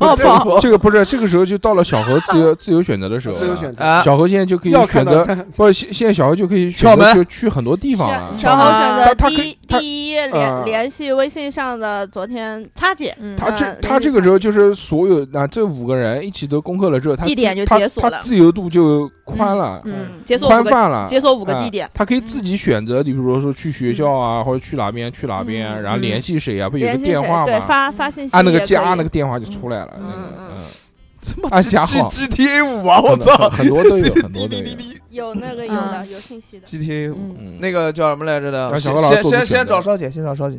S5: 哦 不，
S2: 这个不是，这个时候就到了小何自由自由选择的时候了。
S7: 自由选择，
S5: 啊，
S2: 小何现在就可以
S7: 要看
S2: 选
S7: 到
S2: 择，
S7: 三
S2: 不是现现在小何就可以
S5: 敲
S2: 选择
S5: 门
S2: 就去很多地方啊了。
S3: 小嗯
S4: 号
S3: 豪
S4: 选
S3: 选
S4: 择
S3: 择
S2: 他他可
S3: 第
S2: 以
S3: 一
S2: 他
S3: 第一
S2: 嗯
S3: 联联系微信上的昨天
S9: 擦姐，
S4: 嗯
S2: 他
S3: 呃
S2: 这
S3: 人
S2: 他这个时候就是所有啊，这五个人一起都攻克了之后，他
S4: 地
S2: 自
S4: 点就
S2: 他
S4: 解锁
S2: 他
S4: 了
S2: 自由度就宽了，
S4: 嗯，解锁
S2: 宽
S4: 五个，
S2: 泛了，
S5: 啊
S4: 解锁五个地
S2: 哎
S4: 点，
S2: 他可以自己选择，你比如说去学校啊，或者去哪边去哪边，
S4: 嗯
S2: 然后联系谁啊，不有个
S3: 联系
S2: 电
S3: 谁
S2: 话？
S3: 对，
S2: 吗？
S3: 发发信息
S2: 按那个
S3: 也可
S2: 加
S3: 以
S2: 按那个电话就出来了。那个
S3: 嗯嗯
S2: 嗯，
S5: 他妈
S2: 啊加号
S5: G T A 五啊，我
S2: 很多
S5: 操，
S2: 很多 都有，很多都有。
S3: 有那个有的有信息的，
S5: G T A 五。
S4: 嗯，
S2: 嗯，
S5: 那个叫什么来着的？
S2: 让小
S5: 先
S2: 高老师做出
S5: 先先
S2: 选择
S5: 先找少姐，先找少姐。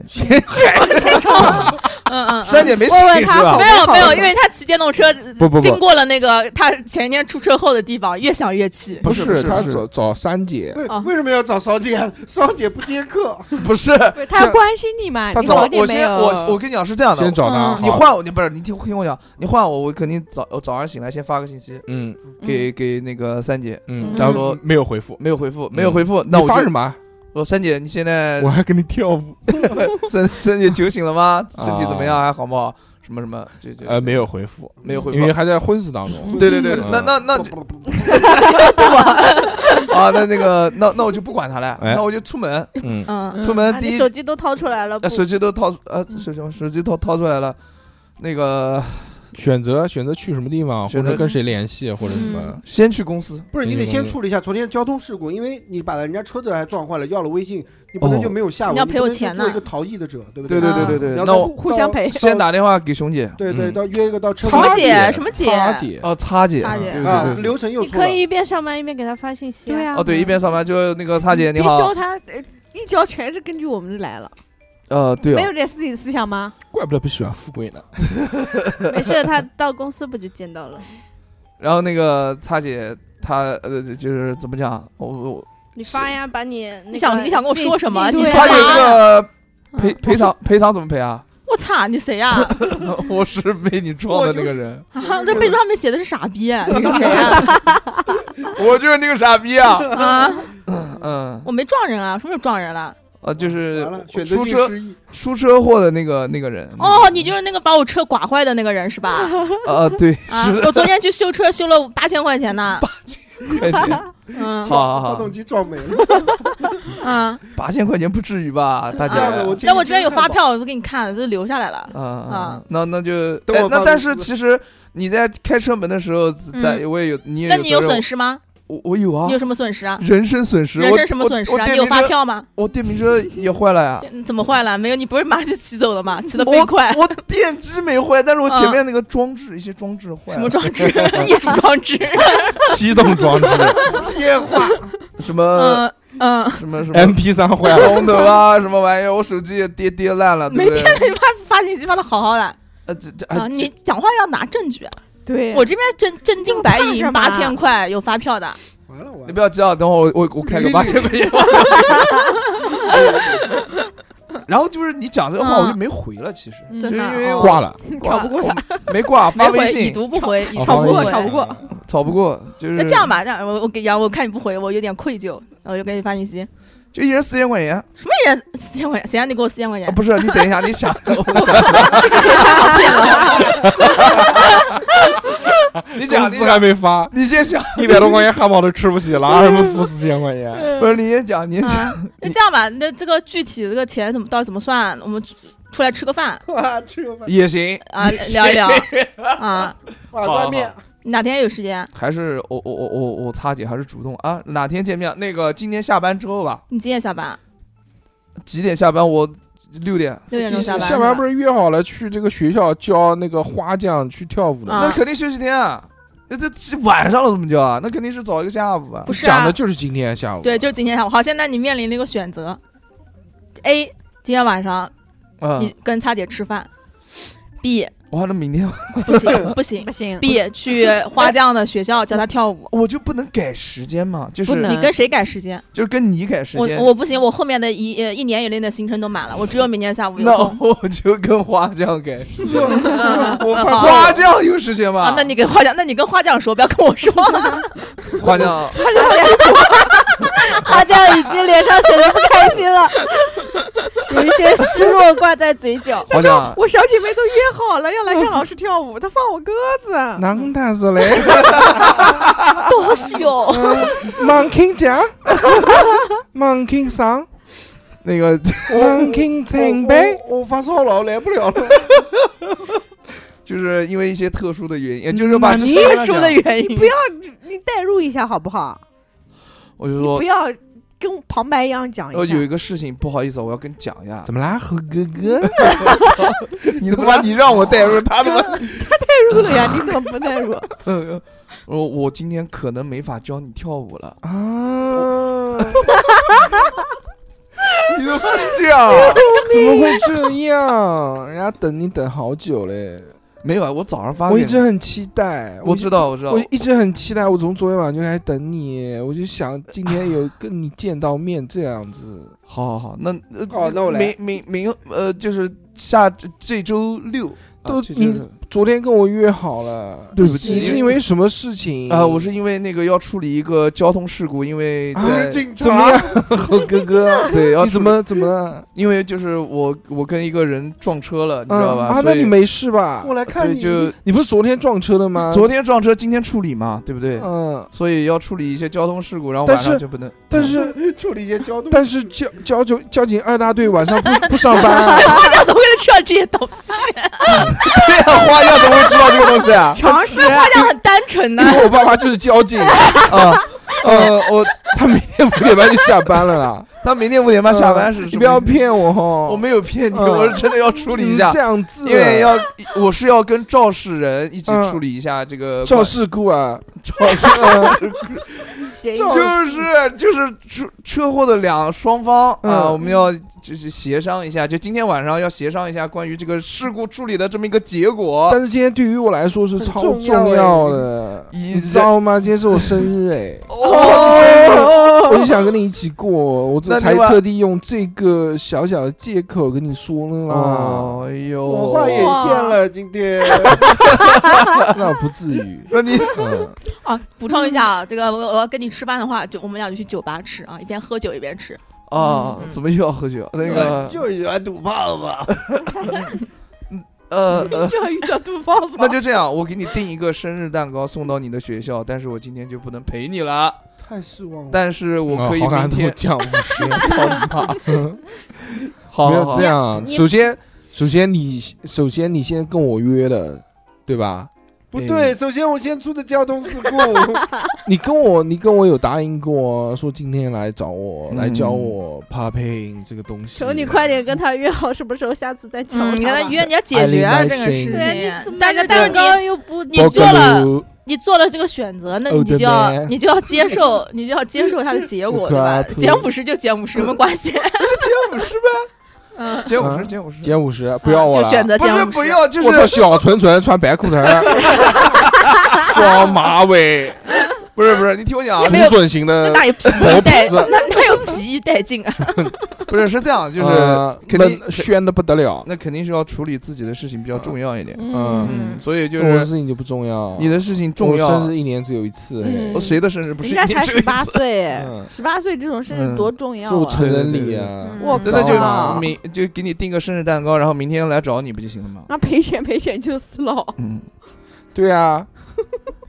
S4: 嗯嗯，
S5: 三姐没
S3: 问问
S5: 醒
S3: 他
S5: 是吧
S3: 好
S4: 没有没有，因为他骑电动车
S2: 不不不
S4: 经过了那个他前一天出车祸的地方，越想越气。
S2: 不
S5: 不是不
S2: 是
S5: 是
S2: 他
S5: 不是
S2: 找找三姐，
S7: 为
S4: 啊
S7: 为什么要找少姐？ 少姐不接客，
S5: 不是，
S9: 他要关心你嘛，
S2: 他
S9: 你
S2: 早
S9: 好
S5: 我
S9: 点
S5: 我
S9: 没
S5: 先
S9: 有？
S5: 我我跟你讲是这样的，
S2: 先找他
S4: 嗯。
S2: 好
S5: 你换我，你不是你听听我讲，你换我，我肯定早我早上醒来先发个信息
S2: 嗯
S5: 给给那个三姐，
S2: 嗯
S4: 嗯，
S2: 然后没有回复。
S5: 没有回复，没有回复，
S2: 嗯
S5: 那
S2: 你
S5: 我
S2: 发
S5: 就
S2: 什么？啊
S5: 我说三姐，你现在
S2: 我还跟你跳舞。
S5: 三三姐酒醒了吗？身体怎么样？
S2: 啊
S5: 还好不好？什么什么？这这
S2: 呃，没有回复，
S5: 没有回
S2: 因为
S5: 复。
S2: 还在昏死当 中。
S5: 对对对，
S2: 嗯
S5: 那那那
S7: 不
S5: 就
S7: 不 不
S5: 啊，那那个那那我就不管他了，
S2: 哎
S5: 那我就出门，
S2: 嗯，
S4: 嗯，
S5: 出门
S3: 啊
S5: 第
S3: 你
S5: 一
S3: 手机都掏出来了，
S5: 呃
S3: 不嗯
S5: 手机都掏呃手机手机掏掏出来了，那个
S2: 选择选择去什么地方，或
S5: 选择
S2: 者跟谁联系，或者什么
S4: 嗯。
S5: 先去公司，
S7: 不是，你得
S2: 这个
S7: 先
S2: 东西
S7: 处理一下昨天交通事故，因为你把人家车子还撞坏了，要了微信，你不能
S5: 哦
S7: 就没有下文，
S4: 你要
S7: 不
S4: 赔我
S7: 能就
S4: 钱啊
S7: 做一
S4: 呢
S7: 个逃逸的者，对不啊
S5: 对对
S7: 对
S5: 对对
S7: 你要
S5: 对，那
S7: 到
S5: 我
S9: 互相赔
S7: 到
S5: 先打电话给熊姐，
S7: 对对，
S2: 嗯
S7: 到约一个到车
S4: 什么
S7: 站
S4: 姐什么姐，
S2: 他姐，
S5: 哦，擦姐，
S4: 擦
S5: 啊
S4: 姐
S5: 对
S7: 啊
S5: 对，对对
S7: 流程又
S3: 你
S7: 错了
S3: 可。以一边上班一边给他发信息，
S9: 对
S3: 啊，
S9: 啊，
S5: 哦，对，一边上班就那个擦姐你
S9: 别教
S5: 好，
S9: 他，呃一教全是根据我们来了，
S5: 呃，对
S9: 没
S5: 哦，
S9: 有点自己的思想吗？
S2: 怪不得不喜欢富 贵呢。
S3: 没事，他到公司不就见到了？
S5: 然后那个擦姐她呃就是怎么讲，我我
S3: 你发呀，把你那个
S4: 你想你想跟我说什么
S3: 信息对
S4: 你
S5: 擦
S3: 啊
S5: 姐这个赔
S4: 嗯
S5: 赔偿赔偿怎么赔啊？
S4: 我操，你谁呀？
S5: 我是被你撞的那个人，
S4: 啊这备注上面写的是傻 逼，那个谁啊？
S5: 我就是那个傻逼啊，
S4: 啊，
S5: 嗯
S4: 我没撞人啊，什么时候撞人了？
S5: 啊，就是
S7: 完了，选择
S5: 出
S7: 性
S5: 车
S7: 失忆，
S5: 出车祸的那个那个人，
S4: 哦，你就是那个把我车刮坏的那个人 是吧？
S5: 呃对，
S4: 啊
S5: 是，的
S4: 我昨天去修车修了八千块钱呢。
S5: 快 点，
S4: 嗯
S5: 好哎好
S7: 发
S5: 好
S7: 动，机撞没了。
S4: 嗯，
S5: 八千块钱不至于吧，大姐
S7: 这样哎的，我
S4: 那我这边有发。票，我都给你看了，都留下来了。
S5: 啊
S4: 啊
S5: 啊，那那就
S7: 等
S5: 哎
S7: 我
S5: 那
S7: 发
S5: 但
S7: 工
S5: 是
S7: 资
S5: 其实你在开车门的时候，在我也有你也
S4: 嗯那你有
S5: 责任
S4: 损失吗？
S5: 我我有啊
S4: 你，有什么损失啊？
S5: 人身损失，
S4: 人
S5: 我
S4: 身什么损失
S5: 我
S4: 啊？你
S5: 我电
S4: 有
S5: 瓶
S4: 发
S5: 车，
S4: 票吗？
S5: 我电瓶车也坏 了呀。
S4: 嗯怎么坏了？没有，你不是马上就骑走了吗？骑得飞
S5: 我
S4: 快，
S5: 我电机没坏，但是我前
S4: 嗯
S5: 面那个装置一些装置坏了，
S4: 什么装置？ 艺术装 置？
S2: 机动 装置
S7: 电话
S5: 什么
S4: 嗯嗯，
S5: 什么什么
S2: ，MP 三坏了，
S5: 红头啊，什么玩意儿，我手机也跌跌烂了，
S4: 没
S5: 对不
S4: 电
S5: 对？
S4: 了，你发发信息发的好好的
S5: 呃，这这
S4: 啊！
S5: 啊，
S4: 你讲话要拿证据啊，
S9: 对
S4: 我这边真真金白
S9: 这
S4: 银
S9: 个
S4: 八
S9: 怕什
S4: 千
S9: 么
S4: 块有发票的，
S7: 完了完
S5: 你
S7: 了，
S5: 不要急啊，等会儿我我我开个
S7: 你
S5: 八千块钱。 然后就是你讲这个
S4: 嗯
S5: 话，我就没回了，其实
S4: 嗯
S5: 就是
S4: 真的
S5: 因为
S4: 哦
S2: 挂 了，
S5: 吵
S9: 不过他，
S5: 没挂，
S4: 没
S5: 发微
S4: 回已
S5: 信
S4: 读不回，已
S2: 哦
S4: 读
S2: 发微
S4: 回
S2: 信
S9: 吵不过
S5: 吵不过，就是
S4: 那这样，吧，这样我我给杨，我看你不回，我有点愧疚，我就给你发信息。
S5: 就一人四千块钱啊，
S4: 什么人四千块钱？谁啊让你给我四千块钱？
S5: 不是你等一下，你想，我想， 你
S2: 工
S5: 讲，你
S2: 资还
S5: 讲，
S2: 没发，
S5: 你先想，
S2: 一百多块钱汉堡都吃不起，拿什么付四千块钱？
S5: 不是你先讲，你先讲，
S4: 啊，那这样吧，那这个具体这个钱怎么到底怎么算？我们出出来吃个饭
S7: 哇，吃个饭，
S5: 也行，
S4: 啊，聊一聊啊。
S7: 碗
S5: 好好
S7: 罐面，
S4: 哪天有时间？
S5: 还是我我我我我擦姐还是主动啊，哪天见面？那个今天下班之后吧，
S4: 你几点下班？
S5: 几点下班？我六点。
S4: 六点钟班。
S2: 下班不是约好了去这个学校教那个花匠去跳舞的吗？
S4: 啊
S5: 那肯定休息天啊，那这这晚上了怎么叫啊？那肯定是早一个下午啊
S4: 不。是
S2: 讲
S4: 啊
S2: 的？就是今天下午，
S4: 对，就是今天下午。好，现在你面临了一个选择：A，今天晚上你
S5: 嗯，
S4: 跟擦姐吃饭；B，
S5: 哇，那明天
S4: 不行不行
S9: 不行，
S4: ；B 去花匠的学校教他跳舞。
S5: 我就不能改时间嘛？就
S4: 不，
S5: 是
S2: 嗯
S4: 你跟谁改时间？
S5: 就是跟你改时
S4: 我
S5: 间，
S4: 我不行，我后面的一呃一年以内的行程都满了，我只有明天下午有
S5: 那
S4: 空。
S5: 我就跟花匠改。
S4: 嗯
S7: 我发现
S5: 花匠有时间
S4: 啊
S5: 吗？，
S4: 那你跟花匠，那你跟花匠说，不要跟我 说。
S5: 花匠，
S10: 阿酱已经脸上写的不开心 了，有一些失落挂在嘴 角。
S5: 花匠，
S9: 我小姐妹都约好了要来看老师跳舞，她放我鸽 子，
S2: 能但是嘞，
S4: 多是哟，
S2: 猛听讲，猛听上，
S5: 那个
S2: 猛听听呗。
S7: 我我我发烧了，我来不了了。
S5: 就是因为一些特殊的原因，就是把这
S4: 嗯你
S5: 商量
S4: 说
S5: 讲
S4: 的原因
S9: 不要你代入一下好不好？
S5: 我就说
S9: 不，要跟旁白一样讲
S5: 呃，
S9: 一
S5: 有
S9: 下
S5: 一。个事情不好意思，我要跟你讲一 下。
S2: 怎么啦，猴哥 哥？
S5: 你他妈，你让我带入 他他妈
S9: 代入了呀，你怎么不代 入？
S5: 嗯， 我我今天可能没法教你跳舞了。
S2: 啊，
S5: 你怎么这样？ 啊
S2: 怎么会这样？人家等你等好久嘞，
S5: 没有啊，我早上发给
S2: 我
S5: 你
S2: 一直很期待。
S5: 我
S2: 一
S5: 知道，我知道
S2: 我，一直很期待，我从昨天晚上就开始等你，我就想今天有跟你见到面这样子。
S5: 好好好，那呃
S7: 哦那我来
S5: 明明明呃，就是下这周六啊
S2: 都
S5: 这
S2: 你
S5: 周六
S2: 昨天跟我约好了，
S5: 对不起
S2: 你是因为什么事情
S5: 啊，我是因为那个要处理一个交通事故，因为
S2: 啊
S5: 在
S7: 是警
S2: 怎么
S7: 察
S2: 样，，猴哥哥？
S5: 对要
S2: 你怎
S5: 处
S2: 么怎么了？
S5: 因为就是我我跟一个人撞车了，你知道
S2: 嗯
S5: 吧？
S2: 啊，
S5: 所
S2: 那
S5: 以
S2: 你没事吧
S7: 我？来看
S5: 对
S7: 你，
S5: 就
S2: 你啊不是昨天撞车了吗？
S5: 昨天撞车，今天处理嘛，对不对？
S2: 嗯，
S5: 所以要处理一些交通事故，然后
S2: 但
S5: 晚上
S2: 是
S5: 就不能。
S2: 但是
S7: 处理一些交通。
S2: 但是交交警交警二大队晚上不 不上班啊，
S4: 花匠怎么会知道这些东 西？
S5: 对呀，花样怎么会知道这个东西 啊？
S9: 常识，
S4: 花匠很单纯呢
S2: 因。为我爸爸就是交警，
S5: 啊，呃，我
S2: 他每天五点半就下班了啦。
S5: 他明天五点半下班是哦
S2: 嗯
S5: 什么
S2: 你
S5: 意思？
S2: 不要骗我哈，
S5: 我没有骗你，
S2: 嗯
S5: 我是真的要处理一下
S2: 你这，样子，啊
S5: 因为要我是要跟肇事人一起处理一下这个
S2: 肇事故啊，
S5: 肇事，
S10: 谁
S5: 就是就是车车祸的两双方
S2: 嗯
S5: 啊，我们要就是协商一下，就今天晚上要协商一下关于这个事故处理的这么一个结果。
S2: 但是今天对于我来说是超
S7: 很重要
S2: 重要的，
S5: 一
S2: 你知道吗？今天是我生日哎，
S5: 哦
S2: 我就想跟你一起过，我这
S5: 那
S2: 才
S5: 另外
S2: 特地用这个小小的借口跟你说了啦，
S5: 哦哎呦，
S7: 我画眼线了，今天
S2: 那不至于。
S5: 那你
S2: 嗯，
S4: 啊，补充一下啊，这个我我要跟你吃饭的话，就我们俩就去酒吧吃啊，一边喝酒一边吃。
S5: 啊，
S4: 嗯
S5: 怎么又要喝酒？那 个
S7: 就是喜欢土炮吧？
S5: 呃呃，
S9: 就要遇到杜芳芳
S5: 那就这样，我给你订一个生日蛋糕送到你的学校，但是我今天就不能陪你了，
S7: 太失望了。
S5: 但是我可以
S2: 哦好汉
S5: 明
S2: 都
S5: 天。
S2: 讲五十，
S5: 操你妈！好，
S2: 没有
S5: 好
S2: 这。样啊。
S3: 你
S2: 首先，首先你首先你先跟我约的，对吧？
S7: 不对，首先我先出的交通 事故，
S2: 你跟我，你跟我有答应过，说今天来找我，
S5: 嗯
S2: 来教我 popping 这个东西。
S10: 求你快点跟他约好什么时候下次再叫他吧。
S4: 嗯，你跟他约，你要解决啊
S2: I like
S4: 这个事
S2: saying-
S10: 对啊，你怎
S4: 情
S10: 么。
S4: 但是
S10: 拿
S4: 但
S10: 着蛋
S4: 是你
S10: 糕又不
S4: 你做了
S2: 了
S4: 你做了这个选择，那
S2: 哦
S4: 你就
S2: 对
S4: 要
S2: 呗
S4: 你就要接受，你就要接受它的结果，对吧
S2: Crap？
S4: 减五十就减五十，没关系。
S5: 减五
S2: 嗯
S5: 十，减五十，
S2: 减五十， 不要我
S4: 啊就
S2: 了。
S4: 选择
S5: 不
S4: 减
S5: 是
S4: 五
S5: 不
S4: 十。
S5: 要，就
S2: 我操，
S5: 是
S2: 小纯纯穿白裤腿儿， 双马尾，
S5: 不是不是，你听我讲啊，
S4: 没有
S2: 竹笋型的，
S4: 那 有皮
S2: 薄
S4: 衣带，
S2: 皮
S4: 那那有皮衣 带劲啊！
S5: 不是是这样，就是
S2: 呃
S5: 肯定
S2: 闷宣的不得了。
S5: 那肯定是要处理自己的事情比较重要一点，
S2: 嗯，
S5: 嗯，所以就
S2: 我的
S5: 是
S2: 事情就不重要，
S5: 你的事情重
S2: 我
S5: 要，啊
S2: 生日一年只有一次，
S9: 嗯
S5: 我谁的生日不是
S9: 人家才十八
S5: 岁，
S9: 岁
S2: 嗯，
S9: 十八岁这种生
S5: 嗯
S9: 日多重要
S2: 做
S9: 啊！
S2: 成人礼啊，
S9: 我
S5: 真的
S9: 糟了
S5: 就明就给你订个生日蛋糕，然后明天来找你不就行了吗？
S9: 那赔钱赔钱就死了。
S5: 嗯，
S2: 对啊，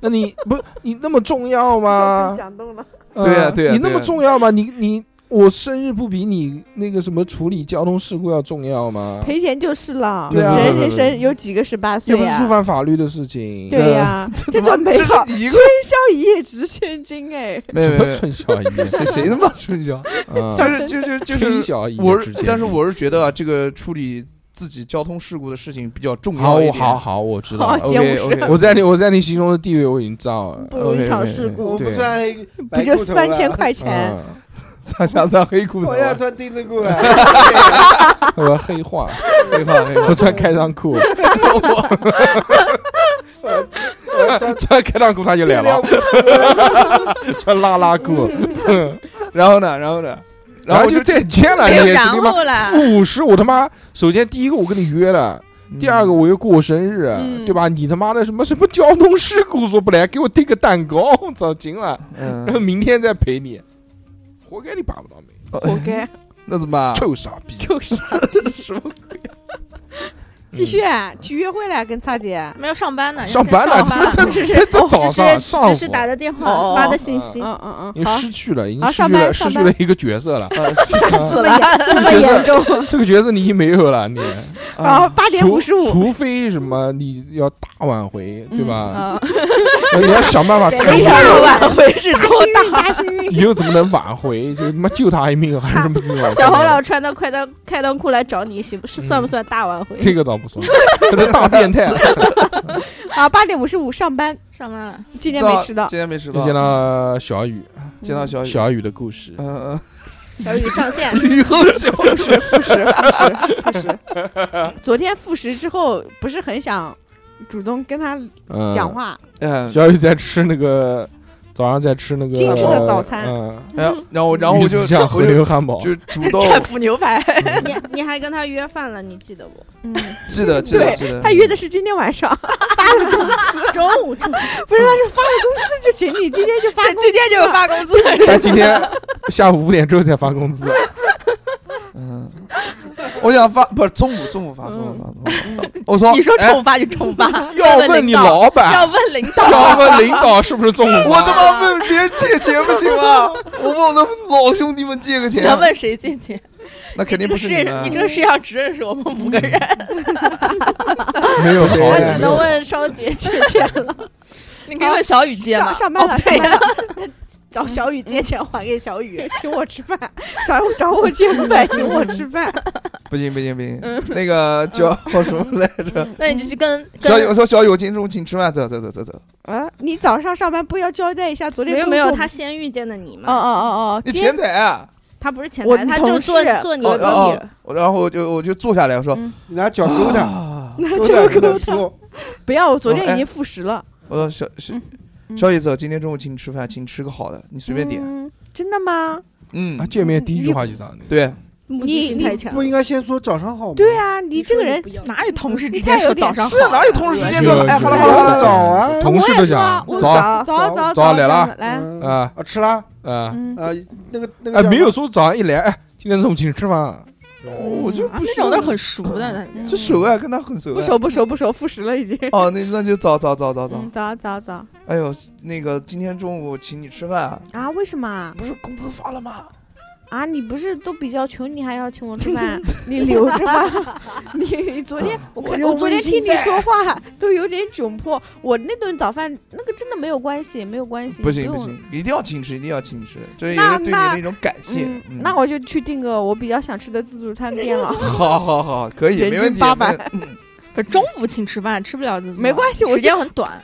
S2: 那你不你那么重要吗？
S10: 想动了，
S2: 呃
S5: 对啊对啊
S2: 你那
S5: 对啊
S2: 么重要吗？你你我生日不比你那个什么处理交通事故要重要吗？
S9: 赔钱就是了，
S2: 对啊
S9: 人人生有几个十八
S2: 又
S9: 岁
S2: 不是
S9: 呀
S2: 触？犯法律的事情。
S9: 对呀，
S2: 啊
S9: 这种美好，
S5: 一
S9: 春宵一夜值千金哎，
S5: 没有
S2: 什
S5: 没有没
S2: 么
S5: 有，
S2: 春宵一 夜？
S5: 谁谁他妈春 宵？
S2: 啊
S5: 但是就是就
S2: 春
S5: 是
S2: 宵一夜
S5: 我
S2: 之
S5: 是
S2: 间，
S5: 但是我是觉得啊，这个处理自己交通事故的事情比较重
S2: 好
S5: 要一点。
S2: 好好，我知道
S9: 好
S2: 了。
S9: 减
S5: ，OK
S9: 50
S5: OK，
S2: 我在你我在你心中的地位我已经知道了。
S10: 不如一场事
S7: 我
S10: 故。
S7: 不穿黑
S9: 不
S7: 白
S9: 就
S7: 裤
S2: 啊
S7: 头了
S9: 三千，块钱？
S2: 嗯，
S5: 他想穿黑裤头
S7: 我
S5: 啊，
S7: 要穿丁字裤 了。对
S2: 我要黑化，
S5: 黑话黑
S2: 我
S5: 话。
S2: 穿开裆裤，
S7: 我要穿
S2: 穿开裆裤他就来了
S7: 电料，裤，
S2: 穿拉拉裤，
S5: 然后呢，然后呢，然
S2: 然
S5: 后
S2: 后
S5: 我
S2: 就
S5: 就
S2: 再见了，你也
S4: 然
S2: 是你妈
S4: 后啊啦，
S2: 五十，我他妈首先第一个我跟你约了，
S5: 嗯
S2: 第二个我又过生日，
S9: 嗯
S2: 对吧？你他妈的什么什么交通事故说不来，给我订个蛋糕，早惊了，
S5: 嗯，
S2: 然后明天再陪你，活该你爸不倒霉，
S9: 活 该，
S2: 嗯
S5: 那怎么办？啊
S2: 臭傻逼！
S9: 就是
S2: 啊
S9: 继续啊去约会了，跟擦姐。
S4: 没有上班呢，
S2: 嗯上班呢
S4: 现在上班，
S2: 这这这这早上
S10: 只是
S2: 上
S10: 只是
S2: 午啊
S10: 打的电
S9: 哦
S10: 话发的信息
S9: 嗯，嗯
S2: 你
S9: 嗯，好，
S2: 失去了，已经
S9: 啊
S2: 失
S9: 上
S2: 去
S9: 班
S2: 了，失
S9: 上
S2: 去
S9: 班
S2: 了一个角色了。
S5: 呃，
S10: 死了，这么严重，
S2: 这个角色你已经没有了， 你
S9: 然后八点
S2: 除
S9: 五十五，
S2: 啊除非什么你要大挽回，对吧？
S9: 嗯，
S2: 你要想办法
S10: 没
S2: 才
S10: 事
S2: 能
S10: 儿吧？
S4: 回是
S9: 大幸运，大幸运。
S2: 以后怎么能挽回？就他妈救他一命还是什么这种？
S10: 小红老穿到快裆开裆裤来找你，行不是
S4: 嗯
S10: 算不算大挽回？
S2: 这个倒不算，他是大变 态。
S9: 啊，八点五十五上班，
S4: 上班了，
S9: 今天没迟到。
S5: 今天没
S2: 就
S5: 迟到，
S2: 见到小雨，
S5: 见到小雨，
S2: 小雨的故事，
S5: 嗯，
S10: 小雨上线，
S5: 雨后小
S9: 复食，复食，复食，复食。昨天复食之后，不是很想主动跟他
S2: 嗯，
S9: 讲话，
S5: 嗯，
S2: 小雨在吃那个早上在吃那个
S9: 精致的早餐
S2: 嗯，
S5: 然后然后然后我就
S2: 想和
S5: 我就
S2: 牛汉堡，
S5: 就主 动
S4: 战斧牛排，
S10: 你你还跟他约饭了，你记得不？
S9: 嗯，
S5: 记得记得
S9: 对
S5: 记得，
S9: 他约的是今天晚上，
S10: 中午中午
S9: 不是，他是发了工资就请你，今天 就发工
S4: 今天就有发工资，
S2: 但今天下午五点之后才发工资。
S5: 嗯，我想发不是中午中午发中午发中午
S9: 嗯
S5: 发，我说
S4: 你说
S5: 哎
S4: 重发就重发，
S2: 要
S4: 问
S2: 问
S4: 领
S2: 你
S4: 导，
S2: 老
S4: 要
S2: 板，
S4: 问领导，
S2: 要问领导是不是中午
S5: 我他妈问别人借钱不行吗？我问我的老兄弟们借个
S2: 哎
S5: 钱
S4: 要，问谁借钱？
S5: 那肯定不
S4: 是
S5: 是你们，
S4: 你这个世界上只认识我们五个人，
S2: 没有
S5: 不行
S2: 好
S10: 我
S5: 对
S10: 只能
S3: 哎
S10: 问烧姐姐姐 了，
S4: 你可以问小雨
S9: 资
S4: 借吗
S9: 啊上？上班了，
S4: 哦
S9: 上
S4: 对
S9: 班
S4: 呀，
S9: 了，
S10: 找小雨借钱还给小雨。
S9: 请我吃饭，找找我借五百，请我吃饭。
S5: 不行不行不行，那个叫什么来着？
S3: 嗯
S4: 那你就去跟
S5: 小雨，我
S4: 跟
S5: 说小雨，我今天中午请吃饭，走走走走走。
S9: 啊，你早上上班不要交代一下昨天
S10: 没有
S9: 工
S10: 没有，
S9: 作
S10: 他先遇见的你嘛，
S9: 哦哦哦哦，
S5: 你
S9: 今天
S5: 前台啊，
S10: 他不是前
S9: 我
S10: 台，他
S9: 同
S10: 就坐
S9: 事
S10: 坐你
S5: 哦
S10: 的
S5: 哦
S10: 桌
S5: 哦，我然后我就我就坐下来，我说
S9: 嗯
S7: 你拿脚勾他，
S5: 啊，
S7: 勾他跟他说，
S9: 不要，我昨天
S5: 哦哎
S9: 已经复食了，
S5: 我说小小
S9: 嗯嗯
S5: 小雨走，今天中午请你吃饭，请吃个好的，你随便点。
S9: 嗯。真的吗？
S5: 嗯
S2: 啊，，见面第一句话就这样啊的。
S5: 对，
S10: 目
S9: 你
S10: 的性太
S9: 你
S10: 强
S7: 不
S10: 了。
S7: 应该先说早上好吗？
S9: 对啊，你这个人
S4: 哪有同事
S9: 你
S4: 之
S9: 太
S4: 间
S9: 有
S4: 说
S9: 点
S4: 早上
S5: 是啊哪有
S2: 啊
S5: 同事之间说哎，好了好了好了，
S7: 早啊
S2: 同事都讲
S9: 我也说
S2: 早
S9: 啊我早早
S2: 早来了
S9: 了来，
S7: 嗯
S2: 啊
S7: 啊，吃啦，
S2: 啊
S9: 嗯，
S7: 啊，那个那个
S2: 哎，
S7: 叫
S2: 没有说早上一来，哎，今天中午请吃饭啊，
S5: 我就
S4: 啊那种都是很熟的，
S5: 是熟啊，跟他很熟啊。
S9: 不熟不熟不熟，复食了已经。
S5: 哦，那那就早早早早早
S9: 嗯，。早早早
S5: 哎呦，那个今天中午请你吃饭啊，
S9: 啊？为什么啊？
S5: 不是工资发了吗？
S9: 啊，你不是都比较穷，你还要请我吃饭，啊你留着吧。 你昨天我看
S7: 有
S9: 我昨天
S7: 微信
S9: 听你 说话都有点窘迫，我那顿早饭那个真的没有关系，没有关系，
S5: 不行
S9: 用
S5: 不行，一定要请吃，一定要请吃，这也
S9: 那
S5: 是对你的一种感谢
S9: 嗯。
S5: 嗯
S9: 那我就去订个我比较想吃的自助餐 店了。
S5: 好好好，可以，
S9: 人
S5: 没问
S9: 均
S5: 题。
S9: 八百
S5: 没问
S4: 不是中午请吃饭，吃不了自助饭
S9: 没关系我
S4: 时间很短。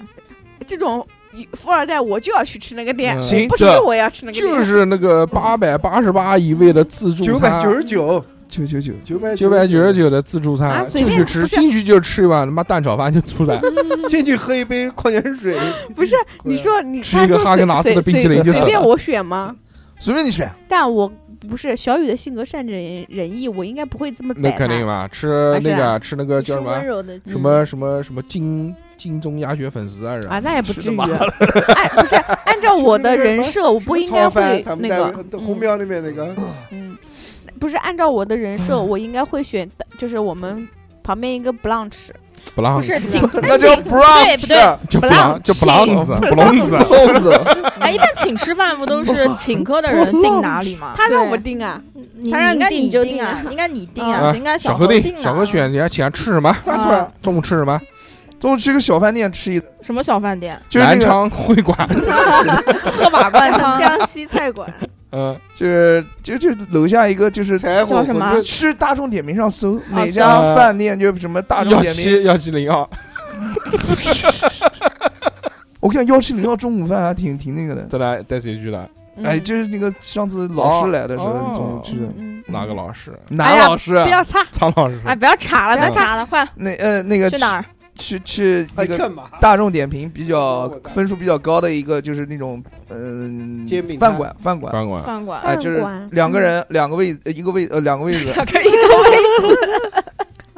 S9: 这种富二代，我就要去吃那个店，
S2: 嗯
S5: 行
S9: 不吃
S5: 这
S9: 我也要吃那个店。
S2: 就是那个八百八十八一位的自助餐，
S7: 九百九十九，
S5: 九九九，
S7: 九百
S2: 九百九十九的自助
S9: 啊
S2: 餐，
S9: 随
S2: 进
S9: 便
S2: 去吃，
S9: 不是
S2: 进去就吃一碗他妈蛋炒饭就出 来，
S7: 进去喝一杯矿泉水，
S9: 不是你说你
S2: 吃一个
S9: 他说
S2: 哈根
S9: 随
S2: 达斯的
S9: 随
S2: 冰淇淋就
S9: 随随
S2: 走
S9: 便
S2: 了
S9: 我 选吗？
S5: 随便你选。
S9: 但我不是小雨的性格善解人人意，我应该不会这么
S2: 那
S9: 宰
S2: 肯定
S9: 他。
S2: 嘛，吃那
S9: 是啊
S2: 个吃那个叫什 么
S3: 温柔的
S2: 什么什么什么金金钟鸭血粉丝啊，然
S9: 啊，
S2: 后
S9: 那也不
S5: 吃
S9: 至于
S5: 麻。
S9: 哎，不是，按照我的人设，我不应该
S7: 超
S9: 会
S7: 凡他们
S9: 那
S7: 单
S9: 个
S7: 位，红庙那边那个
S9: 嗯，不是按照我的人
S5: 嗯
S9: 设，我应该会选，就是我们旁边一个 brunch，
S2: 不浪
S4: 不是请，
S5: 那叫不让
S4: 对不对
S2: 就不浪就不浪子不浪子，
S5: 粽子，
S4: 哎，一般请吃饭不都是请客的人定哪里吗？
S9: 他让
S3: 对
S9: 我定啊，
S4: 你
S3: 他
S4: 你
S3: 让
S4: 应
S3: 你
S4: 该
S3: 定
S4: 你
S3: 就
S4: 定
S3: 定
S4: 啊，
S3: 啊
S4: 应该你定
S2: 啊
S4: 啊，应该
S2: 小
S4: 何
S2: 何
S4: 定
S2: 定
S4: 啊，
S2: 小何选你要喜欢吃什么，
S7: 炸出
S9: 啊
S7: 来，
S2: 中午吃什么，
S5: 中午去个小饭店吃一，
S4: 什么小饭店，
S5: 就是那
S2: 南
S5: 个
S2: 昌会馆，
S4: 喝瓦罐汤。
S3: 江西菜 馆，
S2: 嗯，
S5: 就是就就楼下一个就是
S7: 柴火
S4: 叫
S7: 馄
S4: 什么
S7: 饨，
S5: 去大众点评上搜哪
S2: 搜
S5: 家饭店，就什么大众
S2: 幺
S5: 点评。
S2: 七幺七零二，
S5: 我看幺七零幺中午饭还啊挺挺那个的。
S2: 再来带谁去了？
S5: 哎，
S9: 嗯
S5: 就是那个上次老师来的时候，
S2: 哦
S5: 你中午去的
S9: 嗯嗯
S2: 哪个老师？
S5: 哪老师啊？
S9: 不要擦，
S2: 苍老师。
S4: 哎，
S9: 啊
S4: 不要查了，
S2: 不要
S4: 要查了，快
S5: 那呃那个
S4: 去哪儿？
S5: 去去那
S7: 还
S5: 个
S7: 干嘛？
S5: 大众点评比较
S7: 我的
S5: 分数比较高的一个，就是那种嗯、
S7: 煎饼摊
S5: 饭馆饭馆，
S2: 管管，
S4: 饭馆。 嗯
S5: 哎，就是
S9: 饭馆
S5: 两个人两个位呃一个位呃两个 位置，
S4: 可以可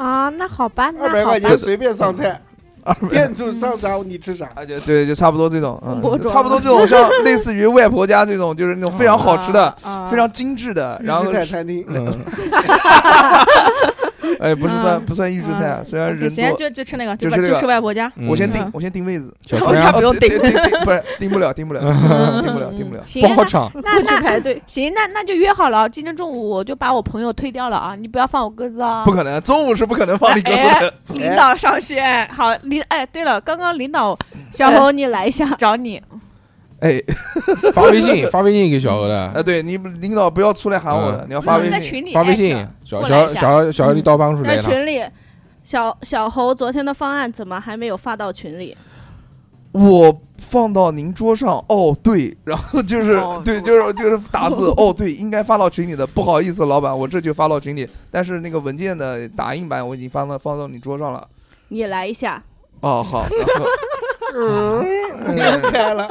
S9: 啊，那好吧，
S7: 二
S9: 那
S7: 百
S9: 好
S7: 块
S9: 吧，
S7: 钱随便上菜，
S5: 二百
S7: 店主上啥你吃啥。
S5: 啊，就对，就差不多这种，嗯
S3: 风波，
S5: 就
S3: 庄
S5: 差不多 这种，像类似于外婆家这种，就是那种非常好吃的、
S4: 啊
S5: 非常精致的，然后
S7: 啊预制菜餐厅，
S2: 嗯，
S5: 哎，不是算
S4: 嗯
S5: 不算预制菜，啊虽然
S4: 就
S5: 人
S4: 行，啊
S5: 多，
S4: 就就吃那个，
S5: 就
S4: 就把
S5: 吃这
S4: 就
S5: 个
S4: 吃外婆家。
S2: 嗯
S5: 我先定
S4: 嗯，
S5: 我先定位置，
S2: 小
S4: 我家
S2: 三
S4: 不用
S5: 定
S4: 订，
S5: 定定不是定不了，定 不了，定不了，定不
S4: 嗯
S5: 了。
S9: 行
S2: 不
S9: 啊
S2: 好抢，
S9: 那
S3: 去
S9: 那
S3: 排队。
S9: 行，那那就约好了，今天中午我就把我朋友推掉了啊，你不要放我鸽子啊
S5: 不。可能，中午是不可能放你鸽子的。
S9: 领导上线，好领哎，对了，刚刚领导
S5: 嗯
S3: 小红，你来一下，
S9: 找你，
S5: 哎，
S2: 发微信，发微信给小何
S5: 啊，
S2: 的，
S5: 对你领导不要出来喊我的，
S2: 嗯
S5: 你要 发微
S9: 在
S5: 信。
S9: 群里
S2: 发微
S9: 艾特
S2: 信，小
S9: 过来
S2: 小
S9: 一下
S2: 小何小何，你到办公室来
S3: 在
S2: 一趟，
S3: 群里，小小侯昨天的方案怎么还没有发到群里？
S5: 我放到您桌上，哦，对，然 后就是
S9: 哦
S5: 对，就是就是 打字，哦，对，应该发到群里的，不好意思，老板，我这就发到群里，但是那个文件的打印版我已经放到放到你桌上了。
S3: 你来一下，
S5: 哦，好， 然后
S7: 又 开嗯了，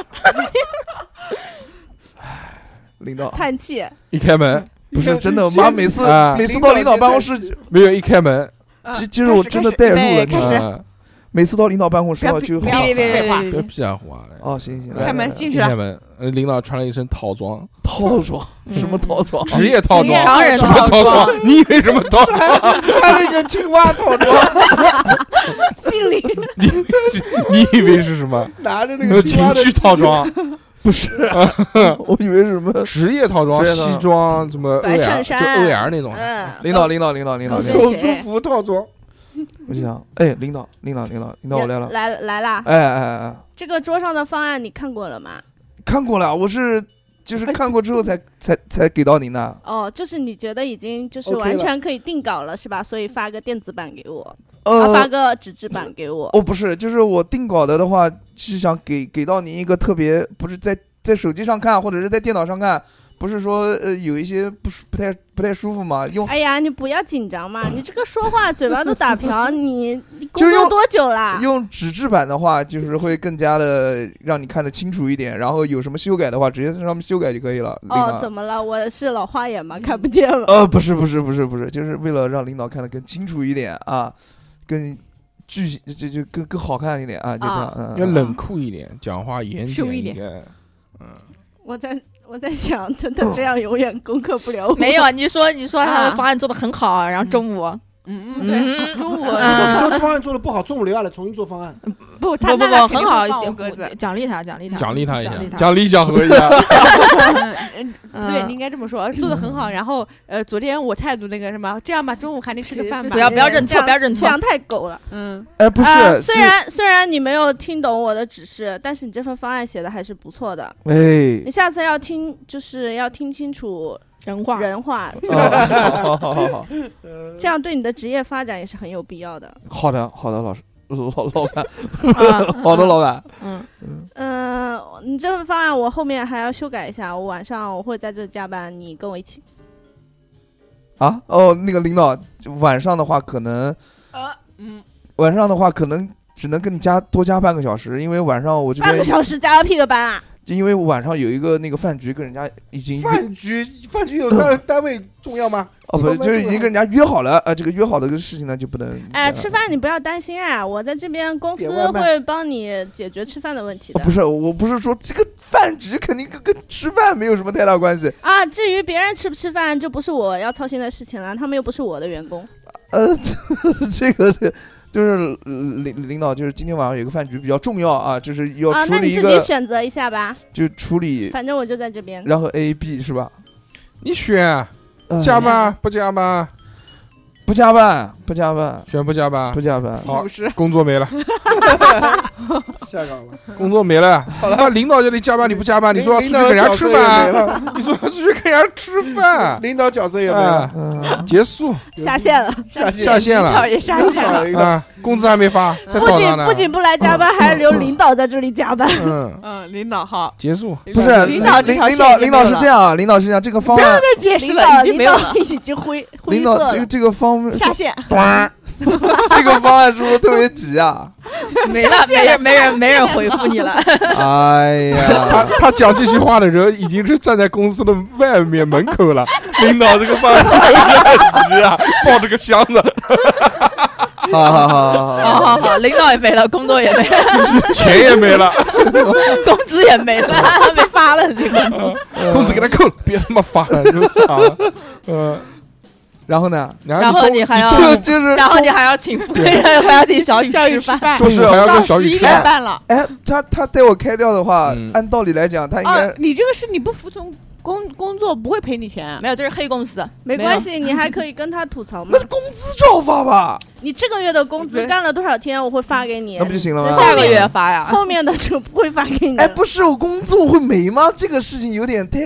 S5: 领导
S3: 叹气，
S2: 一开门
S5: 不是真的，妈每次
S2: 啊
S5: 每次到领导办公室，
S2: 没有，一开门，
S5: 其其实我真的带入了，你
S9: 嗯开
S5: 知
S9: 始
S5: 道
S9: 开始
S5: 吗
S2: 嗯
S5: 每次到领导办公室
S9: 不要
S5: 我就
S9: 不要
S5: 好
S4: 别别别
S9: 废话
S4: 别
S2: 别
S4: 别！
S2: 屁眼胡啊！来
S5: 哦，行行，
S9: 开
S5: 来
S9: 门
S5: 来
S9: 进
S2: 一
S9: 去了
S2: 开，门，呃领导穿了一身套装，
S5: 套装什么套装？
S2: 职业套
S4: 职业
S2: 装，
S4: 商人
S2: 什么套
S4: 套
S2: 装
S4: 装？
S2: 你以为什么套装？
S7: 穿了一哎个青蛙套装，
S3: 敬礼。
S2: 你 你以为是什么？
S7: 拿着那
S2: 呃
S7: 个青蛙
S2: 情
S7: 的
S2: 趣套装，
S5: 不是， 我以为是什么。
S2: 职业套装，
S5: 职业套装
S2: 西装，什么
S3: 白
S2: OL
S3: 衬衫
S2: 就 OL 那种。
S3: 嗯，
S5: 领导，领导，领导， 领导，领 导，
S7: 手足服套装，
S5: 我就想，哎，领导，领导，领导，领导，我来了，
S3: 嗯来来啦！
S5: 哎哎哎哎，
S3: 这个桌上的方案你看过了吗？
S5: 看过了，我是 就是看过之后才才才给到您的。
S3: 哦，就是你觉得已经就是
S7: OK 了
S3: 完全可以定稿了是吧？所以发个电子版给我，啊，发
S5: 呃，
S3: 个纸质版给我。
S5: 哦，不是，就是我定稿的的话，是想给给到您一个特别，不是在在手机上看，或者是在电脑上看，不是说呃有一些不舒不太不太舒服嘛，用
S3: 哎呀，你不要紧张 嘛，你这个说话嘴巴都打瓢，你你
S5: 就
S3: 工
S5: 是用
S3: 作多久啦？
S5: 用纸质版的话，就是会更加的让你看得清楚一点，然后有什么修改的话，直接在上面修改就可以了。领
S3: 哦
S5: 导，
S3: 怎么了？我是老花眼吗？看不见吗？
S5: 呃，不是不是不是不是，就是为了让领导看得更清楚一点啊，更具就就更更好看一点啊，就这样。嗯
S2: 要
S5: 嗯
S2: 冷酷一点，讲话严谨
S9: 凶一点
S2: 点。
S3: 我在我在想， 真的这样永远攻克不了我。
S4: 没有，你说你说他
S9: 啊
S4: 的方案做的很好，然后中午
S9: 嗯嗯，对，
S4: 嗯，
S9: 中午
S4: 嗯
S7: 说方案做的不好，中午留下来重新做方案。
S9: 不
S4: 不不不，很好，
S9: 讲
S4: 奖
S9: 鸽 子。
S4: 奖励他，奖励他，
S7: 嗯
S2: 奖励他一下
S4: 奖励，他。
S2: 奖励小何一下。
S9: 嗯
S4: 嗯
S9: 对，你应该这么说，做的很 好。然后，呃，昨天我态度那个什么，这样吧，中午喊你吃个饭吧。
S4: 不要不要认
S3: 这
S4: 错，
S3: 样
S4: 不要认
S3: 这
S4: 错
S3: 样。太狗了。
S9: 嗯，
S5: 哎，不
S3: 啊
S5: 是，
S3: 虽
S5: 就
S3: 然虽然你没有听懂我的指示，但是你这份方案写的还是不错的。
S5: 哎
S3: 你，下次要听，就是要听清楚
S4: 人话
S3: 人话，
S5: 哦好好好好
S3: 这样对你的职业发展也是很有必要的。
S5: 好的好的，老师老老板，
S4: 嗯
S5: 好的老板，
S4: 嗯，
S3: 嗯、你这份方案我后面还要修改一下，我晚上我会在这加班，你跟我一起。
S5: 啊，哦，那个领导，就晚上的话可能，
S9: 呃，嗯，
S5: 晚上的话可能只能跟你加多加半个小时，因为晚上我这
S3: 半
S5: 边
S3: 个，小时加个屁个班啊！
S5: 因为晚上有一个那个饭局跟人家已经约，
S7: 饭局，饭局有单单位重要吗？
S5: 哦不，就是已经跟人家约好了，啊，这个约好的这个事情呢就不能，
S3: 哎，吃饭你不要担心啊，我在这边公司
S7: 点外卖
S3: 会帮你解决吃饭的问题
S5: 哦
S3: 的
S5: 不。是，我不是说这个饭局肯定跟跟吃饭没有什么太大关系，
S3: 啊，至于别人吃不吃饭，就不是我要操心的事情了，他们又不是我的员工。
S5: 呃，这个这个就是呃领领导就是今天晚上有个饭局比较重要啊，就是要
S3: 啊，
S5: 处
S3: 那
S5: 理
S3: 你
S5: 一
S3: 自己
S5: 个，呃
S3: 选择一下吧，
S5: 就处理，
S3: 反正我就在这边。
S5: 然后 A B 是吧？
S2: 你选
S5: 呃
S2: 加班不加班？
S5: 不加班？不加班？
S2: 选不加班
S5: 不？加班？
S2: 好
S9: 五，十。
S2: 工作没 了，
S7: 下岗了。
S2: 工作没了。那领导叫你加班，你不加班，你说要出
S7: 领
S2: 去
S7: 导
S2: 跟
S7: 的
S2: 人
S7: 角
S2: 家吃
S7: 色也没
S2: 饭，啊
S7: 了，
S2: 你说要出去跟人家吃饭，
S7: 领导角色也没了，
S2: 啊，
S5: 嗯，
S2: 结束
S3: 下线了，
S7: 下
S2: 下线
S9: 领导
S2: 了
S9: 也下线了。
S7: 了一个。
S2: 啊，工资还没发，在
S3: 不
S2: 早
S3: 仅
S2: 上呢
S3: 不。仅不来加
S5: 哦
S3: 班，还留领导在这里加班。
S2: 嗯，
S9: 嗯，领导好，
S2: 结束。
S5: 不是
S9: 领导这
S5: 领
S9: 条
S5: 领
S9: 线
S5: 导
S9: 已经
S5: 领导
S9: 没有
S5: 是
S9: 了
S5: 这样啊，领导是这样，这个方
S9: 不要
S5: 案
S9: 再解释
S3: 领
S9: 了，
S3: 导
S9: 已经没有
S3: 领
S9: 了。
S3: 导已经灰灰
S5: 领
S3: 色
S5: 导这个
S3: 了。
S5: 这个方
S9: 下线，
S5: 这个方案是不是特别急 啊？
S4: 没了，没人，没人，没人回复你了。
S5: 哎
S2: 他
S5: 呀，
S2: 他讲这句话的人已经是站在公司的外面门口 了。领导这个饭太急啊，抱着个箱子，
S5: 好
S4: 好
S5: 好好好好好，
S4: 哦好好，领导也没了，工作也没 了，
S2: 钱也没了，
S4: 工资也没了，没发了这个工资。
S9: 嗯
S2: 工资给他扣了，别他妈发了，就傻 了。嗯，
S5: 然后呢？
S2: 然
S4: 然
S2: 后
S4: 后你还要，
S5: 这就是
S4: 然后你还要请， 还要请小雨
S9: 教育
S4: 吃
S9: 吃
S4: 饭。
S9: 饭
S2: 中午还要
S9: 到
S2: 跟小
S9: 十
S2: 雨
S9: 一
S2: 吃
S9: 点
S2: 饭，
S9: 半了。
S5: 哎，他他带我开掉的话
S2: 嗯，
S5: 按道理来讲，他应
S9: 哦
S5: 该，
S9: 你这个是你不服从工工作不会赔你钱。
S4: 没有，这是黑公司，
S3: 没关系，你还可以跟他吐槽嘛
S5: 那。工资照发吧，
S3: 你这个月的工资
S9: 对
S3: 干了多少天，我会发给你
S5: 那。不就行了吗？
S3: 那
S9: 哦
S4: 下个月发呀。
S3: 后面的就不会发给你了。
S5: 哎，不是我工作会没吗？这个事情有点太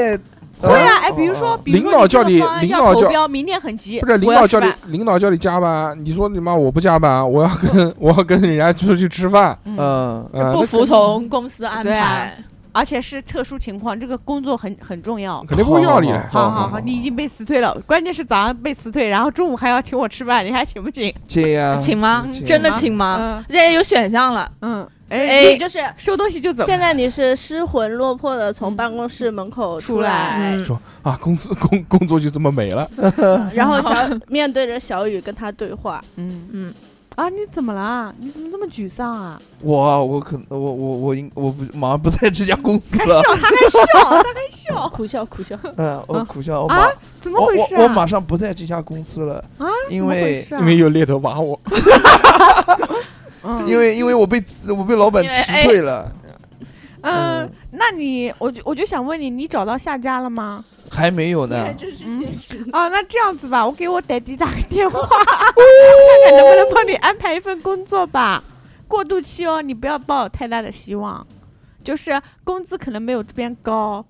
S9: 会啊，哎，比如说，比如说
S2: 哦领导叫
S9: 这个
S2: 你
S9: 方案
S2: 领
S9: 要
S2: 导
S9: 投
S2: 叫
S9: 标，明天很急，
S2: 不是领
S9: 我要
S2: 导
S9: 吃
S2: 叫你
S9: 饭，
S2: 领导叫你加班，你说你妈我不加班，我要跟我要跟人家出去吃饭，
S9: 嗯
S5: 嗯
S2: 嗯，
S4: 不
S2: 那
S4: 服从公司安
S9: 对啊
S4: 排，
S9: 而且是特殊情况，这个工作很很 重要。
S2: 肯定不会要你的。
S9: 好好好，你已经被辞退了，关键是早上被辞退，然后中午还要请我吃饭，你还请不请？
S5: 这样
S4: 请吗
S5: 啊请？
S4: 真的请吗？
S9: 嗯
S4: 人家有选项了，
S9: 嗯，
S4: 哎
S3: 你
S9: 哎，
S3: 就是
S9: 收东西就走。
S3: 现在你是失魂落魄的从办公室门口出来，
S4: 嗯
S2: 说啊，工资工工作就这么没了，
S3: 然后小面对着小雨跟他对 话，
S9: 嗯
S4: 嗯，
S9: 啊，你怎么了？你怎么这么沮丧啊？
S5: 我啊我可能我我我应我不马上不在这家公司
S9: 还
S5: 了
S9: 笑，，他还笑，他还笑，
S3: 苦笑苦笑。
S5: 嗯，我
S9: 啊
S5: 苦笑，我
S9: 啊
S5: 马
S9: 怎么
S5: 我
S9: 回事啊？
S5: 我我马上不在这家公司了
S9: 啊，
S5: 因为
S9: 怎
S2: 因
S9: 么
S2: 为
S9: 回事
S2: 有猎头挖我，
S9: 啊嗯
S5: 因为因为我被我被老板
S4: 因为
S5: 辞退了，
S9: 嗯，那你我就我就想问你，你找到下家了吗？
S5: 还没有
S3: 哎
S5: 呢，
S3: 嗯
S9: 哦，那这样子吧，我给我爹地打个电话，看看能不能帮你安排一份工作吧。过渡期哦，你不要抱有太大的希望，就是工资可能没有这边高，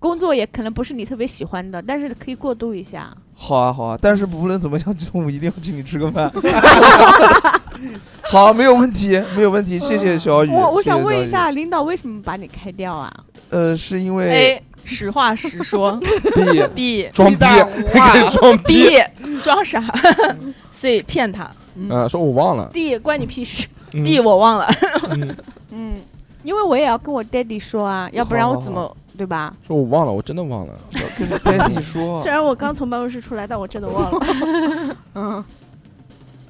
S9: 工作也可能不是你特别喜欢的，但是可以过渡一下。
S5: 好啊好啊，但是无论怎么样，中午一定要请你吃个 饭。好，没有问题，没有问题，谢谢小雨。
S9: 嗯我我
S5: 谢谢
S9: 想问
S5: 小
S9: 一
S5: 雨，
S9: 下，领导为什么把你开掉啊？
S5: 呃，是因
S9: 哎
S5: 为
S4: A 实话实说
S5: B
S4: ，B
S2: 装
S7: 一
S2: 逼，
S7: 大
S9: 啊
S7: 话
S2: 装逼，
S4: B 装傻，C 骗他
S2: 嗯，说我忘了，
S3: 弟，关你屁事！
S2: 嗯
S4: ，D 我忘了，
S2: 嗯
S9: 嗯，因为我也要跟我爹地说啊，要不然我怎么对吧？
S2: 说我忘了，我真的忘了，
S5: 跟爹地 说
S3: 虽，然我刚从办公室出来，但我真的忘了。
S9: 嗯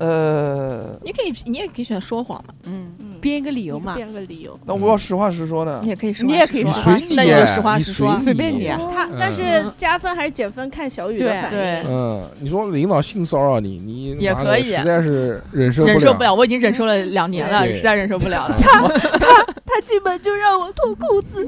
S5: 呃，
S4: 你可以你也可以选说谎嘛，
S9: 嗯，
S3: 嗯，
S9: 编一个理由嘛，
S3: 变个理由。
S5: 那我要实话实说呢
S4: 你，也可以说，
S9: 你也可以
S2: 你
S9: 说啊
S2: 随你，
S4: 那就是实话
S2: 你
S4: 实
S2: 随
S4: 说
S2: 你
S9: 随便你啊
S3: 他
S5: 嗯
S3: 但是加分还是减分看小雨的
S9: 对
S3: 反应。
S9: 对，
S2: 嗯，你说领导性骚扰你，你
S4: 也
S2: 妈
S4: 可
S2: 的
S4: 以
S2: 实在是忍受
S4: 忍受不
S2: 了。
S4: 了，我已经忍受了两年了，
S2: 对
S4: 实在忍受不 了了。
S3: 他进门就让我脱裤子，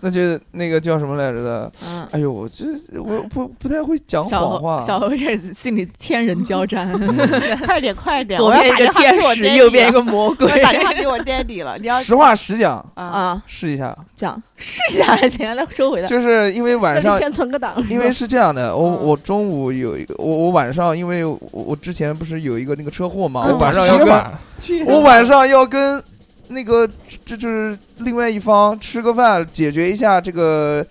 S5: 那就那个叫什么来着的？
S4: 嗯，
S5: 哎呦，我这我不不太会讲
S4: 小
S5: 谎
S4: 侯
S5: 话。
S4: 小侯这心里天人 交战，啊
S9: 快点快点，
S4: 左
S9: 我要
S4: 边一
S9: 打
S4: 个
S9: 电话
S4: 天
S9: 给我
S4: 使，
S9: daddy
S4: 右边一
S9: 了
S4: 个魔
S9: 我
S4: 鬼
S9: 要 打电话给我 daddy 了， 你要
S5: 实话实讲，
S9: 啊，
S4: 啊！
S5: 试一下，
S4: 讲试一
S2: 啊
S4: 下，钱来收回来。
S5: 就是因为晚
S3: 这里
S5: 上
S3: 先存个档。
S5: 因为是这样 的，
S9: 嗯
S5: 我我中午有一个，我我晚上，因为我我之前不是有一个那个车祸嘛，
S2: 嗯
S5: 我晚上要
S2: 歇
S5: 跟
S2: 吧
S5: 我晚上要跟那个这就是另外一方吃个饭，解决一下这个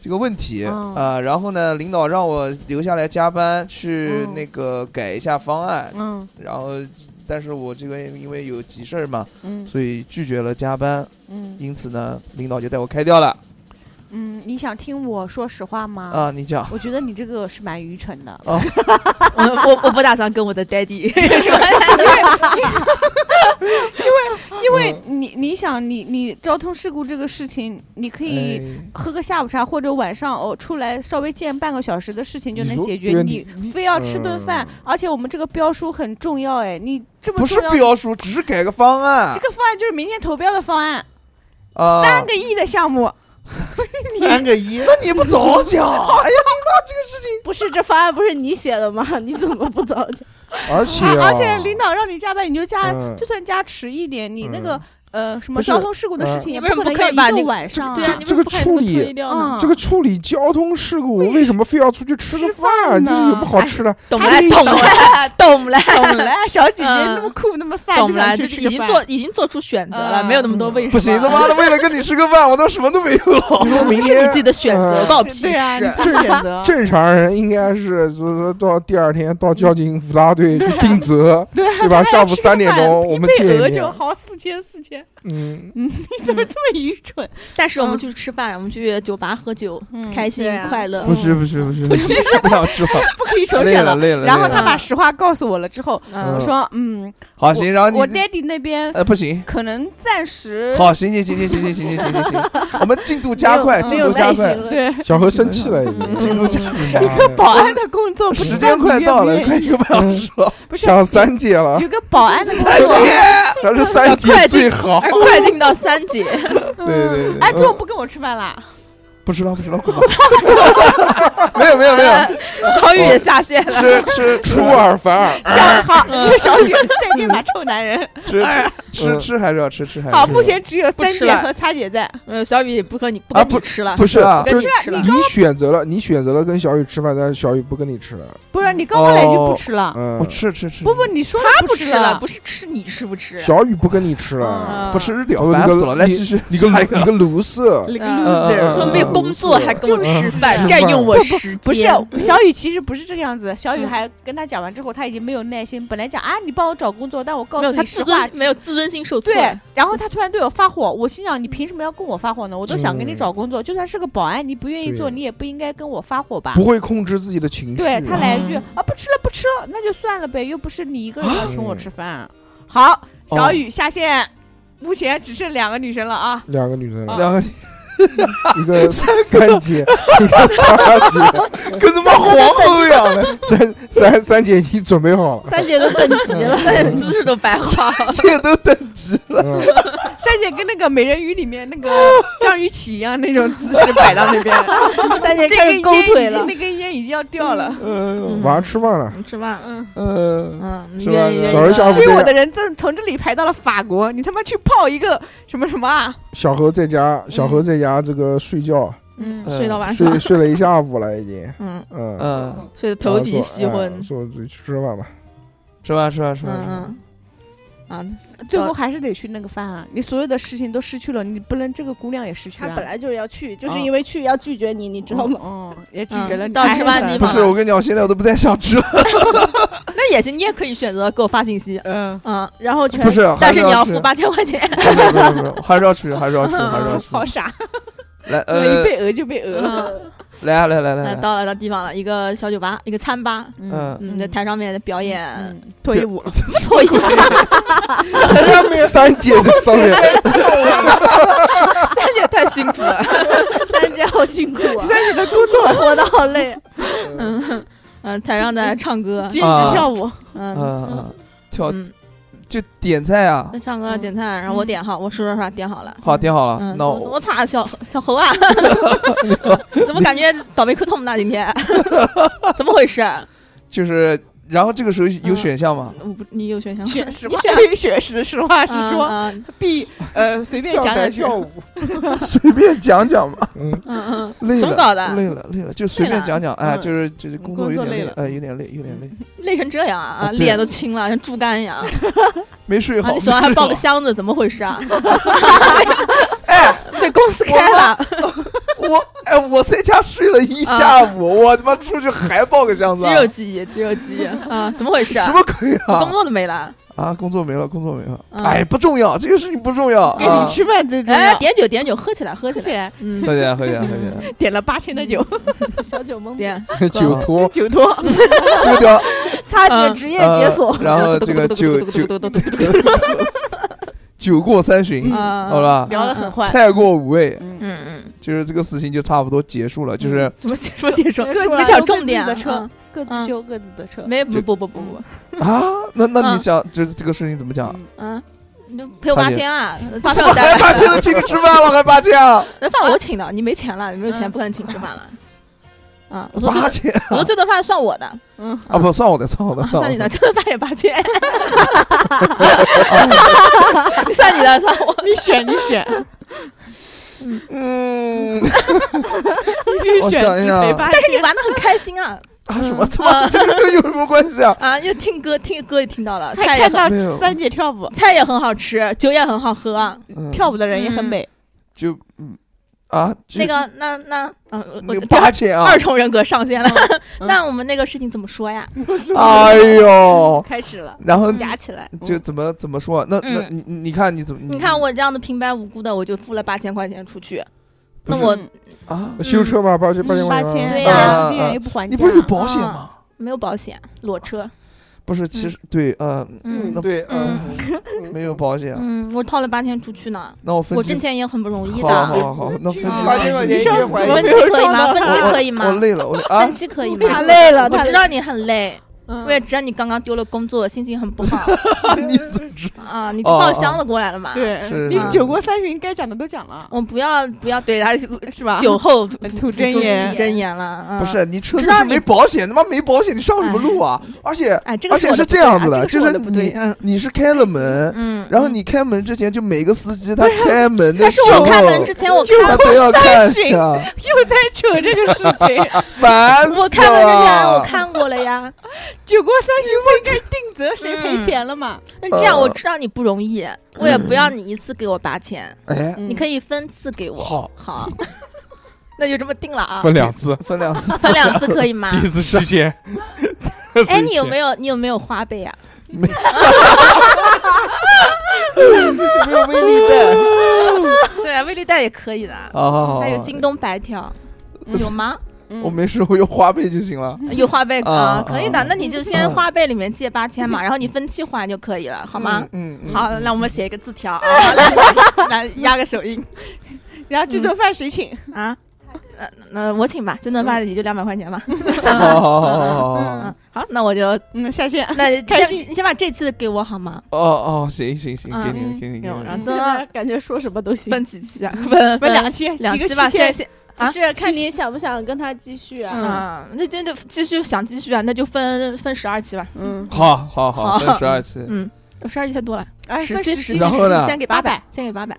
S5: 这个问题啊
S9: 嗯、
S5: 然后呢，领导让我留下来加班去
S9: 嗯
S5: 那个改一下方案，
S9: 嗯
S5: 然后但是我这边因为有急事儿嘛，
S9: 嗯
S5: 所以拒绝了加班，
S9: 嗯
S5: 因此呢，领导就带我开掉了
S9: 嗯，你想听我说实话吗？
S5: 啊。你讲，
S9: 我觉得你这个是蛮愚蠢的，
S4: 我我我不打算跟我 的 daddy 说，
S9: 因为你你想你你交通事故这个事情，你可以
S5: 哎
S9: 喝个下午茶或者晚上哦出来稍微见半个小时的事情就
S2: 你
S9: 能
S2: 说
S9: 解
S2: 对
S9: 决，
S2: 啊
S9: 你非要吃顿饭
S2: 嗯，
S9: 而且我们这个标书很重要哎，你这么
S5: 不是
S9: 重要，
S5: 标书，只是改个方案
S9: 这个方案就是明天投标的方案，
S5: 啊。
S9: 三个亿的项目，
S7: 三个一，
S5: 那你不早讲？哎呀，
S3: 不是这方案不是你写的吗？ 你怎么不早讲？
S2: 而且
S9: 啊
S2: 啊
S9: 而且领导让你加班，你就加，
S2: 嗯
S9: 就算加迟一点，你那个呃什
S2: 不
S9: 么
S2: 是
S9: 交通事故的事情
S4: 嗯
S9: 也
S4: 你为什么
S9: 可能
S4: 不可
S9: 要
S4: 以把
S9: 一
S4: 那
S9: 个
S4: 个
S9: 晚上啊
S4: 对啊，你
S2: 这
S4: 为
S2: 个
S4: 什么不把
S2: 处
S4: 这个
S2: 理
S4: 推掉呢
S9: 嗯
S2: 这个处理交通事故，为什么非要出去吃个饭？这有不好吃的？
S4: 懂
S2: 哎
S4: 了，懂了， 懂了，
S9: 懂了，小姐姐
S4: 嗯
S9: 那么酷那么飒，
S4: 懂
S9: 就
S4: 了，
S9: 想
S4: 就是
S9: 去吃
S4: 已
S9: 个
S4: 经
S9: 饭
S4: 做已经做出选择了，
S9: 嗯
S4: 没有那么多为什么。
S5: 不行，他妈的，为了跟你吃个饭，我都什么都没有了。
S2: 你说 明
S4: 是你自己
S2: 天
S4: 的选择，
S2: 嗯
S4: 关我屁事。
S9: 对啊你
S2: 自己
S4: 选择
S2: 正常人应该是说说到第二天到交警五大队去定责，
S9: 对啊
S2: 对吧？
S9: 他
S2: 下
S9: 要
S2: 午
S9: 吃个
S2: 三点
S9: 饭
S2: 钟
S9: 一
S2: 我们
S9: 被
S2: 见
S9: 讹
S2: 一
S9: 就
S2: 面。
S9: 好四千四千，
S2: 嗯，
S9: 你怎么这么愚蠢？
S4: 但是我们去吃饭，我们去酒吧喝酒，
S9: 嗯
S4: 开心
S3: 对啊
S4: 快乐
S5: 不。是不是不是，不是不想吃饭，
S9: 不可以首
S5: 累
S9: 选
S5: 了。累了。
S9: 然
S5: 累了
S9: 后他把实话告诉我了之后，
S4: 嗯
S5: 呃
S9: 我说嗯，
S5: 好行，然后啊你
S9: 我 daddy 那边
S5: 呃不行，
S9: 可能暂时
S5: 好行行行行行行行行行行，我们进度加快，
S3: 没
S5: 进
S3: 有
S5: 度
S3: 耐
S5: 加
S3: 心
S5: 快，
S3: 了。
S9: 对
S2: 小何生气了已经，
S5: 进度加
S2: 妈
S5: 快，
S2: 的
S9: 保安的工作不知
S5: 时
S9: 道
S5: 间
S9: 你
S5: 快
S9: 愿
S5: 到
S9: 不
S5: 了，
S9: 愿
S5: 快
S9: 意
S5: 一个半小时了。
S9: 不是
S2: 想三姐了，
S9: 有个保安的工
S5: 哎
S9: 作，
S5: 还是三级最好。
S4: 而快进到三姐，
S5: 对对对，
S9: 哎，中午不跟我吃饭啦？
S5: 不知道不知道，没有没 有没有，
S4: 小雨也下 线了。
S5: 吃吃
S2: 出尔反尔。
S5: 啊
S9: 小好，小雨再见吧，臭男人。
S5: 吃吃吃还是要吃吃还是
S9: 好，目前只有三
S4: 不吃
S9: 姐
S4: 了
S9: 和擦姐在。
S4: 呃，小雨不和你不
S5: 啊
S4: 跟你吃了，
S5: 不是啊，
S4: 不跟
S2: 就
S4: 你
S2: 是
S4: 吃了。
S2: 你选择了，你选择了跟小雨吃饭，但是小雨不跟你吃了。
S9: 不是你刚刚来一句
S5: 哦
S9: 不吃了，
S2: 嗯
S5: 我，吃吃吃，
S9: 不不，你说了
S4: 他
S9: 不
S4: 吃
S9: 了
S4: 了，，不是吃你吃不吃？
S2: 小雨不跟你吃了，
S4: 嗯
S5: 不吃屌，
S2: 我
S5: 烦死了，来继续，
S2: 你个
S5: 下一
S2: 你个卢瑟，
S9: 那个
S4: 嗯
S9: loser
S4: 说没有工作还跟我吃
S2: 就是
S4: 饭，
S5: 嗯
S2: 啊
S4: 占用我
S9: 不不
S4: 时间。
S9: 不是小雨，其实不是这个样子。小雨
S4: 嗯
S9: 还跟他讲完之后，他已经没有耐心。本来讲啊，你帮我找工作，但我告
S4: 没
S9: 诉
S4: 有他
S9: 你
S4: 自
S9: 实话
S4: 尊，没有自尊心受挫。嗯
S9: 对。然后他突然对我发火，我心想你凭什么要跟我发火呢？我都想给
S5: 嗯
S9: 你找工作，就算是个保安，你不愿意
S2: 对
S9: 做，你也不应该跟我发火吧
S2: 不？会控制自己的情绪。
S9: 对他来一句
S4: 嗯
S9: 啊，不吃了不吃了，那就算了呗，又不是你一个人要请我吃饭。好，小雨下线，目前只剩两个女生了啊。
S2: 两个女生，
S5: 两 个
S2: 一个三姐，一个八姐，
S5: 跟他妈皇后一样 的，
S2: 三三三姐，你准备好 了？
S3: 三姐都等急
S9: 啊
S3: 了，
S4: 那姿势都摆好，
S5: 这个都等级了。
S2: 嗯，
S9: 三姐跟那个美人鱼里面那 个章鱼起一样那种姿势摆到那 边，
S3: 三姐
S9: 那
S3: 开
S9: 根
S3: 始勾
S9: 烟已
S3: 腿
S9: 经
S3: 了。
S9: 那根烟已经要掉了。
S5: 嗯
S2: 晚上吃饭了，
S4: 嗯吃饭了，
S9: 嗯，
S5: 嗯，
S4: 嗯，
S5: 吃
S4: 约
S5: 饭
S4: 约
S5: 了
S4: 一
S2: 早上
S4: 个
S2: 下午
S9: 追我的人正从这里排到了法国，你他妈去泡一个什么什么啊？
S2: 小何在家，小何在家这个睡觉，
S4: 嗯，
S5: 嗯
S4: 睡到晚上
S2: 睡，睡了一下午了已经，
S4: 嗯，
S2: 嗯，
S5: 嗯，
S4: 睡得
S2: 然后
S4: 头皮
S2: 说
S4: 吸
S2: 哎
S4: 昏，
S2: 说去吃饭吧，
S5: 吃饭吃饭吃饭吃饭，
S4: 嗯嗯，啊，
S9: 最后还是得去那个饭啊！你所有的事情都失去了，你不能这个姑娘也失去
S3: 他
S9: 啊
S3: 本。来就是要去，就是
S9: 啊
S3: 因为去要拒绝你，你知道吗？
S9: 嗯，也拒绝了
S4: 嗯
S9: 你。
S4: 到吃饭
S9: 哎
S4: 地
S5: 不
S4: 方
S5: 是，我跟你讲，现在我都不太想吃了。
S4: 那也行，你也可以选择给我发信息，
S9: 嗯，
S4: 嗯，
S3: 然后全
S5: 不是，
S4: 但
S5: 还
S4: 是
S5: 是
S4: 你要
S5: 吃
S4: 付八千块钱，
S5: 不是 不是不是，还是要吃，还是要吃，还是要
S9: 好
S5: 吃。
S9: 傻，
S5: 来，
S9: 我一
S5: 呃，
S9: 被讹就被讹了。
S4: 嗯，
S5: 来啊来来来
S4: 那
S5: 来，
S4: 到了到地方了，一个小酒吧，一个餐吧，
S5: 嗯，
S4: 嗯，在台上面表演
S9: 嗯，脱衣 舞，
S4: 脱衣舞，
S2: 三姐在上 面，
S4: 三姐太辛苦了。
S10: 三姐好辛苦啊，
S9: 三姐的工 作，
S10: 活得好累。
S3: 啊
S4: 嗯嗯，台上在唱歌，
S9: 兼职跳舞，
S4: 嗯
S5: 嗯嗯，跳
S4: 嗯，
S5: 就点菜啊，
S4: 在唱歌点菜，然后我点好，我说说啥点好了。
S5: 好，点好了
S4: 嗯，，
S5: 那
S4: 我我擦，小小猴啊，怎么感觉倒霉磕这么大？今天怎么回事？
S5: 就是，然后这个时候
S4: 嗯
S5: 有选项吗？
S4: 我不，你有选项吗？
S9: 选实
S4: 你
S9: 话
S4: 选，
S9: 选实实话实
S4: 嗯
S9: 说，
S4: 嗯
S9: 必呃随便
S7: 上
S9: 讲
S7: 台
S9: 两句，
S7: 跳舞，
S5: 随便讲讲吧，
S2: 嗯，
S4: 嗯
S5: 累
S4: 怎
S5: 了
S4: 么搞的
S5: 累了累了，就随便讲讲，哎，
S9: 嗯
S5: 就是就是工作
S9: 工
S5: 有
S9: 作
S5: 点
S9: 累
S5: 累
S9: 了，
S5: 哎，有点累，有点累，
S4: 嗯，累成这样啊，
S5: 啊对
S4: 脸都青了，像猪肝一样。
S5: 没睡
S4: 啊，
S5: 好，
S4: 你手上还抱个
S5: 没睡
S4: 箱子，怎么回事啊？哎，被公司开了，啊
S5: 好，我哎，我在家睡了一下午，我他妈出去还抱个箱子
S4: 肌
S5: 啊，
S4: 肉记忆，肌肉记忆啊，怎么回事啊
S5: 什？么鬼
S4: 工
S5: 啊？
S4: 作都没了，
S5: 啊，工作没了，工作没了，
S4: 嗯
S5: 哎，不重要，这个事情不重要，
S9: 给
S5: 啊
S9: 你吃饭最重
S4: 哎，
S9: 要。
S4: 点酒点酒，喝起来喝起
S9: 而
S4: 来，
S9: 且
S4: 嗯，
S5: 喝点喝点喝点，
S9: 点了八千的酒，
S10: 小酒蒙
S3: 啊
S4: 点
S2: 酒托，
S9: 酒托，
S5: 这个屌，
S10: 擦姐职业解锁，
S5: 呃然后这个酒酒酒过三巡，
S4: 啊，
S5: 好吧，
S9: 聊得很欢，
S5: 菜过五味，
S9: 嗯，
S4: 嗯嗯，
S5: 就是这个事情就差不多结束了，就是
S4: 怎么解说解说？
S9: 各
S4: 你
S9: 自
S4: 想
S9: 修
S4: 重
S9: 各自
S4: 点啊
S9: 的车
S4: 嗯，
S9: 各自修各自的车，
S4: 没不不不不不，
S5: 啊，那那你
S4: 嗯
S5: 想就是这个事情怎么讲？
S9: 嗯
S4: 嗯，你就赔我
S5: 差
S4: 八
S5: 点
S4: 千啊， 发
S5: 怎
S4: 票
S5: 么还
S4: 带
S5: 八
S4: 来，
S5: 千的请你吃饭了，还八千啊？
S4: 那饭我请的，你没钱了，你没有钱
S9: 嗯
S4: 不可能请吃饭 了。啊，我说这
S5: 八
S4: 顿
S5: 千
S4: 我说这顿饭算我的，
S5: 啊，不算我的，算我的，
S4: 啊
S5: 算我
S4: 算你的，
S5: 的。
S4: 这顿饭也八千，算你的，算我
S9: 你选你 选，
S5: 嗯，
S9: 你
S5: 我
S9: 选
S5: 想一
S9: 只
S5: 想
S9: 赔八
S4: 但是你
S9: 千，
S4: 玩的很开心啊
S5: 啊什么
S4: 嗯
S5: 他妈这个跟有什么关系啊？
S4: 啊！又听歌，听歌也听到了，菜
S9: 还
S4: 也
S9: 看
S4: 很
S5: 没
S9: 到
S5: 有
S9: 三姐跳舞，
S4: 菜也很好吃，酒也很好喝啊。
S5: 嗯
S9: 跳舞的人也很美，
S5: 就嗯啊，就
S4: 那个，那那，嗯、我我
S5: 那个八千啊
S4: 二！重人格上 线了。
S9: 嗯
S4: 那我们那个事情怎么说呀？
S5: 哎
S9: 哦
S5: 呦，
S10: 开始了，
S5: 然
S9: 嗯
S5: 后
S10: 嗲起来。
S3: 嗯
S5: 就怎么怎么说？那那
S4: 嗯
S5: 你你你看你怎么？
S4: 你看我这样的平白无故的，我就付了八千块钱出去，
S5: 不
S4: 那
S5: 是
S4: 我嗯
S5: 啊，
S2: 修车吧，八千八千块
S9: 八
S2: 钱吧，
S9: 千，
S4: 对
S5: 呀
S9: 店员又不还价，啊
S5: 你不是有保
S4: 啊
S5: 险吗？
S4: 没有保险，裸车。
S5: 不是，其实对，呃，
S4: 嗯
S5: 那
S7: 对，
S4: 嗯
S5: 没有保险，
S4: 嗯，我掏了八千出去呢，
S5: 那我分
S4: 我
S5: 期
S4: 挣钱也很不容易
S5: 好
S4: 的。
S5: 好好，那分期
S7: 八千块钱一天还
S4: 分
S7: 一
S4: 期可以吗？分期可以
S5: 我
S4: 吗？
S5: 累了，我累啊
S4: 分，期可以
S10: 他
S4: 吗？
S10: 累了，
S4: 我
S10: 他
S4: 知道你很累，
S9: 嗯
S4: 我也知道你刚刚丢了工作，心情很不 好
S5: 你这是
S4: 啊！你
S5: 哦哦
S4: 抱箱子过来了嘛？，
S5: 是
S3: 啊
S5: 啊
S9: 对，
S4: 嗯
S9: 你酒过三巡，该讲的都讲了，
S4: 我不要不要对他
S9: 是
S5: 啊
S9: 吧？
S4: 酒后吐
S9: 吐真言
S4: 真言了。嗯
S5: 不，是你车
S4: 知
S5: 子
S4: 道
S5: 是
S4: 你
S5: 没保险，他妈没保险，你上什么路啊？而且
S4: 哎，这个
S5: 而且
S4: 我的
S5: 是
S4: 不对
S5: 这样子
S4: 啊
S5: 的，
S4: 这个
S5: 就
S4: 我的
S5: 是
S4: 不对
S5: 你。你是开了门，
S4: 嗯，
S5: 然后你开门之前就每个司机他开门的
S4: 但
S5: 时
S4: 是
S5: 候，
S4: 我开门之前，我
S5: 他
S4: 看
S5: 都要看一
S9: 巡
S5: 下，
S9: 又在 扯这个事 情，
S5: 烦死了。
S4: 我开门之前我看过了呀。
S9: 酒过三巡不应该定责谁赔钱了吗？
S4: 那这样我知道你不容易，我也不要你一次给我八千，
S5: 哎，
S4: 你可以分次给我。
S5: 好，
S4: 好， 那就这么定了啊，
S2: 分两次，
S5: 分两次
S4: 分两次可以 吗
S2: 第？一次七千，
S4: 哎，你有没有你有没有花呗啊？
S7: 没有威力在，
S4: 对啊，微粒贷也可以的，
S5: 好好好，
S4: 还有京东白条。有 吗？
S5: 我没事，我用花呗就行了。
S4: 有花呗
S5: 啊
S4: 啊，可以
S5: 啊
S4: 的。那你就先花呗里面借八千嘛，然后你分期还就可以了，好吗？
S5: 嗯，嗯
S4: 好，那我们写一个字条 啊，来来压个手印
S9: 然后这顿饭谁请？
S4: 啊。呃，那我请吧，这顿饭也就两百块钱吧。
S5: 好好好好好好好
S4: 嗯，好，那我就
S9: 嗯，下线。
S4: 那
S9: 开
S4: 先
S9: 心
S4: 你先把这次给我好吗？
S5: 哦哦，行行行，给
S9: 嗯
S5: 你给你
S4: 给
S5: 给
S4: 我然
S5: 你
S4: 后。
S10: 现在 感觉说什么都行。
S4: 分几期啊？分
S9: 分两期，
S4: 两
S9: 一个
S4: 期吧，
S9: 期限
S4: 先先
S10: 不
S4: 啊
S10: 是看你想不想跟他继续啊？
S4: 嗯，那那就继续想继续啊，那就分分十二期吧。
S9: 嗯，
S5: 好好好，
S4: 好
S5: 分十二期。
S4: 嗯，十二期太多了，
S9: 哎，
S4: 十
S9: 分
S4: 期
S9: 十
S4: 十
S9: 期
S4: 期
S5: 然后呢
S4: 先给八百，先给八百。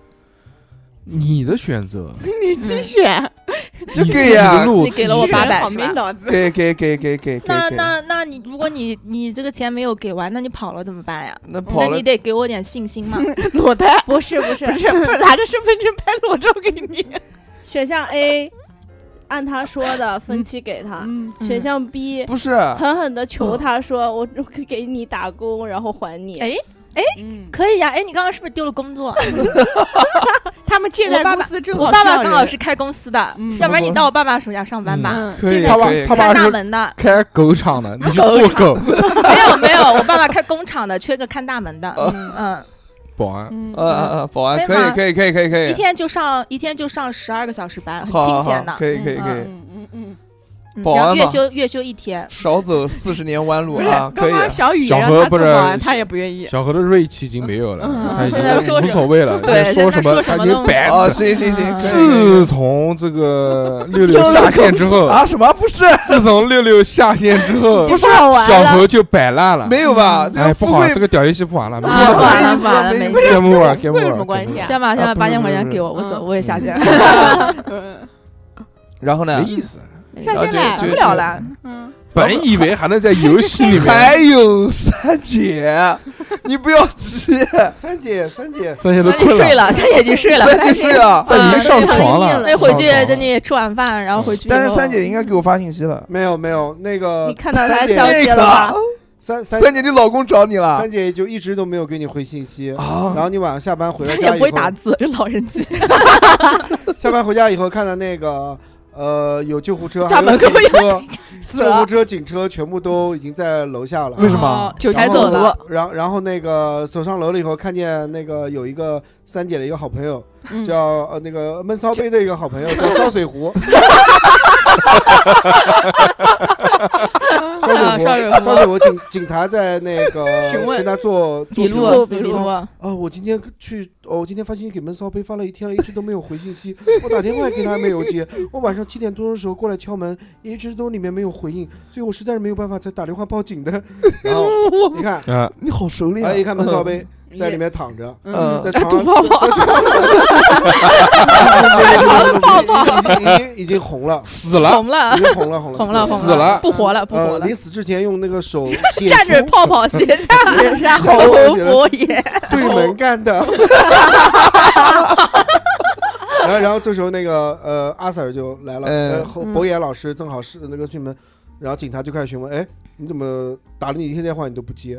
S2: 你的选 择，
S9: 你自选，
S5: 就
S2: 你
S5: 给
S2: 自己
S5: 呀
S2: 的路
S4: 你
S2: 自己
S4: 给了我
S2: 选
S4: 八百
S9: 好
S4: 是
S9: 没
S4: 吧
S9: 脑子。
S5: 给给给给给给
S4: 那
S5: 给，
S4: 那那你如果你你这个钱没有给完，那你跑了怎么办呀？
S5: 那
S4: 那
S5: 跑了
S4: 你得给我点信心嘛。
S9: 裸贷
S10: 不是不是
S9: 不是不是拿着身份证拍裸照给你，
S10: 选项 A，按他说的分期给他；
S9: 嗯，
S4: 嗯哦
S10: 选项 B，
S5: 不是
S10: 狠狠的求他说：“我我给你打工，然后还你。
S4: 哎
S9: 嗯，
S4: 可以呀、哎，你刚刚是不是丢了工作？
S9: 他们借贷
S4: 我爸
S9: 公
S4: 爸
S9: 司正
S4: 我
S9: 好
S4: 爸
S9: 需要
S4: 爸刚好
S9: 人
S4: 是开公司的，
S9: 嗯
S4: 要不然你到我爸爸手下上班吧。
S9: 嗯，
S5: 可以，
S2: 他爸
S5: 可以
S2: 他爸
S4: 开大
S2: 是
S4: 门的，
S2: 开狗场的，你去做狗
S4: 没有没有，我爸爸开工厂的，缺个看大门的。嗯，
S2: 保安。
S9: 嗯
S5: 呃呃呃，保安可
S4: 可以
S5: 以
S4: 吗
S5: 可以可以可以可以，
S4: 一天就上一天就上十二个小时班，很
S5: 好
S4: 清
S5: 好好
S4: 闲的，
S5: 可以可以
S4: 嗯
S5: 可以，
S9: 嗯嗯嗯，
S4: 嗯
S5: 保
S4: 然后
S5: 安
S4: 月
S5: 嘛
S4: 休月休一天。
S5: 少走四十年弯路
S9: 不是
S5: 啊，，可
S9: 刚
S5: 以。
S9: 刚小雨
S2: 小
S9: 让
S2: 何
S9: 他
S2: 不
S9: 做
S2: 是
S9: 保安，他也不愿意。
S2: 小何的锐气已经没有了，
S9: 嗯
S2: 他已
S4: 现在说
S2: 经
S4: 什
S2: 无
S4: 么
S2: 所谓了，
S4: 对
S2: 现在说
S4: 现在
S2: 什么
S4: 说
S2: 他
S4: 什么
S2: 就
S4: 都
S2: 白
S5: 哦，
S2: 死。
S5: 行行行，
S4: 嗯
S5: 可以
S2: 自从这个六六
S5: 就是
S2: 下线之后，
S5: 啊什么不是
S2: 自从六六下线之 后，
S10: 不是玩
S2: 小
S10: 了，
S2: 何就摆烂了。
S5: 没有吧？这
S2: 哎，
S5: 个
S2: 不
S5: 富
S2: 好，
S5: 贵
S2: 这个屌游戏不玩了，没
S4: 啊
S2: 意思
S4: 算了
S5: 没意思
S4: 算了
S5: 没意
S4: 没
S5: 思
S4: 意
S2: ，game over
S9: 富
S2: game
S9: 贵有什
S2: over，
S9: 么关系啊
S2: game over
S4: 先把先把
S2: 啊
S4: 八
S2: 不是
S4: 千块
S2: 不是
S4: 钱
S2: 不是
S4: 给我，我走，
S9: 嗯
S4: 我也下线。
S5: 然后呢
S2: 没？意思。
S9: 下
S5: 啊
S9: 线
S5: 就
S9: 了，
S5: 就
S4: 不嗯了了，
S9: 嗯，
S2: 本以为还能在游戏 里面，
S5: 还有三姐，你不要急，
S7: 三姐，三姐，
S2: 三姐都
S4: 三姐
S2: 困
S4: 睡
S2: 了，
S4: 了，三姐已经睡了。
S5: 三姐啊睡了。
S2: 三姐已经上床了，
S4: 那回去
S2: 上床了
S4: 等你吃晚饭，然后回去以后。
S5: 但是三姐应该给我发信息了。
S7: 没有没有，那个
S10: 你看到他
S7: 三姐
S10: 消息了吧？
S7: 三三
S5: 三姐，你老公找你了
S7: 三姐就一直都没有给你回信息。然
S5: 啊？
S7: 后你晚上下班回到
S4: 三
S7: 家
S4: 姐
S7: 以
S4: 不会打
S7: 后，
S4: 字，就老人机，
S7: 下班回家以后看到那个呃有救护车，
S4: 家门
S7: 还有
S4: 口
S7: 警车，
S9: 死
S7: 救护
S9: 了，
S7: 车、警车全部都已经在楼下了。
S5: 为什么？
S9: 就
S7: 然
S9: 抬
S7: 后
S9: 走了。。
S7: 然后然后那个走上楼了以后，看见那个有一个三姐的一个好朋友，
S9: 嗯
S7: 叫呃那个闷骚杯的一个好朋友叫烧水壶，烧
S4: 啊烧
S7: 水
S4: 水
S7: 壶，
S4: 壶
S7: 烧水壶，警警察在那个
S9: 询问
S7: 跟他做做
S4: 笔
S7: 笔
S4: 录
S7: 录，
S4: 笔
S7: 说
S4: 录。
S7: 啊，我今天去，哦，我今天发信息给闷骚杯发了一天了，一直都没有回信息。我打电话也给他没有接，我晚上七点多的时候过来敲门，一直都里面没有回应，所以我实在是没有办法才打电话报警的。 然后你看，
S2: 啊，
S5: 你好熟练啊！
S7: 哎，一看闷骚杯在里面躺着，
S5: 嗯，
S7: 在床上
S9: 吐泡泡
S7: 在床上泡泡，已经已经红了，
S2: 死了，
S4: 红了
S7: 已，经红了，红了，
S4: 红了，
S2: 死了
S4: 不活了，不活
S7: 呃，
S4: 了
S7: 临。死之前用那个手写
S4: 站着
S7: 书
S4: 泡泡写下
S7: 下
S4: 侯伯言，
S7: 对门干的。然后，然后这时候那个呃，阿 Sir 就来了，
S5: 嗯
S7: 呃，侯博彦老师正好是那个进门，然后警察就开始询问，哎，你怎么打了你一天电话你都不接？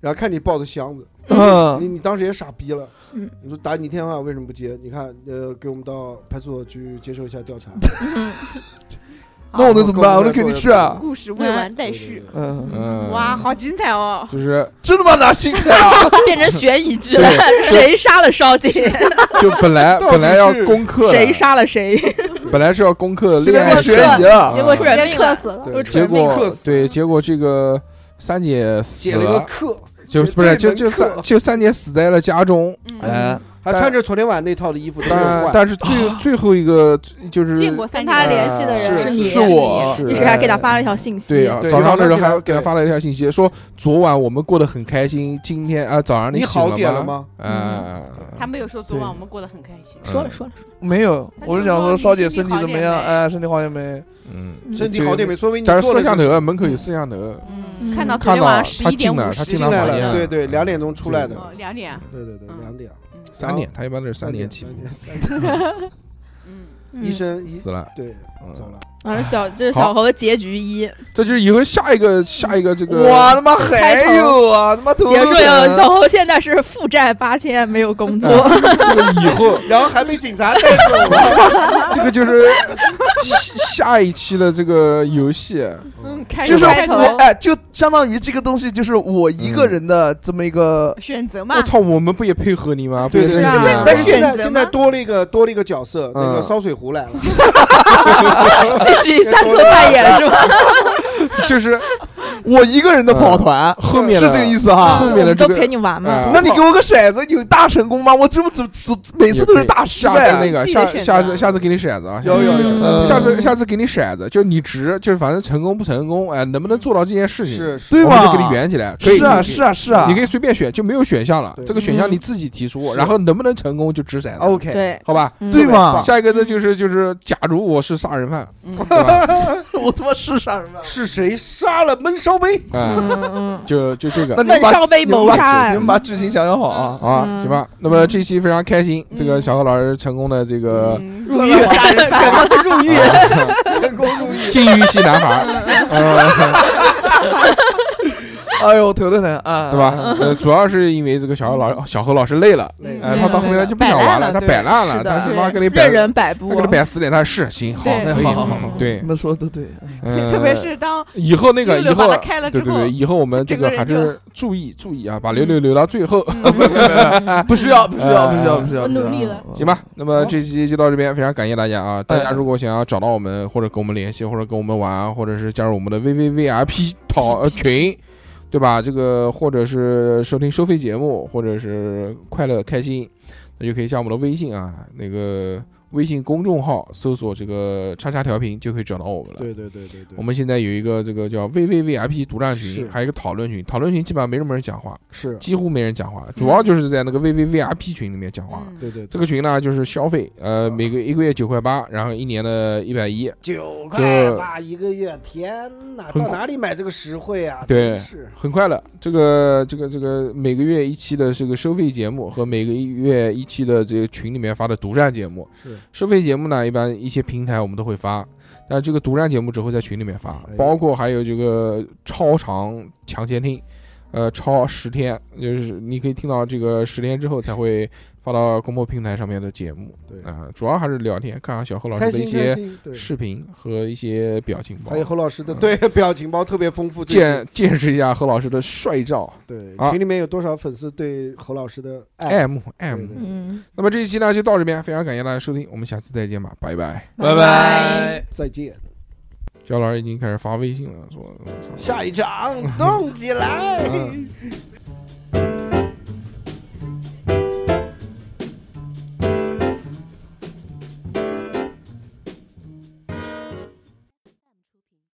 S7: 然后看你抱着箱子，
S5: 嗯
S7: 你你当时也傻逼了，
S4: 嗯
S7: 你说打你一天电话为什么不接？你看，呃，给我们到派出所去接受一下调查。
S5: 那我能怎么办？我能给你去啊？
S9: 故事未完待续。
S7: 对
S5: 嗯，
S2: 嗯，
S9: 哇，，好精彩哦！
S2: 就是
S5: 真的吗？哪精彩啊？
S4: 变成悬疑剧了。
S2: 对
S4: 谁杀了烧姐？
S2: 就本来
S7: 到底
S2: 本来要
S7: 是
S2: 攻克的，
S4: 谁杀了谁？
S2: 本来是要攻克
S5: 现
S2: 恋
S5: 在
S2: 爱
S5: 变
S2: 史
S5: 悬疑了。
S10: 结果直
S4: 出人
S10: 接
S4: 命啊了
S10: 克死了。
S7: 对
S4: 都
S7: 对，
S4: 出
S2: 啊结
S4: 人命了
S2: 果
S7: 克死
S2: 对，结果这个三姐死
S7: 写了一个课，
S2: 就
S7: 写
S2: 不是
S7: 对
S2: 就
S7: 门
S2: 就
S7: 课
S2: 三就三姐死在了家中，
S5: 哎，
S7: 还穿着昨天晚那套的衣服，都嗯没有
S2: 但
S7: 换。
S2: 但是最最后一个就是
S9: 见过三
S10: 跟他
S9: 年
S10: 联系的人
S2: 呃
S4: 是你
S5: 是我
S2: 是
S3: 啊
S2: 哎
S4: 你谁还给他发了一条信息？
S2: 对啊，
S7: 对
S2: 早上的时
S7: 早
S2: 候
S7: 上起来
S2: 还给他发了一条信息，说昨晚我们过得很开心，今天啊早上
S7: 你
S2: 醒
S7: 好点了
S2: 了？
S7: 吗？
S2: 嗯，
S9: 他没有说昨
S5: 对
S9: 晚我们过得很开心，
S4: 说了说了说了，
S5: 没有，
S9: 他
S5: 我是
S9: 是
S5: 想
S9: 说
S5: 说
S9: 你
S5: 烧姐身
S9: 身体
S5: 体
S9: 好
S5: 怎么
S9: 点
S5: 样？
S9: 没
S5: 哎，身体好点没？
S2: 嗯，
S4: 嗯
S7: 身体好点没？说明你
S2: 但是
S7: 做了
S2: 摄像
S7: 些什
S2: 头啊
S7: 么
S2: 门口有摄像头，
S9: 嗯，
S4: 嗯
S9: 看到昨
S2: 看
S9: 天
S2: 到
S9: 晚
S2: 他
S9: 上十一点
S2: 进来
S9: 五
S2: 了，他
S9: 十
S2: 进
S7: 进来
S2: 房间
S7: 了，对对，两点钟出来的，
S9: 哦，两点，
S7: 对对对，
S9: 嗯
S7: 两点
S9: 嗯
S2: 嗯三点，他一般都是三点起
S7: 三，点三点，
S9: 嗯，
S7: 医生医
S2: 死了，
S7: 对
S2: 嗯
S7: 走了，
S4: 完了小这是小猴的结局一
S2: 这就是以后下一个下一个这个
S5: 哇，他妈还有啊！他妈头
S4: 结
S5: 都
S4: 束
S5: 疼
S4: 了，小猴现在是负债八千，没有工作，
S2: 这个以后
S7: 然后还被警察带走了，
S2: 这个就是下 下一期的这个游 戏，
S9: 嗯，开
S5: 就是
S9: 开头
S5: 我哎，就相当于这个东西就是我一个
S2: 嗯
S5: 人的这么一个
S9: 选择嘛
S2: 我，操，我们不也配合你吗？不
S7: 对
S2: 也
S7: 对
S2: 是
S7: 对
S2: 这
S4: 啊
S2: 样吗
S7: 但是现
S9: 选
S7: 在
S9: 择
S7: 现在
S9: 吗
S7: 多了一个多了一个角色，那
S2: 嗯
S7: 个烧水壶来了，
S4: 继续三个扮演是吧？
S2: 就是
S5: 我一个人的跑团，
S2: 后面
S5: 是
S2: 的
S5: 这个意嗯思哈
S2: 后。面的这个
S4: 都陪你玩嘛。
S2: 啊
S5: 那你给我个骰子，有大成功吗？我这不怎怎每次都是大失
S2: 下
S5: 败
S2: 次
S5: 啊
S2: 那个
S9: 自己
S2: 下
S9: 的选择
S2: 下次下次给你骰子啊，
S7: 有有有，
S5: 嗯
S2: 下次下次给你骰子，就是你值，就是反正成功不成功，哎，能不能做到这件事情，
S7: 是是，
S5: 对
S2: 我们
S5: 吧？
S2: 就给你圆起来，可以
S5: 是啊，是啊，是啊。
S2: 你可以随便选，就没有选项了
S7: 对，
S2: 这个选项
S4: 嗯
S2: 你自己提出，
S7: 是哦
S2: 然后能不能成功就掷骰子，
S7: OK，
S4: 对，
S2: 好吧？
S4: 嗯
S5: 对嘛？
S2: 下一个呢就是就是，假如我是杀人犯，
S9: 嗯
S2: 对吧？ 哎
S5: 我他妈是杀人吗？
S7: 是谁杀了闷 烧杯？
S2: 嗯，
S4: 嗯
S2: 就就这个
S5: 那
S4: 嗯，
S5: 你们
S4: 闷
S5: 把
S4: 烧杯谋杀
S5: 你们
S4: 案，
S5: 把剧情想想好啊。
S2: 啊，
S4: 嗯
S2: 行吧。那么这期非常开心，这个小何老师成功的这个
S4: 入狱杀 人犯，入狱
S5: 啊
S7: 成功入狱，
S2: 禁欲系男孩儿，嗯
S5: 哎呦，头都疼啊，
S2: 对吧？呃，主要是因为这个小何老小何老师累了，
S5: 累
S2: 哎，
S5: 了？
S2: 他到后面就不想玩了，他摆烂了，
S4: 是的
S2: 他他妈给你摆
S4: 任，人摆布
S2: 他给，你摆死脸，他是行好
S4: 嗯
S9: 对
S2: 可以
S5: 哎好好好，
S2: 对
S5: 你，们说的都对，啊
S2: 嗯
S9: 特别是当
S2: 以后那个以
S9: 六六
S2: 后
S9: 把它开了之
S2: 对对
S9: 后
S2: 对，，以后我们这个还
S9: 整个嗯
S2: 是注意注意啊，把六六留到最后，
S5: 不需要，不需要，不需要，不需要，
S4: 我
S5: 不需要嗯
S4: 努力了，
S2: 行吧？那么这期就到这边，非常感谢大家啊！
S9: 哎
S2: 大家如果想要找到我们，或者跟我们联系，或者跟我们玩啊，或者是加入我们的 VVVIP 讨呃群，对吧？这个或者是收听收费节目，或者是快乐开心，那就可以加我们的微信啊，那个微信公众号搜索这个“叉叉调频”就可以找到我们了。
S7: 对对对对对，
S2: 我们现在有一个这个叫 VVVIP 独占群，
S7: 是嗯
S2: 还有一个讨论群，讨论群基本上没什么人讲话，
S7: 是，
S2: 几乎没人讲话，主要就是在那个 VVVIP 群里面讲话。
S7: 对对，
S2: 这个群呢，就是消费，呃，每个一个月九块八，然后一年的一百一，
S7: 九块
S2: 这
S7: 八一个月，天哪，
S2: 很
S7: 到
S2: 苦
S7: 哪里买这个实惠啊？
S2: 对
S7: 真是
S2: 很快乐。这个这个这个每个月一期的这个收费节目和每个月一期的这个群里面发的独占节目，
S7: 是，
S2: 收费节目呢，一般一些平台我们都会发，但这个独占节目只会在群里面发
S7: 哎，
S2: 包括还有这个超长抢先听，呃，超十天，就是你可以听到这个十天之后才会发到公播平台上面的节目
S7: 对
S2: 啊、主要还是聊天，看看小何老
S7: 开
S2: 师的
S7: 心
S2: 一
S7: 开
S2: 些
S7: 心，对，
S2: 视频和一些表情包
S7: 还。有侯老师的对 表情包特别丰富，最近
S2: 嗯见见识一下何老师的帅照
S7: 对
S2: 啊
S7: 群里面有多少粉丝对侯老师的爱？
S2: ，M
S7: 哎对
S2: M
S7: 对。
S3: 嗯。
S2: 那么这一期呢就到这边，非常感谢大家收听，我们下次再见吧，拜拜。
S5: 拜拜。
S7: 再见，
S2: 呃小老师已经开始发微信了，说我操
S7: 下一场动起来。